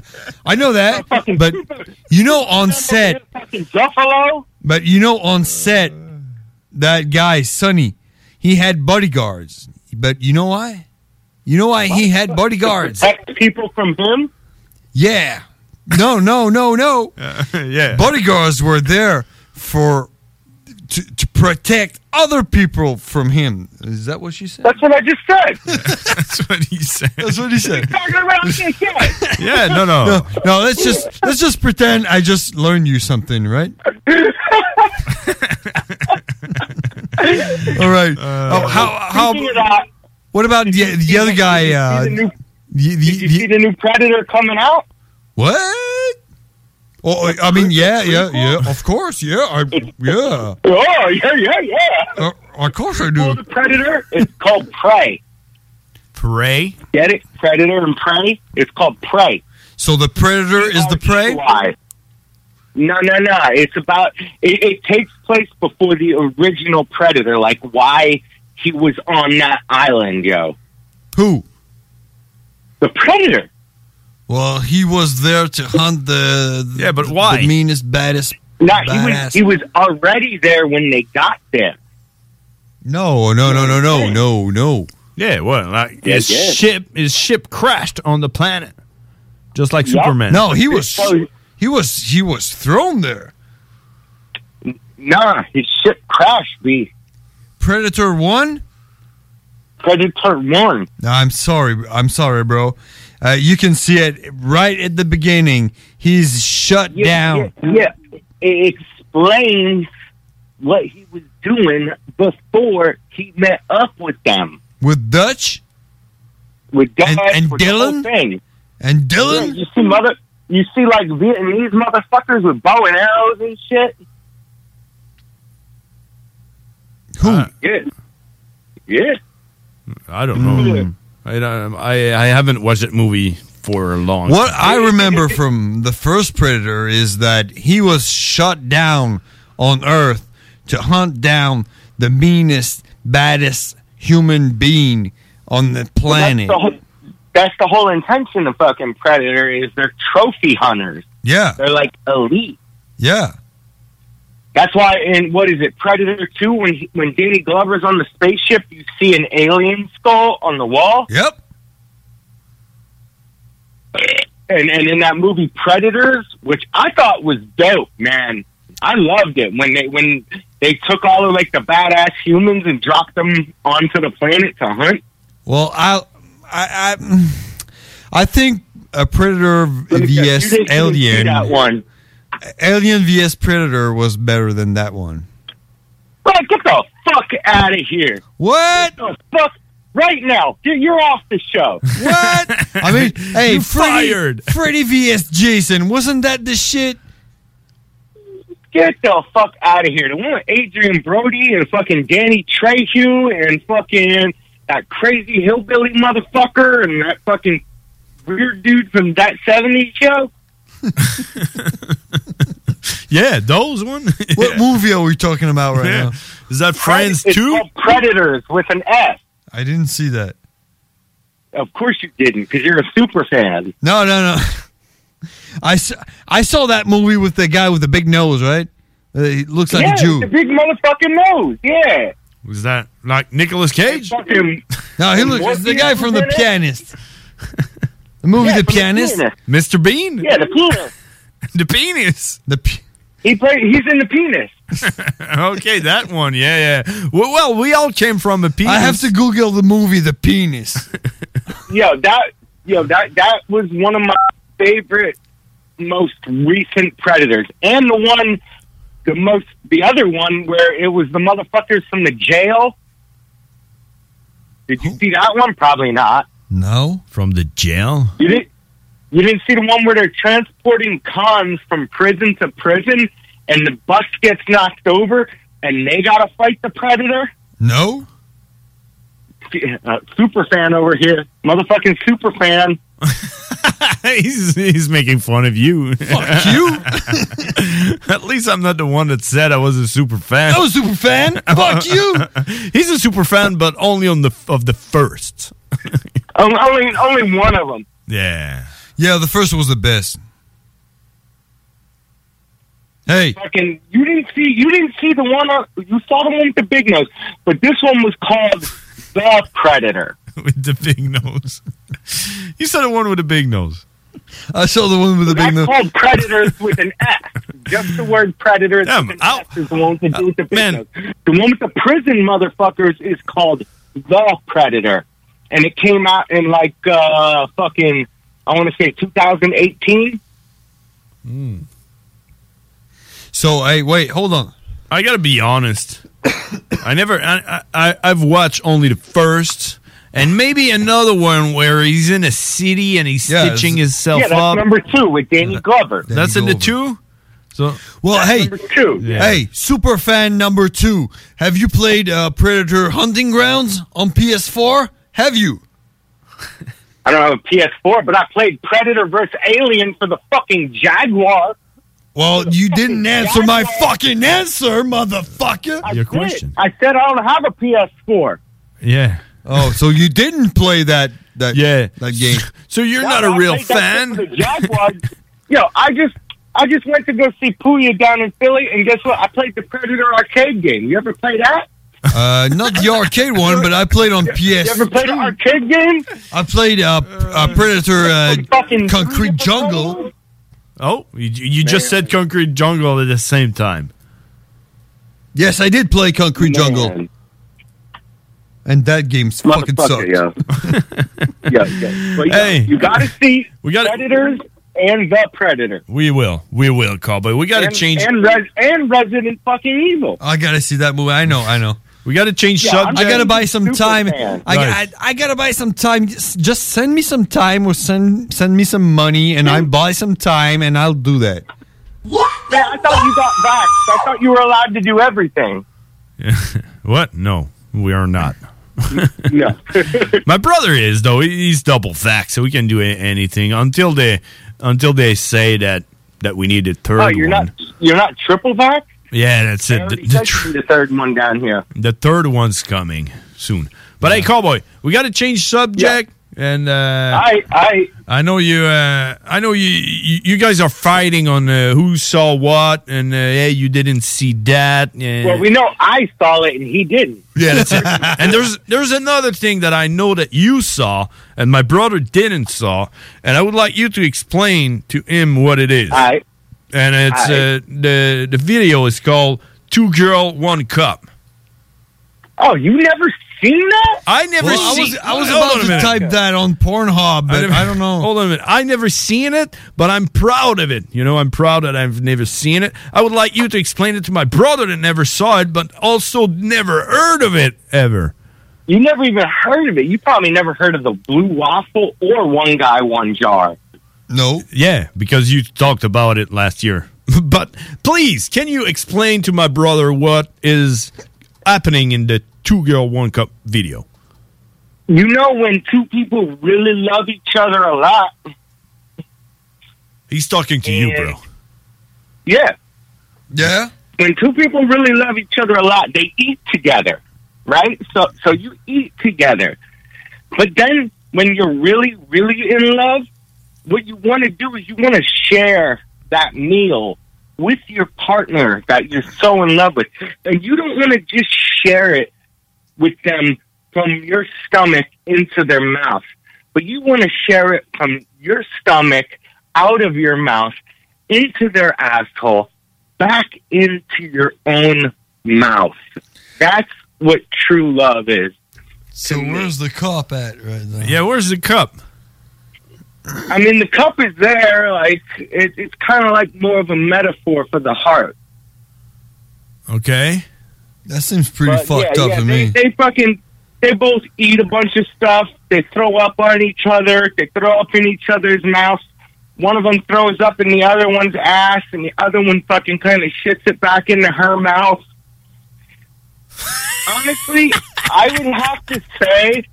I know that. But you know, on set, but you know, on set, that guy Sonny, he had bodyguards. But you know why? You know why he had bodyguards? Protect people from him. Yeah. No, no, no, no. yeah. Bodyguards were there for to, to protect other people from him. Is that what she said? That's what I just said. That's what he said. That's what he said. Yeah, no, no. no, no. Let's just let's just pretend I just learned you something, right? All right. oh, how how? Speaking of that, What about the, the other guy? Uh, see the new- the- the- did you see the new Predator coming out? what? Oh, I mean, yeah, yeah, yeah. Of course, yeah, I, yeah. Oh, yeah, yeah, yeah. Uh, of course, I do. The Predator is called Prey. Prey? Get it? Predator and Prey? It's called Prey. So the Predator is the Prey? No, no, no. It's about, it, it takes place before the original Predator, like why he was on that island, yo. Who? The Predator. Well, he was there to hunt the, yeah, but why? The meanest, baddest. No, he badass- was, he was already there when they got there. No, no, no, no, no, no, no. Yeah, well, like Yeah, his yeah. ship his ship crashed on the planet, just like Superman. No, he was he was he was thrown there. Nah, his ship crashed, B. Predator one. Predator one. No, I'm sorry, I'm sorry, bro. Uh, you can see it right at the beginning. He's shut down. Yeah, yeah. it explains what he was doing before he met up with them. With Dutch? With Dutch and with the whole Dylan? thing. And Dylan? Yeah, you see mother you see like Vietnamese motherfuckers with bow and arrows and shit? Who? Yeah. Yeah. I don't know. I, don't, I I haven't watched that movie for a long. What time. I remember from the first Predator is that he was shut down on Earth to hunt down the meanest, baddest human being on the Well, planet. That's the, whole, that's the whole intention of fucking Predator is they're trophy hunters. Yeah. They're like elite. Yeah. That's why in what is it, Predator Two, when he, when Danny Glover's on the spaceship, you see an alien skull on the wall. Yep. And and in that movie Predators, which I thought was dope, man, I loved it when they when they took all of like the badass humans and dropped them onto the planet to hunt. Well, I, I, I, I think a predator vs You didn't see alien. that one. Alien vs predator was better than that one. Right, get the fuck out of here! What? the fuck! Right now, Get- you're off the show. What? I mean, hey, You Freddy, fired. Freddy vs Jason. Wasn't that the shit? Get the fuck out of here. The one with Adrian Brody and fucking Danny Trejo and fucking that crazy hillbilly motherfucker and that fucking weird dude from that 70s show. Yeah, those one. What movie are we talking about right now? Is that Friends It's 2? called Predators with an S. I didn't see that. Of course you didn't, because you're a super fan. No, no, no. I saw, I saw that movie with the guy with the big nose, right? Uh, he looks like yeah, a Jew. The big motherfucking nose. Yeah. Was that like Nicolas Cage? No, he looks. It's the guy from The Pianist. The movie The Pianist. Mr. Bean? Yeah, the penis. the penis. The he play, He's in the penis. okay, that one. Yeah, yeah. Well, well, we all came from a penis. I have to Google the movie The Penis. yo, that yo, that that was one of my favorite, most recent predators, and the one, the most, the other one where it was the motherfuckers from the jail. Did you see that one? Probably not. No. From the jail? You didn't. You didn't see the one where they're transporting cons from prison to prison, and the bus gets knocked over, and they gotta fight the predator. No. Uh, super fan over here, motherfucking super fan. he's, he's making fun of you. Fuck you. At least I'm not the one that said I was a super fan. I was a super fan. Fuck you. He's a super fan, but only on the of the first. Um, only, only one of them. Yeah. Yeah, the first one was the best. Hey, fucking, you didn't see, you didn't see the one. On, you saw the one with the big nose, but this one was called the Predator. with the big nose. you said the one with the big nose. I saw the one with the That's called Predators with an S. Just the word Predator is with an S is the one to do with the big nose. The one with the prison motherfuckers is called the Predator, and it came out in like uh, fucking I want to say 2018. Mm. So hey, wait, hold on. I gotta be honest. I never. I, I I've watched only the first, and maybe another one where he's in a city and he's Yeah, stitching it's- himself Yeah, that's up. number two with Danny Glover. that's in the two. So well, hey, two. Hey, super fan number two. Have you played uh, Predator Hunting Grounds on PS4? Have you? I don't have a PS4, but I played Predator versus Alien for the fucking Jaguar. Well, you didn't answer my fucking answer, motherfucker. Your question. I said I don't have a PS4. Yeah. Oh, so you didn't play that that yeah that game. So you're Wow, I played that shit for The Jaguars. Yo, I just I just went to go see Puya down in Philly, and guess what? I played the Predator arcade game. You ever play that? Uh, not the arcade one, but I played on PS. You ever played an arcade game? I played uh, p- uh, Predator uh, Concrete Jungle. Oh, you, you just said Concrete Jungle at the same time. Yes, I did play Concrete Jungle. And that game fucking sucked. yeah, yeah. But, hey, you gotta see we got Predators and the Predator. We will, we will, Cowboy. We gotta And- change. and, Res- and Resident fucking Evil. I gotta see that movie. I know, I know. We gotta change Yeah, subject. I'm I gotta buy a some super time. fan. I, Right. I, I gotta buy some time. Just just send me some time or send send me some money, and I buy some time, and I'll do that. Yeah, I thought you got vaxxed. I thought you were allowed to do everything. What? No, we are not. no. My brother is though. He- He's double vax, so we can do a- anything until they until they say that that we need a third Oh, you're one. not you're not triple vax. yeah, that's it. The, the tr- the third one down here. the third one's coming soon. But hey, cowboy, we got to change subject. and uh, I I I know you. Uh, I know you, you. You guys are fighting on uh, who saw what, and uh, hey, you didn't see that. And, well, we know I saw it and he didn't. Yeah, that's it. and there's there's another thing that I know that you saw and my brother didn't saw, and I would like you to explain to him what it is. And it's uh, the the video is called Two Girl One Cup. Oh, you never seen that? I never Well, I seen. was- I was about to type that on Pornhub, but I don't know. Hold on a minute. I never seen it, but I'm proud of it. You know, I'm proud that I've never seen it. I would like you to explain it to my brother that never saw it, but also never heard of it ever. You never even heard of it. You probably never heard of the blue waffle or one guy one jar. No. Yeah, because you talked about it last year. but please, can you explain to my brother what is happening in the two girl one cup video? You know when two people really love each other a lot. He's talking to you, bro. Yeah. Yeah. When two people really love each other a lot, they eat together, right? So so you eat together. But then when you're really really in love, what you want to do is you want to share that meal with your partner that you're so in love with. And you don't want to just share it with them from your stomach into their mouth, but you want to share it from your stomach out of your mouth into their asshole back into your own mouth. That's what true love is. So where's the cop at right now? Yeah, where's the cup? I mean, the cup is there. Like it, it's kind of like more of a metaphor for the heart. Okay. That seems pretty But, fucked up to they, me. They fucking they both eat a bunch of stuff. They throw up on each other. They throw up in each other's mouth. One of them throws up in the other one's ass, and the other one fucking kind of shits it back into her mouth. Honestly, I would have to say,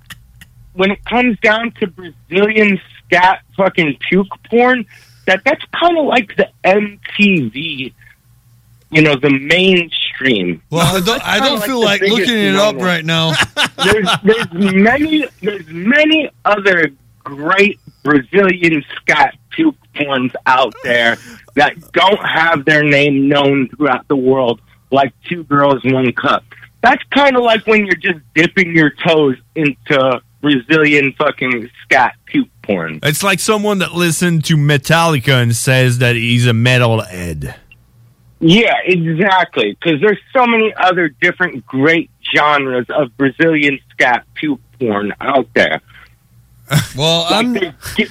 when it comes down to Brazilian scat fucking puke porn, that that's kind of like the MTV, you know, the mainstream. Well, I don't, I don't feel like looking it up right now. there's, there's many there's many other great Brazilian scat puke porns out there that don't have their name known throughout the world, like Two Girls One Cup. That's kind of like when you're just dipping your toes into Brazilian fucking scat puke porn. It's like someone that listened to Metallica and says that he's a metal head. Yeah, exactly. Because there's so many other different great genres of Brazilian scat puke porn out there. Well, I'm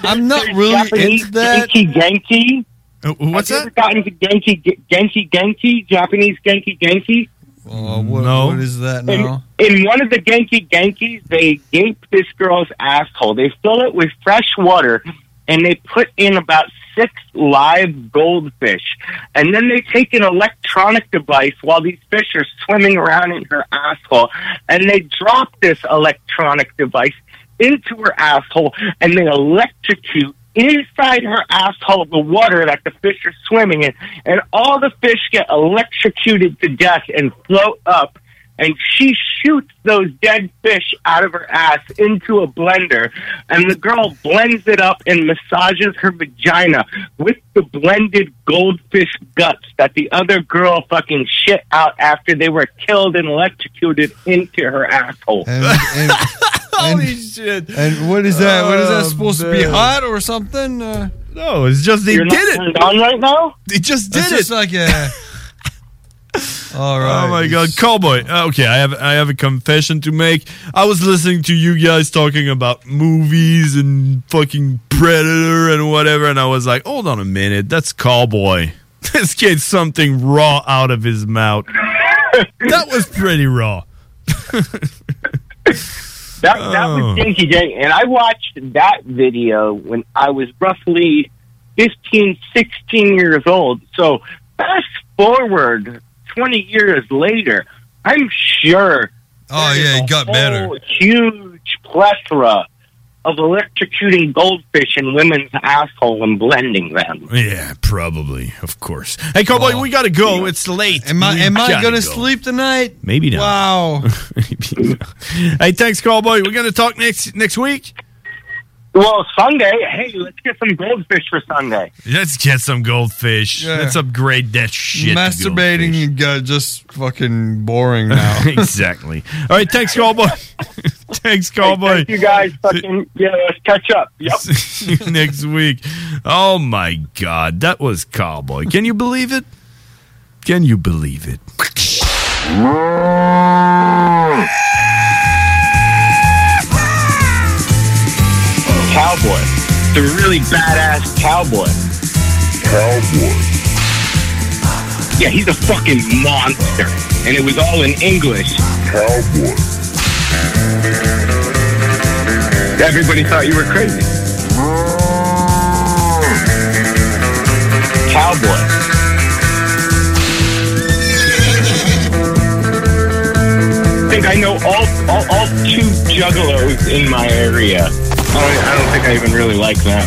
I'm not really Japanese into that. Genki Genki. Have what's that? You ever gotten to Genki Ge- Genki Genki Japanese Genki Genki? Oh, what, what is that now? In one of the Genki Genkis, they gape this girl's asshole. They fill it with fresh water and they put in about six live goldfish. And then they take an electronic device while these fish are swimming around in her asshole and they drop this electronic device into her asshole and they electrocute inside her asshole the water that the fish are swimming in. And all the fish get electrocuted to death and float up and she shoots those dead fish out of her ass into a blender and the girl blends it up and massages her vagina with the blended goldfish guts that the other girl fucking shit out after they were killed and electrocuted into her asshole. Holy shit! And what is that? What is that Oh, supposed to be man. hot or something? Uh, No, it's just they You're not did it. turned on right now? They just did That's it. just like a. All right. Oh my god, cowboy. Uh, Okay, I have I have a confession to make. I was listening to you guys talking about movies and fucking predator and whatever, and I was like, hold on a minute, that's cowboy. This kid's something raw out of his mouth. that was pretty raw. That, that was Oh. Dinky Dink. And I watched that video when I was roughly 15, 16 years old. So fast forward 20 years later, I'm sure. Oh, yeah, it got better. Huge plethora of electrocuting goldfish in women's asshole and blending them. Yeah, probably, of course. Hey, cowboy, we gotta go. It's late. Am I, We am I gotta gonna go. sleep tonight? Maybe not. Wow. hey, thanks, cowboy. We're gonna talk next next week. Well, Sunday, hey, let's get some goldfish for Sunday. Let's get some goldfish. Yeah. Let's upgrade that shit. to Masturbating you got just fucking boring now. goldfish. exactly. All right, thanks, Cowboy. thanks, Cowboy. Thank you guys. Fucking yeah, let's catch up. Yep. See you next week. Oh my God, that was Cowboy. Can you believe it? Can you believe it? Cowboy. The really badass cowboy. Cowboy. Yeah, he's a fucking monster. And it was all in English. Cowboy. Everybody thought you were crazy. Cowboy. I think I know all, all, all two juggalos in my area. I don't, I don't think I even really like them.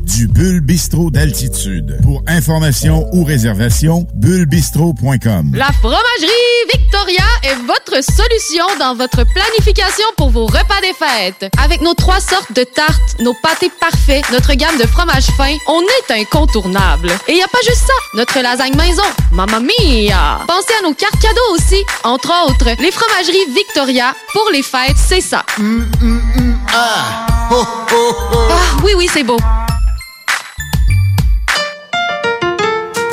du Bulle Bistrot d'altitude. Pour information ou réservation, bullebistrot.com. La fromagerie Victoria est votre solution dans votre planification pour vos repas des fêtes. Avec nos trois sortes de tartes, nos pâtés parfaits, notre gamme de fromages fins, on est incontournable. Et y a pas juste ça, notre lasagne maison, mamma mia! Pensez à nos cartes cadeaux aussi. Entre autres, les fromageries Victoria, pour les fêtes, c'est ça. Ah, oui, oui, c'est beau.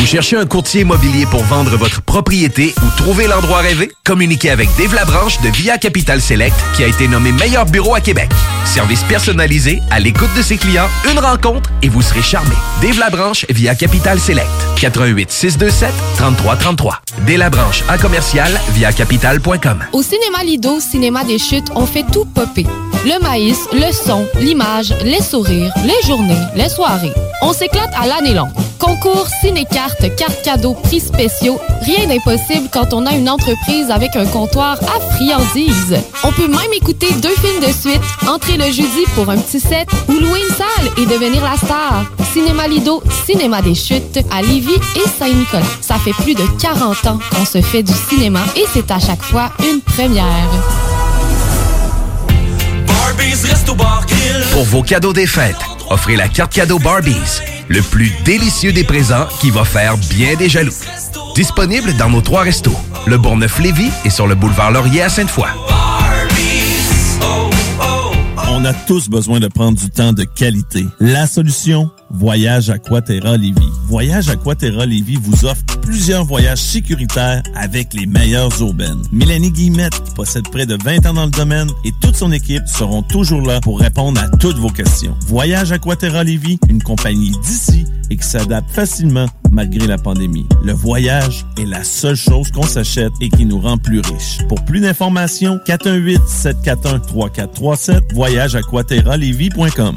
Vous cherchez un courtier immobilier pour vendre votre propriété ou trouver l'endroit rêvé? Communiquez avec Dave Labranche de Via Capital Select qui a été nommé meilleur bureau à Québec. Service personnalisé, à l'écoute de ses clients, une rencontre et vous serez charmé. Dave Labranche via Capital Select. 88 627 3333. Dave Labranche à commercial via capital.com. Au cinéma Lido, cinéma des chutes, on fait tout popper. Le maïs, le son, l'image, les sourires, les journées, les soirées. On s'éclate à l'année longue. Concours, ciné-cartes, cartes cadeaux, prix spéciaux, rien d'impossible quand on a une entreprise avec un comptoir à friandises. On peut même écouter deux films de suite, entrer le jeudi pour un petit set ou louer une salle et devenir la star. Cinéma Lido, cinéma des chutes à Lévis et Saint-Nicolas. Ça fait plus de 40 ans qu'on se fait du cinéma et c'est à chaque fois une première. Pour vos cadeaux des fêtes, offrez la carte cadeau Barbies, le plus délicieux des présents qui va faire bien des jaloux. Disponible dans nos trois restos, le Bourgneuf-Lévis et sur le boulevard Laurier à Sainte-Foy. On a tous besoin de prendre du temps de qualité. La solution, Voyage Aquaterra Lévis. Voyage Aquaterra Lévis vous offre plusieurs voyages sécuritaires avec les meilleures aubaines. Mélanie Guillemette qui possède près de 20 ans dans le domaine et toute son équipe seront toujours là pour répondre à toutes vos questions. Voyage Aquaterra Lévis, une compagnie d'ici et qui s'adapte facilement malgré la pandémie. Le voyage est la seule chose qu'on s'achète et qui nous rend plus riches. Pour plus d'informations, 418-741-3437, voyageaquaterralevis.com.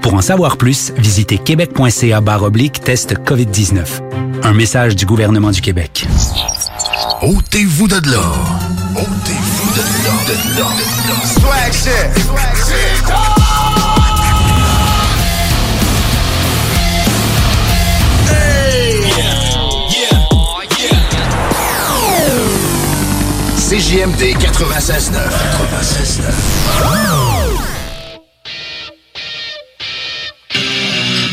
Pour en savoir plus, visitez québec.ca barre oblique test COVID-19. Un message du gouvernement du Québec. Ôtez-vous de là. Ôtez-vous de là. De là. De là. Swag shit. Swag shit. CJMD 96.9.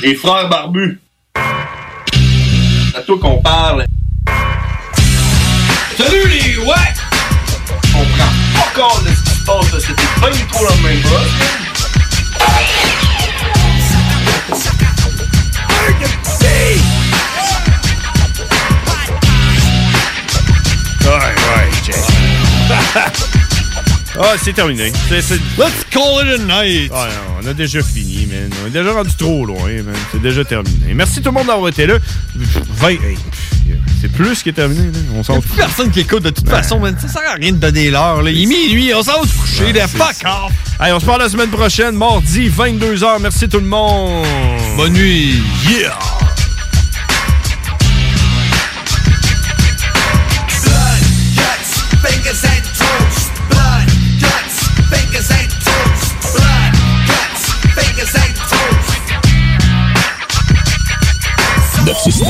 Les frères barbus. C'est à toi qu'on parle. Salut les ouais! On prend pas compte de ce qui se passe, là. c'était pas du tout la même Ouais, ouais, check. Ah, c'est terminé. C'est- c'est- Let's call it a night. Ah non, on a déjà fini, man. On est déjà rendu trop loin, man. C'est déjà terminé. Merci tout le monde d'avoir été là. Vingt- hey, pff, c'est plus qui est terminé, là. On s'en fout. Personne qui écoute de toute façon, man. Ça sert à rien de donner l'heure, là. Il est minuit, on s'en va se coucher, là. Fuck off. Hey, on se parle la semaine prochaine, mardi, 22h. Merci tout le monde. Bonne nuit. Yeah. Blood, guts, fingers and toes. Blood, guts, fingers and toes. Blood, guts, fingers and toes. 969.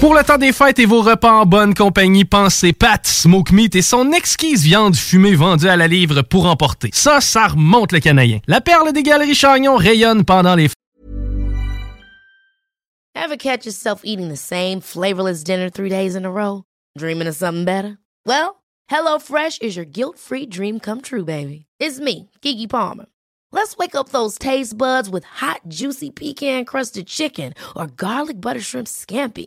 Pour le temps des fêtes et vos repas en bonne compagnie, pensez Pat Smoke Meat et son exquise viande fumée vendue à la livre pour emporter. Ça, ça remonte le canadien. La perle des galeries Chagnon rayonne pendant les Ever catch yourself eating the same flavorless dinner three days in a row? Dreaming of something better? Well, HelloFresh is your guilt free dream come true, baby. It's me, Gigi Palmer. Let's wake up those taste buds with hot, juicy pecan crusted chicken or garlic butter shrimp scampi.